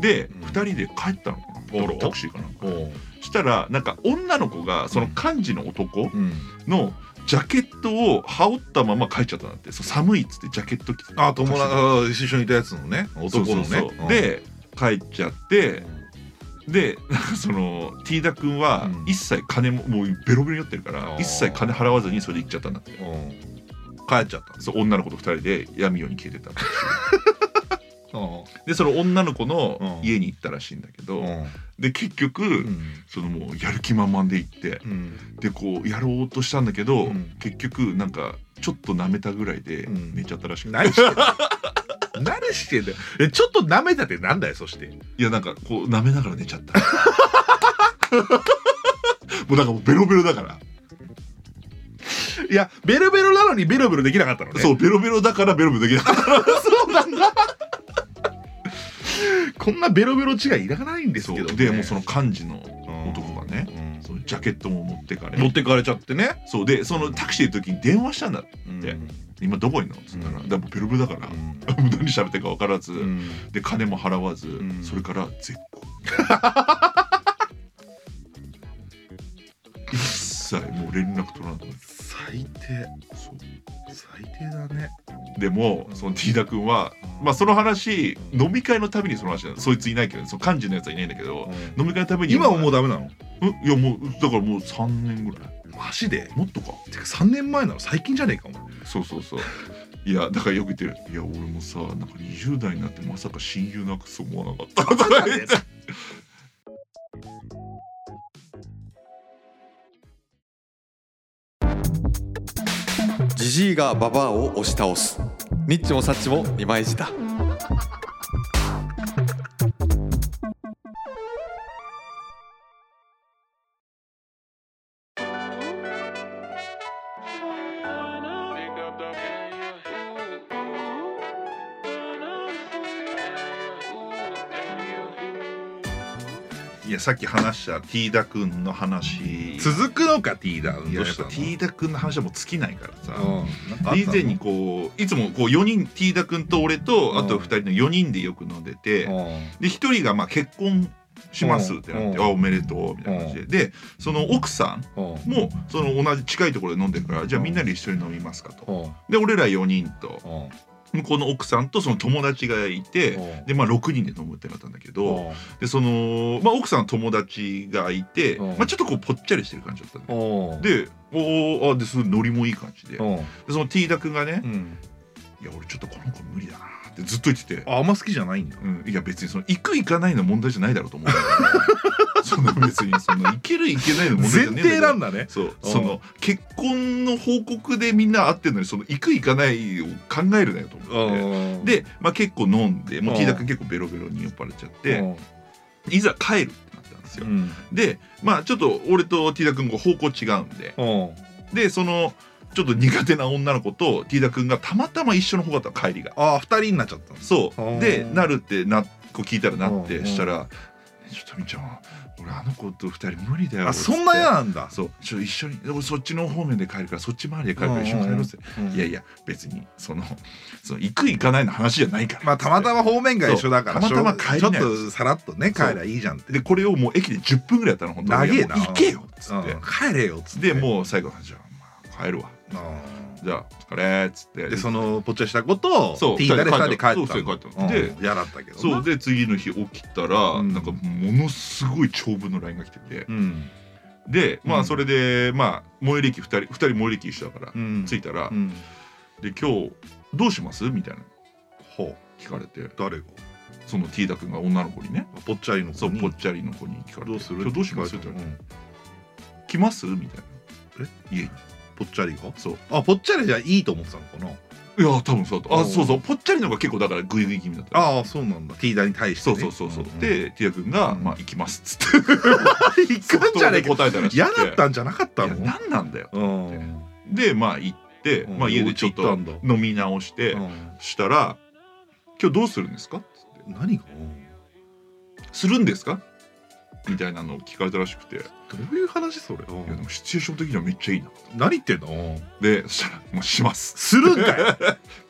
Speaker 2: で、
Speaker 1: うん
Speaker 2: 二2人で帰ったのか
Speaker 1: あ
Speaker 2: な
Speaker 1: ら
Speaker 2: タクシーかな
Speaker 1: おう
Speaker 2: したらなんか女の子がその幹事の男
Speaker 1: うん
Speaker 2: のジャケットを羽織ったまま帰っちゃったんだってそう寒いっつってジャケット着て
Speaker 1: あ友達あ一緒にいたやつのね
Speaker 2: そう
Speaker 1: 男
Speaker 2: そ
Speaker 1: の
Speaker 2: うそう
Speaker 1: ねうん
Speaker 2: で帰っちゃってで なんかそのティーダ君は
Speaker 1: うん
Speaker 2: 一切金ももうベロベロに酔ってるから
Speaker 1: あー
Speaker 2: 一切金払わずにそれで行っちゃったんだって
Speaker 1: うん帰っちゃった
Speaker 2: そう女の子と二人で闇夜に消えてったでその女の子の
Speaker 1: うん
Speaker 2: 家に行ったらしいんだけど、
Speaker 1: うん
Speaker 2: で結局、そのもうやる気満々で行って
Speaker 1: うん
Speaker 2: でこうやろうとしたんだけど、
Speaker 1: うん
Speaker 2: 結局なんかちょっと舐めたぐらいで
Speaker 1: うん
Speaker 2: 寝ちゃったらしくて、
Speaker 1: 何してんだ何してんだよえちょっと舐めたってなんだよそして
Speaker 2: いやなんかこう舐めながら寝ちゃった もうなんかもうベロベロだから、
Speaker 1: いやベロベロなのにベロベロできなかったのね
Speaker 2: そうベロベロだからベロベロできなかった
Speaker 1: そうなんだこんなベロベロ違いいらないん ですけど、ね、
Speaker 2: でもうその幹事の
Speaker 1: うん
Speaker 2: 男がね、
Speaker 1: うん
Speaker 2: そのジャケットも持ってかれ
Speaker 1: 持ってかれちゃってね、
Speaker 2: そうでそのタクシーの時に電話したんだって
Speaker 1: うん
Speaker 2: 今どこいんの?」っつったら「
Speaker 1: うん
Speaker 2: でもベロベロだから、もう 何喋ってるか分からず、
Speaker 1: うん
Speaker 2: で金も払わず、
Speaker 1: ん
Speaker 2: それから 絶好一切もう連絡取らなくなった
Speaker 1: 最低
Speaker 2: そう
Speaker 1: 最低だね
Speaker 2: でもそのティーダ君は、まあ、その話飲み会のたびにその話なのそいついないけどその幹事のやつはいないんだけど、飲み会のたびに
Speaker 1: 今はも
Speaker 2: 思
Speaker 1: うダメなの
Speaker 2: いやもうだからもう3年ぐらい
Speaker 1: マジで
Speaker 2: もっとか
Speaker 1: てか3年前なの最近じゃねえか も
Speaker 2: そうそう そういやだからよく言ってる「いや俺もさなんか20代になってまさか親友なくすと思わなかった」とか言って
Speaker 5: ジジイがババアを押し倒すニッチもサッチも二枚舌
Speaker 2: いやさっき話したティーダ君の話
Speaker 1: 続くのかティーダウン
Speaker 2: い
Speaker 1: どう
Speaker 2: ややっ
Speaker 1: した
Speaker 2: ぱ
Speaker 1: の
Speaker 2: ティーダ君の話はもう尽きないからさ、
Speaker 1: うんなんかあったの
Speaker 2: 以前にこういつもこう4人ティーダ君と俺と
Speaker 1: うん
Speaker 2: あと2人の4人でよく飲んでて、
Speaker 1: う
Speaker 2: で1人がまあ結婚しますってなって「
Speaker 1: うん
Speaker 2: あおめでとう」みたいな感じで、でその奥さん
Speaker 1: んうん
Speaker 2: もその同じ近いところで飲んでるからじゃあみんなで一緒に飲みますかと。
Speaker 1: うん
Speaker 2: で俺ら4人と
Speaker 1: うん
Speaker 2: 向こうの奥さんとその友達がいて
Speaker 1: うん
Speaker 2: でまあ6人で飲むってなったんだけど。
Speaker 1: うん
Speaker 2: でその、まあ、奥さんの友達がいて、
Speaker 1: うん
Speaker 2: まあ、ちょっとこうぽっちゃりしてる感じだったんで
Speaker 1: うん
Speaker 2: でおーあですごいノリもいい感じでで
Speaker 1: うん
Speaker 2: その T ダ君がね
Speaker 1: う、ん
Speaker 2: いや俺ちょっとこの子無理だなってずっと言ってて、
Speaker 1: ああんま好きじゃないんだ
Speaker 2: うん、いや別にその行く行かないの問題じゃないだろうと思うんだ けどその別にその行ける行けないの問題じ
Speaker 1: 前
Speaker 2: ゃねえ
Speaker 1: 提なん
Speaker 2: だ
Speaker 1: だね
Speaker 2: そう
Speaker 1: うん
Speaker 2: その結婚の報告でみんな会ってるのにその行く行かないを考えるなよと思って。
Speaker 1: で
Speaker 2: で、まあ、結構飲んでもう
Speaker 1: うん
Speaker 2: T ダ君結構ベロベロに酔っ払っちゃっ
Speaker 1: で
Speaker 2: ていざ帰るってなったんですよ
Speaker 1: う。ん
Speaker 2: でまあちょっと俺とティーダ君こう方向違うんで
Speaker 1: うん
Speaker 2: でそのちょっと苦手な女の子とティーダ君がたまたま一緒の方だったの帰りが
Speaker 1: ああ2人になっちゃったんです
Speaker 2: そう
Speaker 1: あ
Speaker 2: で
Speaker 1: ー
Speaker 2: なるってなこう聞いたらなっ
Speaker 1: う
Speaker 2: て
Speaker 1: ん
Speaker 2: したら「ちょっとみーちゃん俺あの子と二人無理だよ」
Speaker 1: あそんな嫌
Speaker 2: ん
Speaker 1: なんだ
Speaker 2: そうちょっと一緒に俺そっちの方面で帰るからそっち回りで帰るから一緒に帰ろうぜ、いやいや別にそのその行く行かないの話じゃないから
Speaker 1: まあたまたま方面が一緒だから
Speaker 2: そうたまたま帰りな
Speaker 1: ち
Speaker 2: い
Speaker 1: ょっとさらっとね帰りゃいいじゃんって
Speaker 2: でこれをもう駅で10分ぐらいやったの本当に
Speaker 1: 長えな
Speaker 2: もう行けよ」っつ
Speaker 1: う
Speaker 2: っ
Speaker 1: ん
Speaker 2: て、
Speaker 1: 帰れよっつって
Speaker 2: でもう最後の話は「まあ、帰るわ」
Speaker 1: う
Speaker 2: じゃあお疲れっつって
Speaker 1: んでそのぽっちゃしたことを
Speaker 2: そう
Speaker 1: ティーダで
Speaker 2: 二
Speaker 1: 2
Speaker 2: 人
Speaker 1: 人
Speaker 2: で
Speaker 1: で
Speaker 2: 帰
Speaker 1: 帰
Speaker 2: っ
Speaker 1: ったた
Speaker 2: の
Speaker 1: の
Speaker 2: そうそう帰ったの
Speaker 1: うん嫌だったけどな
Speaker 2: そうで次の日起きたら、
Speaker 1: うん
Speaker 2: なんかものすごい長文の LINE が来てて
Speaker 1: うん
Speaker 2: でま
Speaker 1: う
Speaker 2: あ
Speaker 1: ん
Speaker 2: それで、まあ最寄り駅2人2人最寄り駅一緒だから、
Speaker 1: うん
Speaker 2: 着いたら、
Speaker 1: うん
Speaker 2: で「今日どうします?」みたいな
Speaker 1: ほう
Speaker 2: 聞かれて
Speaker 1: 誰が
Speaker 2: その T ダ君が女の子にね
Speaker 1: ぽっちゃりの
Speaker 2: そ
Speaker 1: 子
Speaker 2: う
Speaker 1: に
Speaker 2: ぽっちゃりの子に聞かれて
Speaker 1: どうする
Speaker 2: 今日どうします?」って言われ
Speaker 1: うん
Speaker 2: て「来ます?」みたいな「えいえ
Speaker 1: ぽっちゃりが
Speaker 2: そう
Speaker 1: あぽっちゃりじゃいいと思ってたのかない
Speaker 2: や多分そうだと
Speaker 1: お
Speaker 2: あ
Speaker 1: う
Speaker 2: そうそうぽっちゃりの方が結構だからグイグイ気味だった
Speaker 1: ああそうなんだティーダに対して
Speaker 2: そ
Speaker 1: ね
Speaker 2: うそうそうそう、
Speaker 1: んん
Speaker 2: でティア君が、
Speaker 1: うん
Speaker 2: まあ行きます」っつって
Speaker 1: 行くんじゃねえ
Speaker 2: 即答で
Speaker 1: か
Speaker 2: 答えたらしくて
Speaker 1: 嫌だったんじゃなかったの
Speaker 2: いや何なんだよ
Speaker 1: うん
Speaker 2: でまあ行って、
Speaker 1: うん
Speaker 2: まあ、家でちょっ
Speaker 1: お家
Speaker 2: と
Speaker 1: 行ったん
Speaker 2: 飲み直して、
Speaker 1: うん
Speaker 2: したら「今日どうするんですか?」って
Speaker 1: 何が
Speaker 2: 「するんですか?」みたいなのを聞かれたらしくて、い
Speaker 1: どういう話それ
Speaker 2: やでもシチュエーション的にはめっちゃいいなと
Speaker 1: 何言ってんの
Speaker 2: でそしたら「もうします
Speaker 1: するんかい」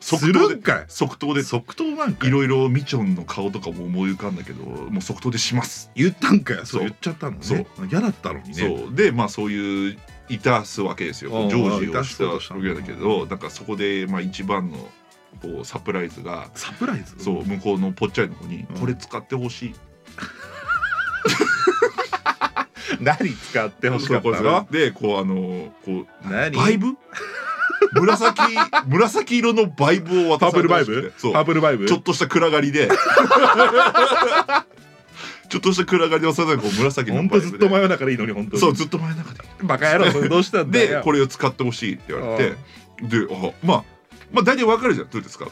Speaker 1: す
Speaker 2: 即答
Speaker 1: る
Speaker 2: で
Speaker 1: んかい
Speaker 2: 即答で
Speaker 1: 即答なんか
Speaker 2: い
Speaker 1: い
Speaker 2: ろいろみちょんの顔とかも思い浮かんだけどもう即答で「します
Speaker 1: 言ったんかいそう
Speaker 2: そう
Speaker 1: 言っちゃったのね
Speaker 2: そう
Speaker 1: 嫌だったのに」ね
Speaker 2: そうでまあそういういたすわけですよ
Speaker 1: うん
Speaker 2: ジョージを
Speaker 1: いた
Speaker 2: し
Speaker 1: すことしたた
Speaker 2: わ
Speaker 1: の
Speaker 2: けだけどなんかそこで、まあ、一番のこうサプライズが
Speaker 1: サプライズ
Speaker 2: そう向こうのぽっちゃりの子に
Speaker 1: う
Speaker 2: 「
Speaker 1: ん
Speaker 2: これ使ってほしい」
Speaker 1: 何使ってほしかった
Speaker 2: そう
Speaker 1: の
Speaker 2: これでこうあのこう
Speaker 1: 何
Speaker 2: バイブ 紫紫色のバイブを
Speaker 1: パ
Speaker 2: 渡
Speaker 1: ープ
Speaker 2: され
Speaker 1: ル
Speaker 2: た
Speaker 1: バイ
Speaker 2: らしく
Speaker 1: ブ
Speaker 2: てそう
Speaker 1: パープルバイブ
Speaker 2: ちょっとした暗が りでちょっとした暗がりで渡されたらこう紫の
Speaker 1: 本
Speaker 2: バイ
Speaker 1: 当
Speaker 2: ブで
Speaker 1: ずっと真夜中でいいのに本当に
Speaker 2: そうずっと真夜中で
Speaker 1: バカ野郎それどうしたんだよ
Speaker 2: でこれを使ってほしいって言われてであまあまあ大体わかるじゃんどうですか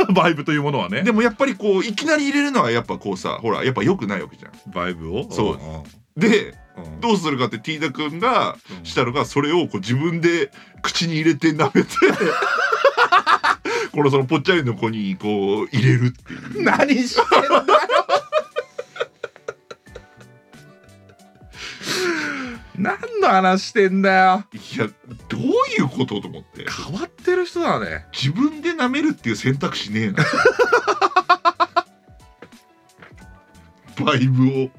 Speaker 1: うん バイブというものはね
Speaker 2: でもやっぱりこういきなり入れるのはやっぱこうさほらやっぱ良くないわけじゃん
Speaker 1: バイブを
Speaker 2: そうんで
Speaker 1: うん
Speaker 2: どうするかってティーダ君が
Speaker 1: うん
Speaker 2: したのがそれをこう自分で口に入れて舐 めてこのそのぽっちゃりの子にこう入れるっていう
Speaker 1: 何してんだよ何の話してんだよ
Speaker 2: いやどういうことと思って
Speaker 1: 変わってる人だね
Speaker 2: 自分で舐めるっていう選択肢ねえ なバイブを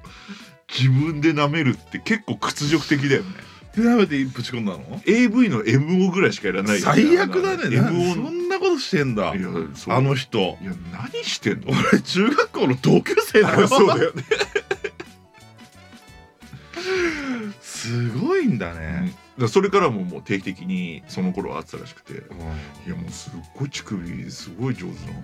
Speaker 2: 自分で舐めるって結構屈辱的だよね
Speaker 1: で舐めてぶち込んだの
Speaker 2: AV の MO ぐらいしかやらないよ
Speaker 1: 最悪だねな
Speaker 2: MO
Speaker 1: そんなことしてんだ
Speaker 2: いやそう
Speaker 1: あの人
Speaker 2: いや何してんの
Speaker 1: 俺中学校の同級生だよ
Speaker 2: そうだよね
Speaker 1: すごいんだ
Speaker 2: だか
Speaker 1: ね、
Speaker 2: らそれからももう定期的にその頃は会ってたらしくて
Speaker 1: うん
Speaker 2: いやもうすっごい乳首すごい上手なんだよ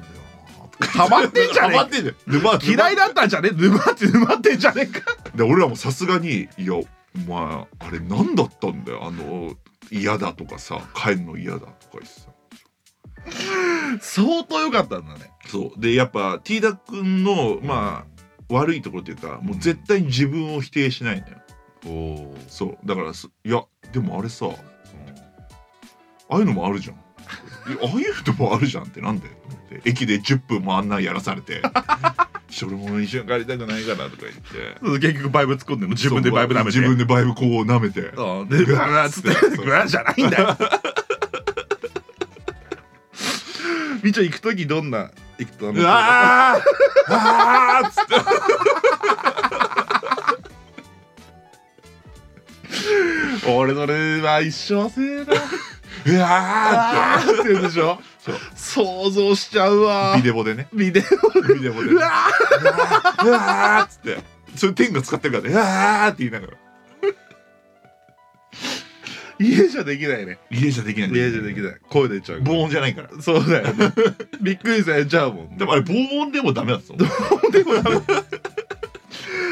Speaker 2: なとか
Speaker 1: ハマってんじゃねえ
Speaker 2: ハマってんじゃんでまあ
Speaker 1: 嫌いだったんじゃね沼って沼ってんじゃねえか
Speaker 2: で俺らもさすがに「いやお前あれ何だったんだよあの嫌だ」とかさ「帰るの嫌だ」とか言ってさ
Speaker 1: 相当良かったんだね
Speaker 2: そうでやっぱティーダ君のまあ悪いところというかもう絶対に自分を否定しないんだよ
Speaker 1: おお
Speaker 2: そうだからすいやでもあれさああいうのもあるじゃんいやああいうのもあるじゃんってなんだよと思って駅で10分も案内やらされて 「それも一緒に帰りたくないから」とか言って
Speaker 1: 結局バイブ突っ込んでるの自分でバイブ舐めて
Speaker 2: 自分でバイブこう舐めて
Speaker 1: あでグワーっつって
Speaker 2: そうそう
Speaker 1: グワーじゃないんだよみちょ行く時どんな行くとあの
Speaker 2: うわああーっつって
Speaker 1: 俺それは一生忘れないう
Speaker 2: わ
Speaker 1: あーって言うんでしょ
Speaker 2: そう
Speaker 1: 想像しちゃうわ
Speaker 2: ービデオでね
Speaker 1: ビデ
Speaker 2: ビデオで
Speaker 1: オうわ
Speaker 2: うわーっつってそれ天が使ってるからねうわーって言いながら
Speaker 1: ー家じゃできないね
Speaker 2: 家じゃできない
Speaker 1: 家じゃできない声出ちゃうから
Speaker 2: 防音じゃないから
Speaker 1: そうだよねびっくりされちゃうもん
Speaker 2: でもあれ防音でもダメだったの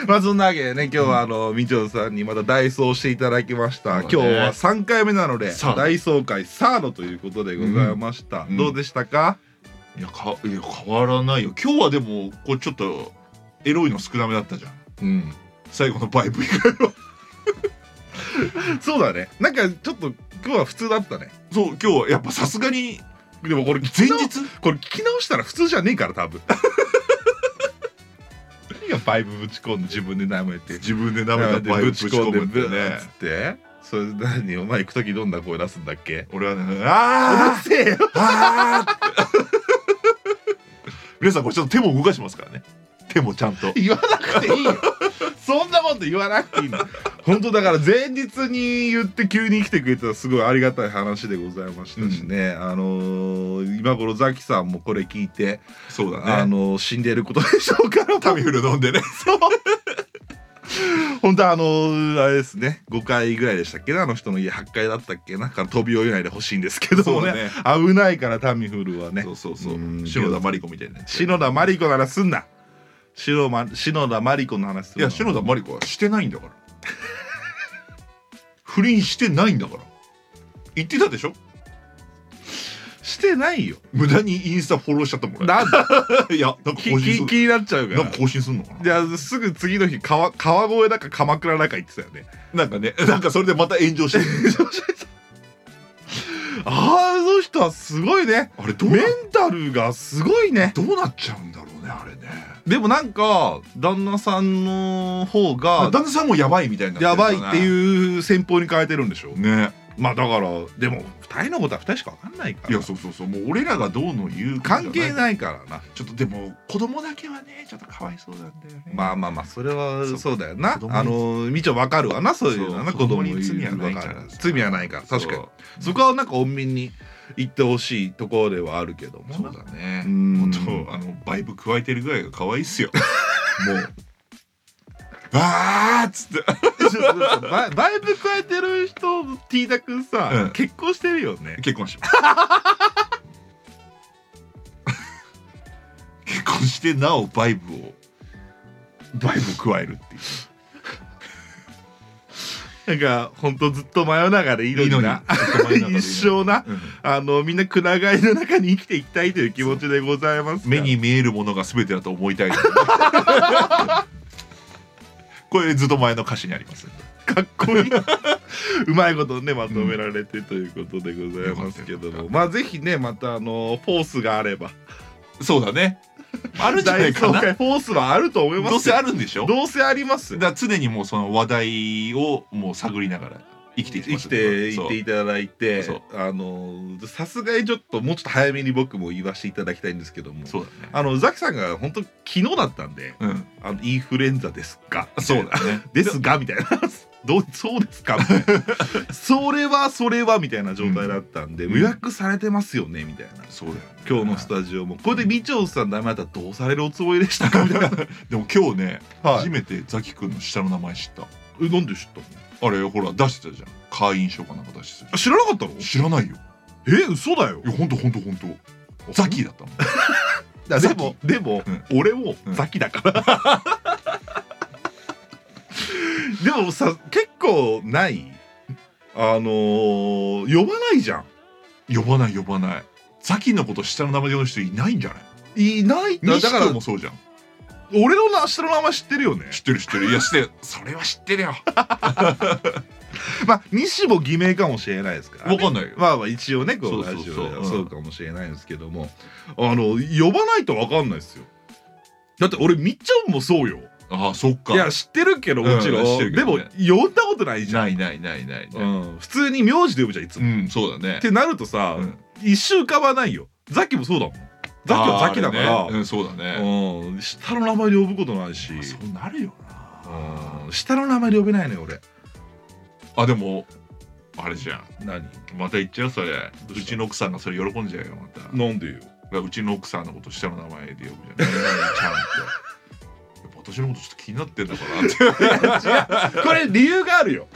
Speaker 1: まあそんなわけでね今日はあのみちょさんにまたダイソーしていただきました、
Speaker 2: そう
Speaker 1: 今
Speaker 2: だ
Speaker 1: 日
Speaker 2: ね
Speaker 1: は3回目なので
Speaker 2: サード
Speaker 1: ダイソー会サードということでございました、
Speaker 2: うん
Speaker 1: どうでしたか、
Speaker 2: いやかいや変わらないよ今日はでもこうちょっとエロいの少なめだったじゃん
Speaker 1: うん、
Speaker 2: 最後のバイブ以外は
Speaker 1: そうだねなんかちょっと今日は普通だったね
Speaker 2: そう今日はやっぱさすがに
Speaker 1: でもこれ
Speaker 2: 前
Speaker 1: 前日
Speaker 2: 日
Speaker 1: これ聞き直したら普通じゃねえから多分 何がバイブぶち込んで自分で舐めて
Speaker 2: 自分で舐めたバイブ
Speaker 1: ぶ
Speaker 2: ぶち
Speaker 1: ち
Speaker 2: 込
Speaker 1: 込んで
Speaker 2: むっ
Speaker 1: ぶ
Speaker 2: て
Speaker 1: ー
Speaker 2: ね
Speaker 1: っつってそれ何お前行く時どんな声出すんだっけ
Speaker 2: 俺はね
Speaker 1: う
Speaker 2: あ
Speaker 1: るせえよ
Speaker 2: あー 皆さんこれちょっと手も動かしますからね手もちゃんと
Speaker 1: 言わなくていいよ そんなもんで言わなくていいの本当だから前日に言って急に来てくれたらすごいありがたい話でございましたしね、あのー今頃ザキさんもこれ聞いて、
Speaker 2: そうだね
Speaker 1: あのー死んでることでしょうから
Speaker 2: タミフル飲んでね
Speaker 1: 本当はあのーあれですね5階ぐらいでしたっけねあの人の家8階だったっけなから飛び降りないでほしいんですけどもね
Speaker 2: そ
Speaker 1: 危ないからタミフルはね
Speaker 2: そうそうそう
Speaker 1: うん
Speaker 2: 篠田真理子みたいなやつ
Speaker 1: 篠田真理子ならすんな篠,、ま、篠田真理子の話す
Speaker 2: い
Speaker 1: るな
Speaker 2: や篠田真理子はしてないん だから不倫してないんだから言ってたでしょ
Speaker 1: してないよ
Speaker 2: 無駄にインスタフォローしちゃったもんね
Speaker 1: なんだ
Speaker 2: いやなんか
Speaker 1: き
Speaker 2: 更新す
Speaker 1: き気
Speaker 2: る
Speaker 1: になっちゃうか
Speaker 2: なん
Speaker 1: ら
Speaker 2: か更新すんのかない
Speaker 1: やすぐ次の日川川越だか鎌倉だか行ってたよね
Speaker 2: なんかね なんかそれでまた炎上してる
Speaker 1: あーあの人はすごいね
Speaker 2: あれどうな
Speaker 1: メンタルがすごいね
Speaker 2: どうなっちゃうんだろうねあれね
Speaker 1: でもなんか旦那さんの方
Speaker 2: あ
Speaker 1: が
Speaker 2: 旦那さんもやばいみたいにな
Speaker 1: やばいって
Speaker 2: う
Speaker 1: いう戦法に変えてるんでしょ
Speaker 2: ね
Speaker 1: まあだからでも2人のことは2人しか分かんないか
Speaker 2: い
Speaker 1: ら
Speaker 2: やそうそうそうもう俺らがどうの言うことじゃ
Speaker 1: 関係
Speaker 2: い
Speaker 1: ないからな
Speaker 2: ちょっとでも子供だけはねちょっとかわいそうなんだよね
Speaker 1: まあまあまあそれは
Speaker 2: そう
Speaker 1: そうだよな
Speaker 2: 子供に
Speaker 1: あのみちょ分かるわなそういうのはな
Speaker 2: そ
Speaker 1: 子供
Speaker 2: う子供
Speaker 1: に
Speaker 2: に罪はない
Speaker 1: わ
Speaker 2: から
Speaker 1: 罪はないから確かに
Speaker 2: そう
Speaker 1: そこはなんか穏便に言ってほしいところではあるけども
Speaker 2: そうだね
Speaker 1: うん
Speaker 2: 本当あのバイブ加えてるぐらいが可愛いっすよもうわーっつって
Speaker 1: バイ バイブ加えてる人の T だくんさ、
Speaker 2: うん
Speaker 1: 結婚してるよね
Speaker 2: 結 婚し結婚してなおバイブをバイブを加えるっていう
Speaker 1: なんかほんとずっと真夜中でいいのにな一生な
Speaker 2: うん
Speaker 1: あのみんなくながいの中に生きていきたいという気持ちでございます
Speaker 2: 目に見えるものが全てだと思いたい これずっと前の歌詞にあります
Speaker 1: かっこいいう まいことねまとめられてということでございますけども、まあぜひねまたあのフォースがあれば
Speaker 2: そうだねあるんじゃな
Speaker 1: 大
Speaker 2: いか
Speaker 1: 総
Speaker 2: な
Speaker 1: 会フォースはあると思いますよ
Speaker 2: どうせあるんでしょ
Speaker 1: どうせあります
Speaker 2: だから常にもうその話題をもう探りながら生きていき
Speaker 1: 生
Speaker 2: ま
Speaker 1: き
Speaker 2: す
Speaker 1: てい
Speaker 2: そう
Speaker 1: っていただいて
Speaker 2: そう
Speaker 1: あのさすがにちょっともうちょっと早めに僕も言わせていただきたいんですけども
Speaker 2: そうだね
Speaker 1: あのザキさんが本当昨日だったんで
Speaker 2: うん
Speaker 1: あのインフルエンザですか
Speaker 2: そうだね
Speaker 1: ですがみたいな どうそうですかみたい なそれはそれはみたいな状態だったんで、
Speaker 2: うん
Speaker 1: 予約されてますよねみたいな
Speaker 2: そうだよね
Speaker 1: 今日のスタジオもこれでみちょさんダメだったらどうされるおつもりでしたかみたいな
Speaker 2: でも今日ね、
Speaker 1: は
Speaker 2: 初めてザキ君の下の名前知った
Speaker 1: えなんで知ったの
Speaker 2: あれほら出してたじゃん会員証かなんか出してた
Speaker 1: あ知らなかったの
Speaker 2: 知らないよ
Speaker 1: え嘘だよ
Speaker 2: いやほんとほんとほんとザキだったもん
Speaker 1: だでもでも、俺も
Speaker 2: うん
Speaker 1: ザキだから、 でもさ結構ないあのー呼ばないじゃん
Speaker 2: 呼ばない呼ばないザキのこと下の名前で呼ぶ人いないんじゃない
Speaker 1: いないだ
Speaker 2: だ
Speaker 1: だ
Speaker 2: か
Speaker 1: からら
Speaker 2: もそうじゃん
Speaker 1: 俺のな下の名前知ってるよね
Speaker 2: 知ってる知ってるいや知ってるそれは知ってるよ
Speaker 1: まあ西も偽名かもしれないですから、
Speaker 2: わかんないよ
Speaker 1: まあまあ一応ねこ
Speaker 2: そううそ
Speaker 1: ラ
Speaker 2: う
Speaker 1: ジオ
Speaker 2: そう
Speaker 1: で
Speaker 2: う
Speaker 1: は
Speaker 2: ん
Speaker 1: そうかもしれないんですけどもあの呼ばないとわかんないですよだって俺みっちゃんもそうよ
Speaker 2: ああそっか
Speaker 1: いや知ってるけどもちろ、
Speaker 2: うんん知ってるけ
Speaker 1: でも
Speaker 2: どね
Speaker 1: 呼んだことないじゃん
Speaker 2: ないないないないない
Speaker 1: うん、普通に名字で呼ぶじゃんいつ
Speaker 2: う
Speaker 1: も、
Speaker 2: んそうだね
Speaker 1: ってなるとさ、
Speaker 2: うん
Speaker 1: 一週間はないよザキもそうだもんザキはザキだか
Speaker 2: あ
Speaker 1: ら、
Speaker 2: ーねうんそうだね
Speaker 1: うん、下の名前で呼ぶことないし、
Speaker 2: そうなるよな
Speaker 1: うん下の名前で呼べないのよ俺
Speaker 2: あでもあれじゃん
Speaker 1: 何
Speaker 2: また言っちゃうそれ
Speaker 1: ど
Speaker 2: う
Speaker 1: うした
Speaker 2: ちの奥さんがそれ喜んじゃうよまた
Speaker 1: なんでよ
Speaker 2: うちの奥さんのこと下の名前で呼 ぶじゃん。何々ちゃんって。やっぱ私のことちょっと気になってんだからって。
Speaker 1: これ理由があるよ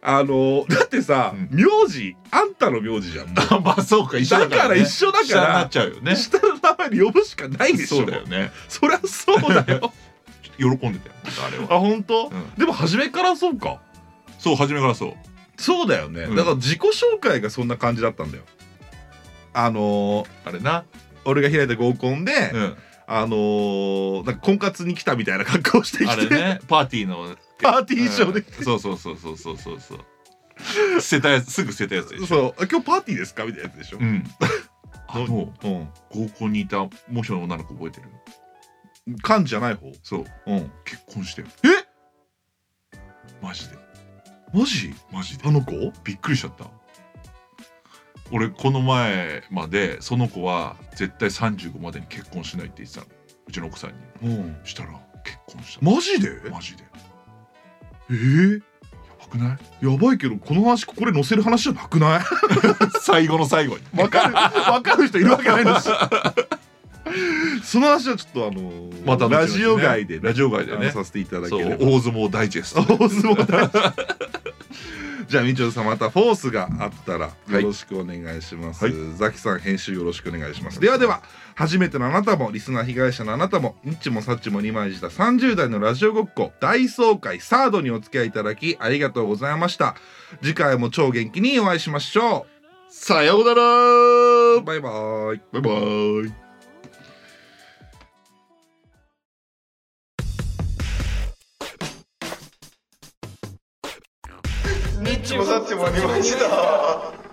Speaker 1: あのだってさ、
Speaker 2: うん
Speaker 1: 名字あんたの名字じゃんもう
Speaker 2: ま あそうか、一緒だ
Speaker 1: だ
Speaker 2: か、
Speaker 1: からら
Speaker 2: ね。
Speaker 1: 一緒だか
Speaker 2: 下になっ
Speaker 1: ら
Speaker 2: ちゃうよね。
Speaker 1: 下の名前で呼ぶしかないでしょ
Speaker 2: そうだよね。
Speaker 1: そりゃそうだよ
Speaker 2: ちょっと喜んでたよ、 あれは。
Speaker 1: あ本当、
Speaker 2: うん
Speaker 1: でも初めからそうか
Speaker 2: そう、初めからそう。
Speaker 1: そうだよね、
Speaker 2: うん
Speaker 1: だから自己紹介がそんな感じだったんだよあのー
Speaker 2: あれな。
Speaker 1: 俺が開いた合コンで、
Speaker 2: うん。
Speaker 1: あのーなんか婚活に来たみたいな格好して
Speaker 2: あ
Speaker 1: き
Speaker 2: れ
Speaker 1: て、
Speaker 2: ね、パーティーの。
Speaker 1: パーティー衣装で、
Speaker 2: うんそうそうそうそうそうそうそう。捨てたやつ、すぐ捨てたやつでしょ。
Speaker 1: そうあ今日パーティーですかみたいなやつでしょ、
Speaker 2: うん。あの、
Speaker 1: うん
Speaker 2: 合コンにいたもう一人の女の子覚えてる
Speaker 1: 缶じゃない方
Speaker 2: そう、
Speaker 1: うん
Speaker 2: 結婚してよ。マジで。
Speaker 1: マジ
Speaker 2: マジで。
Speaker 1: あの子
Speaker 2: びっくりしちゃった俺この前までその子は絶対35までに結婚しないって言ってたのうちの奥さんに
Speaker 1: うん
Speaker 2: したら結婚した
Speaker 1: マジで
Speaker 2: マジでや
Speaker 1: えー、
Speaker 2: ばくない
Speaker 1: やばいけどこの話ここで載せる話じゃなくない
Speaker 2: 最後の最後に
Speaker 1: わかるわかる人いるわけないです その話はちょっとあのー
Speaker 2: また後々ね
Speaker 1: ラジオ外でね、
Speaker 2: ラジオ外でね
Speaker 1: あのさせていただけ
Speaker 2: そう
Speaker 1: れば
Speaker 2: 大相撲ダイジェストね
Speaker 1: 大相撲大臣じゃあみちおさんまたフォースがあったらよろしくお願いします、
Speaker 2: はい
Speaker 1: ザキさん編集よろしくお願いしますではでは初めてのあなたもリスナー被害者のあなたもニッチもサッチも2枚舌30代のラジオごっこ大総会サードにお付き合いいただきありがとうございました次回も超元気にお会いしましょ
Speaker 2: さようなら
Speaker 1: うバイバイ
Speaker 2: バイバイ
Speaker 4: 日もさっちもありました。